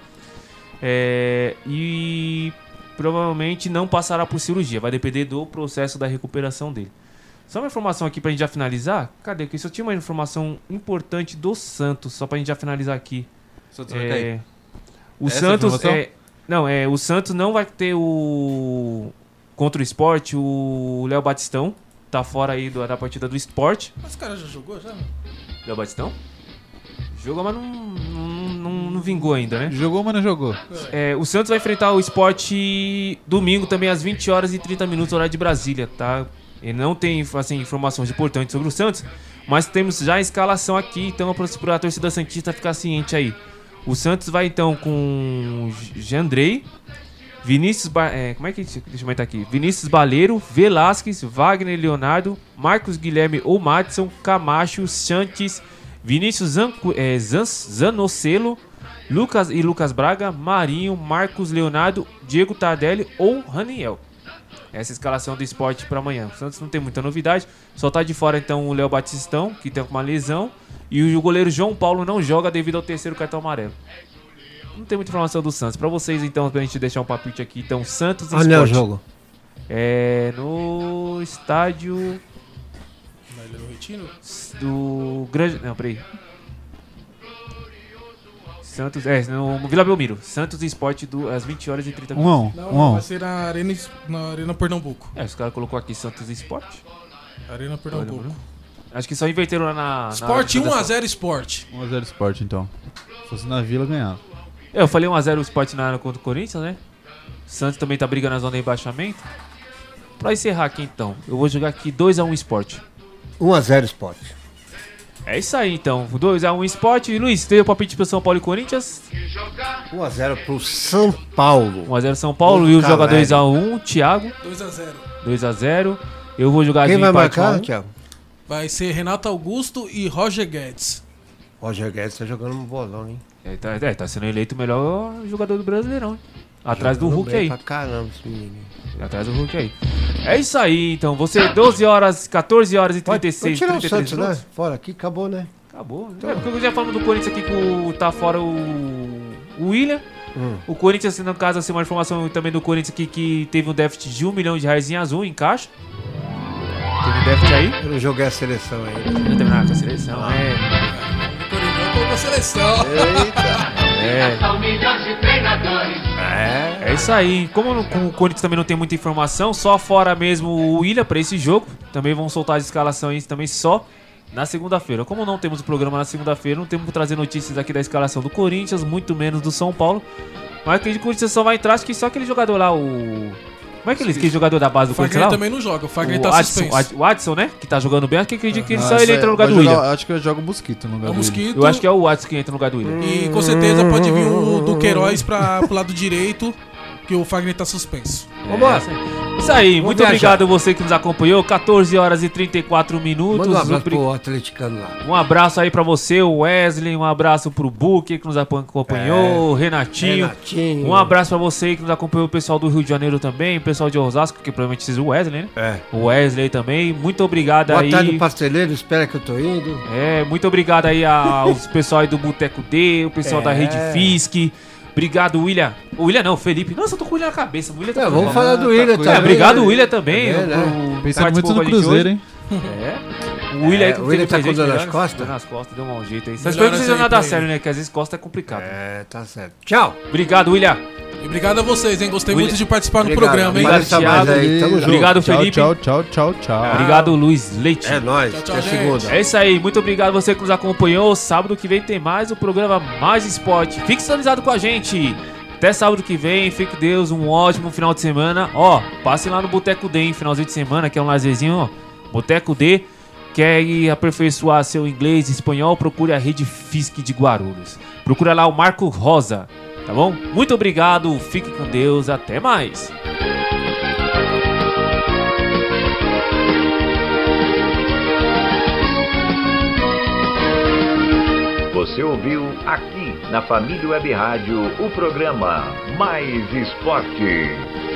A: É, e provavelmente não passará por cirurgia, vai depender do processo da recuperação dele. Só uma informação aqui pra gente já finalizar. Cadê? Que eu tinha uma informação importante do Santos, só pra gente já finalizar aqui. É,
O: Santos vai cair. É
A: O
O: Essa
A: Santos
O: informação?
A: é, não, é, o Santos não vai ter o contra o esporte, o Léo Batistão tá fora aí do- da partida do esporte.
C: Mas o cara já jogou, já?
A: Léo Batistão? Jogou, mas não, não, não- não vingou ainda, né?
D: Jogou, mas não jogou.
A: É, o Santos vai enfrentar o esporte domingo também às 20 horas e 30 minutos, horário de Brasília, tá? Ele não tem assim, informações importantes sobre o Santos, mas temos já a escalação aqui, então para a torcida Santista ficar ciente aí. O Santos vai então com Jandrei, Vinícius. Ba- é, como é que. Deixa eu aumentar aqui. Vinícius Baleiro, Velasquez, Wagner Leonardo, Marcos Guilherme ou Madison, Camacho, Sanches, Vinícius Zancu- é, Zan- Zanocelo, Lucas e Lucas Braga, Marinho, Marcos Leonardo, Diego Tardelli ou Raniel. Essa é a escalação do esporte para amanhã. O Santos não tem muita novidade, só tá de fora então o Léo Batistão, que tem uma lesão, e o goleiro João Paulo não joga devido ao terceiro cartão amarelo. Não tem muita informação do Santos. Pra vocês, então, pra gente deixar um palpite aqui, então, Santos e
B: Onde é o
A: Sport.
B: jogo?
A: É no estádio
C: Na Ilha do Retiro?
A: do Grande. Não, peraí. Santos. É, no Vila Belmiro. Santos e Sport do, às 20 horas e 30
D: Um a um,
A: minutos.
C: Não, não, vai ser na Arena, Es- na Arena Pernambuco.
A: É, os caras colocou aqui Santos e Sport.
C: Arena Pernambuco. um
A: Olha, Ah, Acho que só inverteram lá na. na
C: Sport
A: organização.
C: 1x0 Sport.
D: 1x0 Sport, então. Se fosse na Vila, ganhava.
A: É, Eu falei 1x0 o Sport na área contra o Corinthians, né? O Santos também tá brigando na zona de rebaixamento. Pra encerrar aqui então, eu vou jogar aqui 2x1 Sport.
B: 1x0 Sport.
A: É isso aí então, 2x1 Sport. E Luiz, teve o palpite pro São Paulo e Corinthians?
B: 1x0 pro São Paulo.
A: 1x0 São Paulo, Will joga
B: Caleri.
A: 2x1, Thiago
C: 2x0.
A: 2x0. Eu vou jogar
B: Quem
A: de
B: vai
A: empate
B: marcar,
A: um a um.
B: Thiago?
C: Vai ser Renato Augusto e Roger Guedes.
B: Roger Guedes tá jogando um bolão, hein?
A: É, tá, é, tá sendo eleito o melhor jogador do Brasileirão. hein? Atrás do
B: Jogando
A: Hulk
B: bem
A: aí.
B: Pra caramba, esse menino.
A: Atrás do Hulk aí. É isso aí, então. Você, 12 horas, 14 horas e 36,
B: Vamos tirar o
A: 33
B: Santos, né?
A: minutos.
B: Fora aqui, acabou, né?
A: Acabou. É, porque eu já falamos do Corinthians aqui que o- tá fora o, o William.
B: Hum.
A: O Corinthians, no caso, assim, uma informação também do Corinthians aqui que teve um déficit de 1 milhão de reais em azul em caixa. Teve um déficit aí.
B: Eu não joguei a seleção ainda.
A: Não terminar com a seleção,
B: Ah.
A: é.
C: Coringão com a seleção.
A: É.
P: São milhões de treinadores.
A: É isso aí. Como no- com o Corinthians também não tem muita informação, só fora mesmo o Willian pra esse jogo. Também vão soltar as escalações também só na segunda-feira. Como não temos o programa na segunda-feira, não temos que trazer notícias aqui da escalação do Corinthians, muito menos do São Paulo. Mas acredito que o Corinthians só vai entrar, acho que só aquele jogador lá, o. Como é que ele aquele jogador da base do
C: O Fagner
A: Corinthians lá?
C: também não joga, o Fagner tá
A: Adson,
C: suspenso.
A: Ad- O Adson, né? Que tá jogando bem, acho que acredito que ele só
D: Ah,
A: ele
D: isso
A: entra no
D: aí.
A: lugar do
D: Vai jogar-
A: Willian.
D: Acho que eu jogo o Mosquito no lugar
C: O
D: do
C: Mosquito.
A: Eu acho que é o Adson que entra no lugar do Willian.
C: E com certeza pode vir um do Queiroz pra, pro lado direito, que o Fagner tá suspenso.
A: Vambora. É Isso aí, muito
B: viajar.
A: obrigado você que nos acompanhou. 14 horas e 34 minutos.
B: Manda um abraço
A: Obri-
B: pro atleticano lá.
A: Um abraço aí pra você, o Wesley. Um abraço pro Booker que nos apo- acompanhou, o Renatinho.
B: É. Renatinho.
A: Um abraço pra você que nos acompanhou, o pessoal do Rio de Janeiro também, o pessoal de Osasco, que provavelmente seja o Wesley, né?
B: É.
A: O Wesley também. Muito obrigado
B: Boa
A: Tá aí.
B: tarde, pasteleiro. Espera que eu tô indo.
A: É, muito obrigado aí aos pessoal aí do Boteco D, o pessoal da
B: É.
A: Rede Fisk. Obrigado, William. O William não, Felipe. Nossa, eu tô com o William na cabeça. O William tá
B: É,
A: com-
B: vamos falar do William
A: É,
B: também.
A: obrigado,
B: né?
A: o William também.
B: Também,
D: Tá
B: né?
A: por-
D: Pensando
A: participou
D: muito no
A: com a gente hoje.
D: Cruzeiro, hein?
A: É. O William aí
B: É,
A: que
B: o William tá
A: fez a gente
B: com dor nas
A: melhor,
B: costas?
A: dor nas costas, deu um jeito aí. Mas
B: Melhoras
A: espero que seja
B: aí
A: nada
B: pra
A: sério,
B: ele.
A: né? Que às vezes costa é complicado.
B: É, tá certo. Tchau.
A: Obrigado, William.
C: E obrigado a vocês, hein? Gostei
A: William.
C: muito de participar no
A: Obrigado.
C: programa, hein?
A: Obrigado, Thiago. Obrigado,
D: Tchau,
A: Felipe.
D: Tchau, tchau, tchau, tchau.
A: Obrigado, Luiz Leite.
B: Ah. É nóis.
C: tchau,
B: até
C: gente.
B: segunda.
A: É isso aí, muito obrigado você que nos acompanhou. Sábado que vem tem mais o programa Mais Esporte. Fique sintonizado com a gente. Até sábado que vem, fique com Deus, um ótimo final de semana. Ó, passe lá no Boteco D, hein? Finalzinho de semana, que é um lazerzinho, ó. Boteco D. Quer ir aperfeiçoar seu inglês e espanhol? Procure a Rede Fisk de Guarulhos. Procura lá o Marco Rosa, tá bom? Muito obrigado, fique com Deus, até mais.
M: Você ouviu aqui na Família Web Rádio o programa Mais Esporte.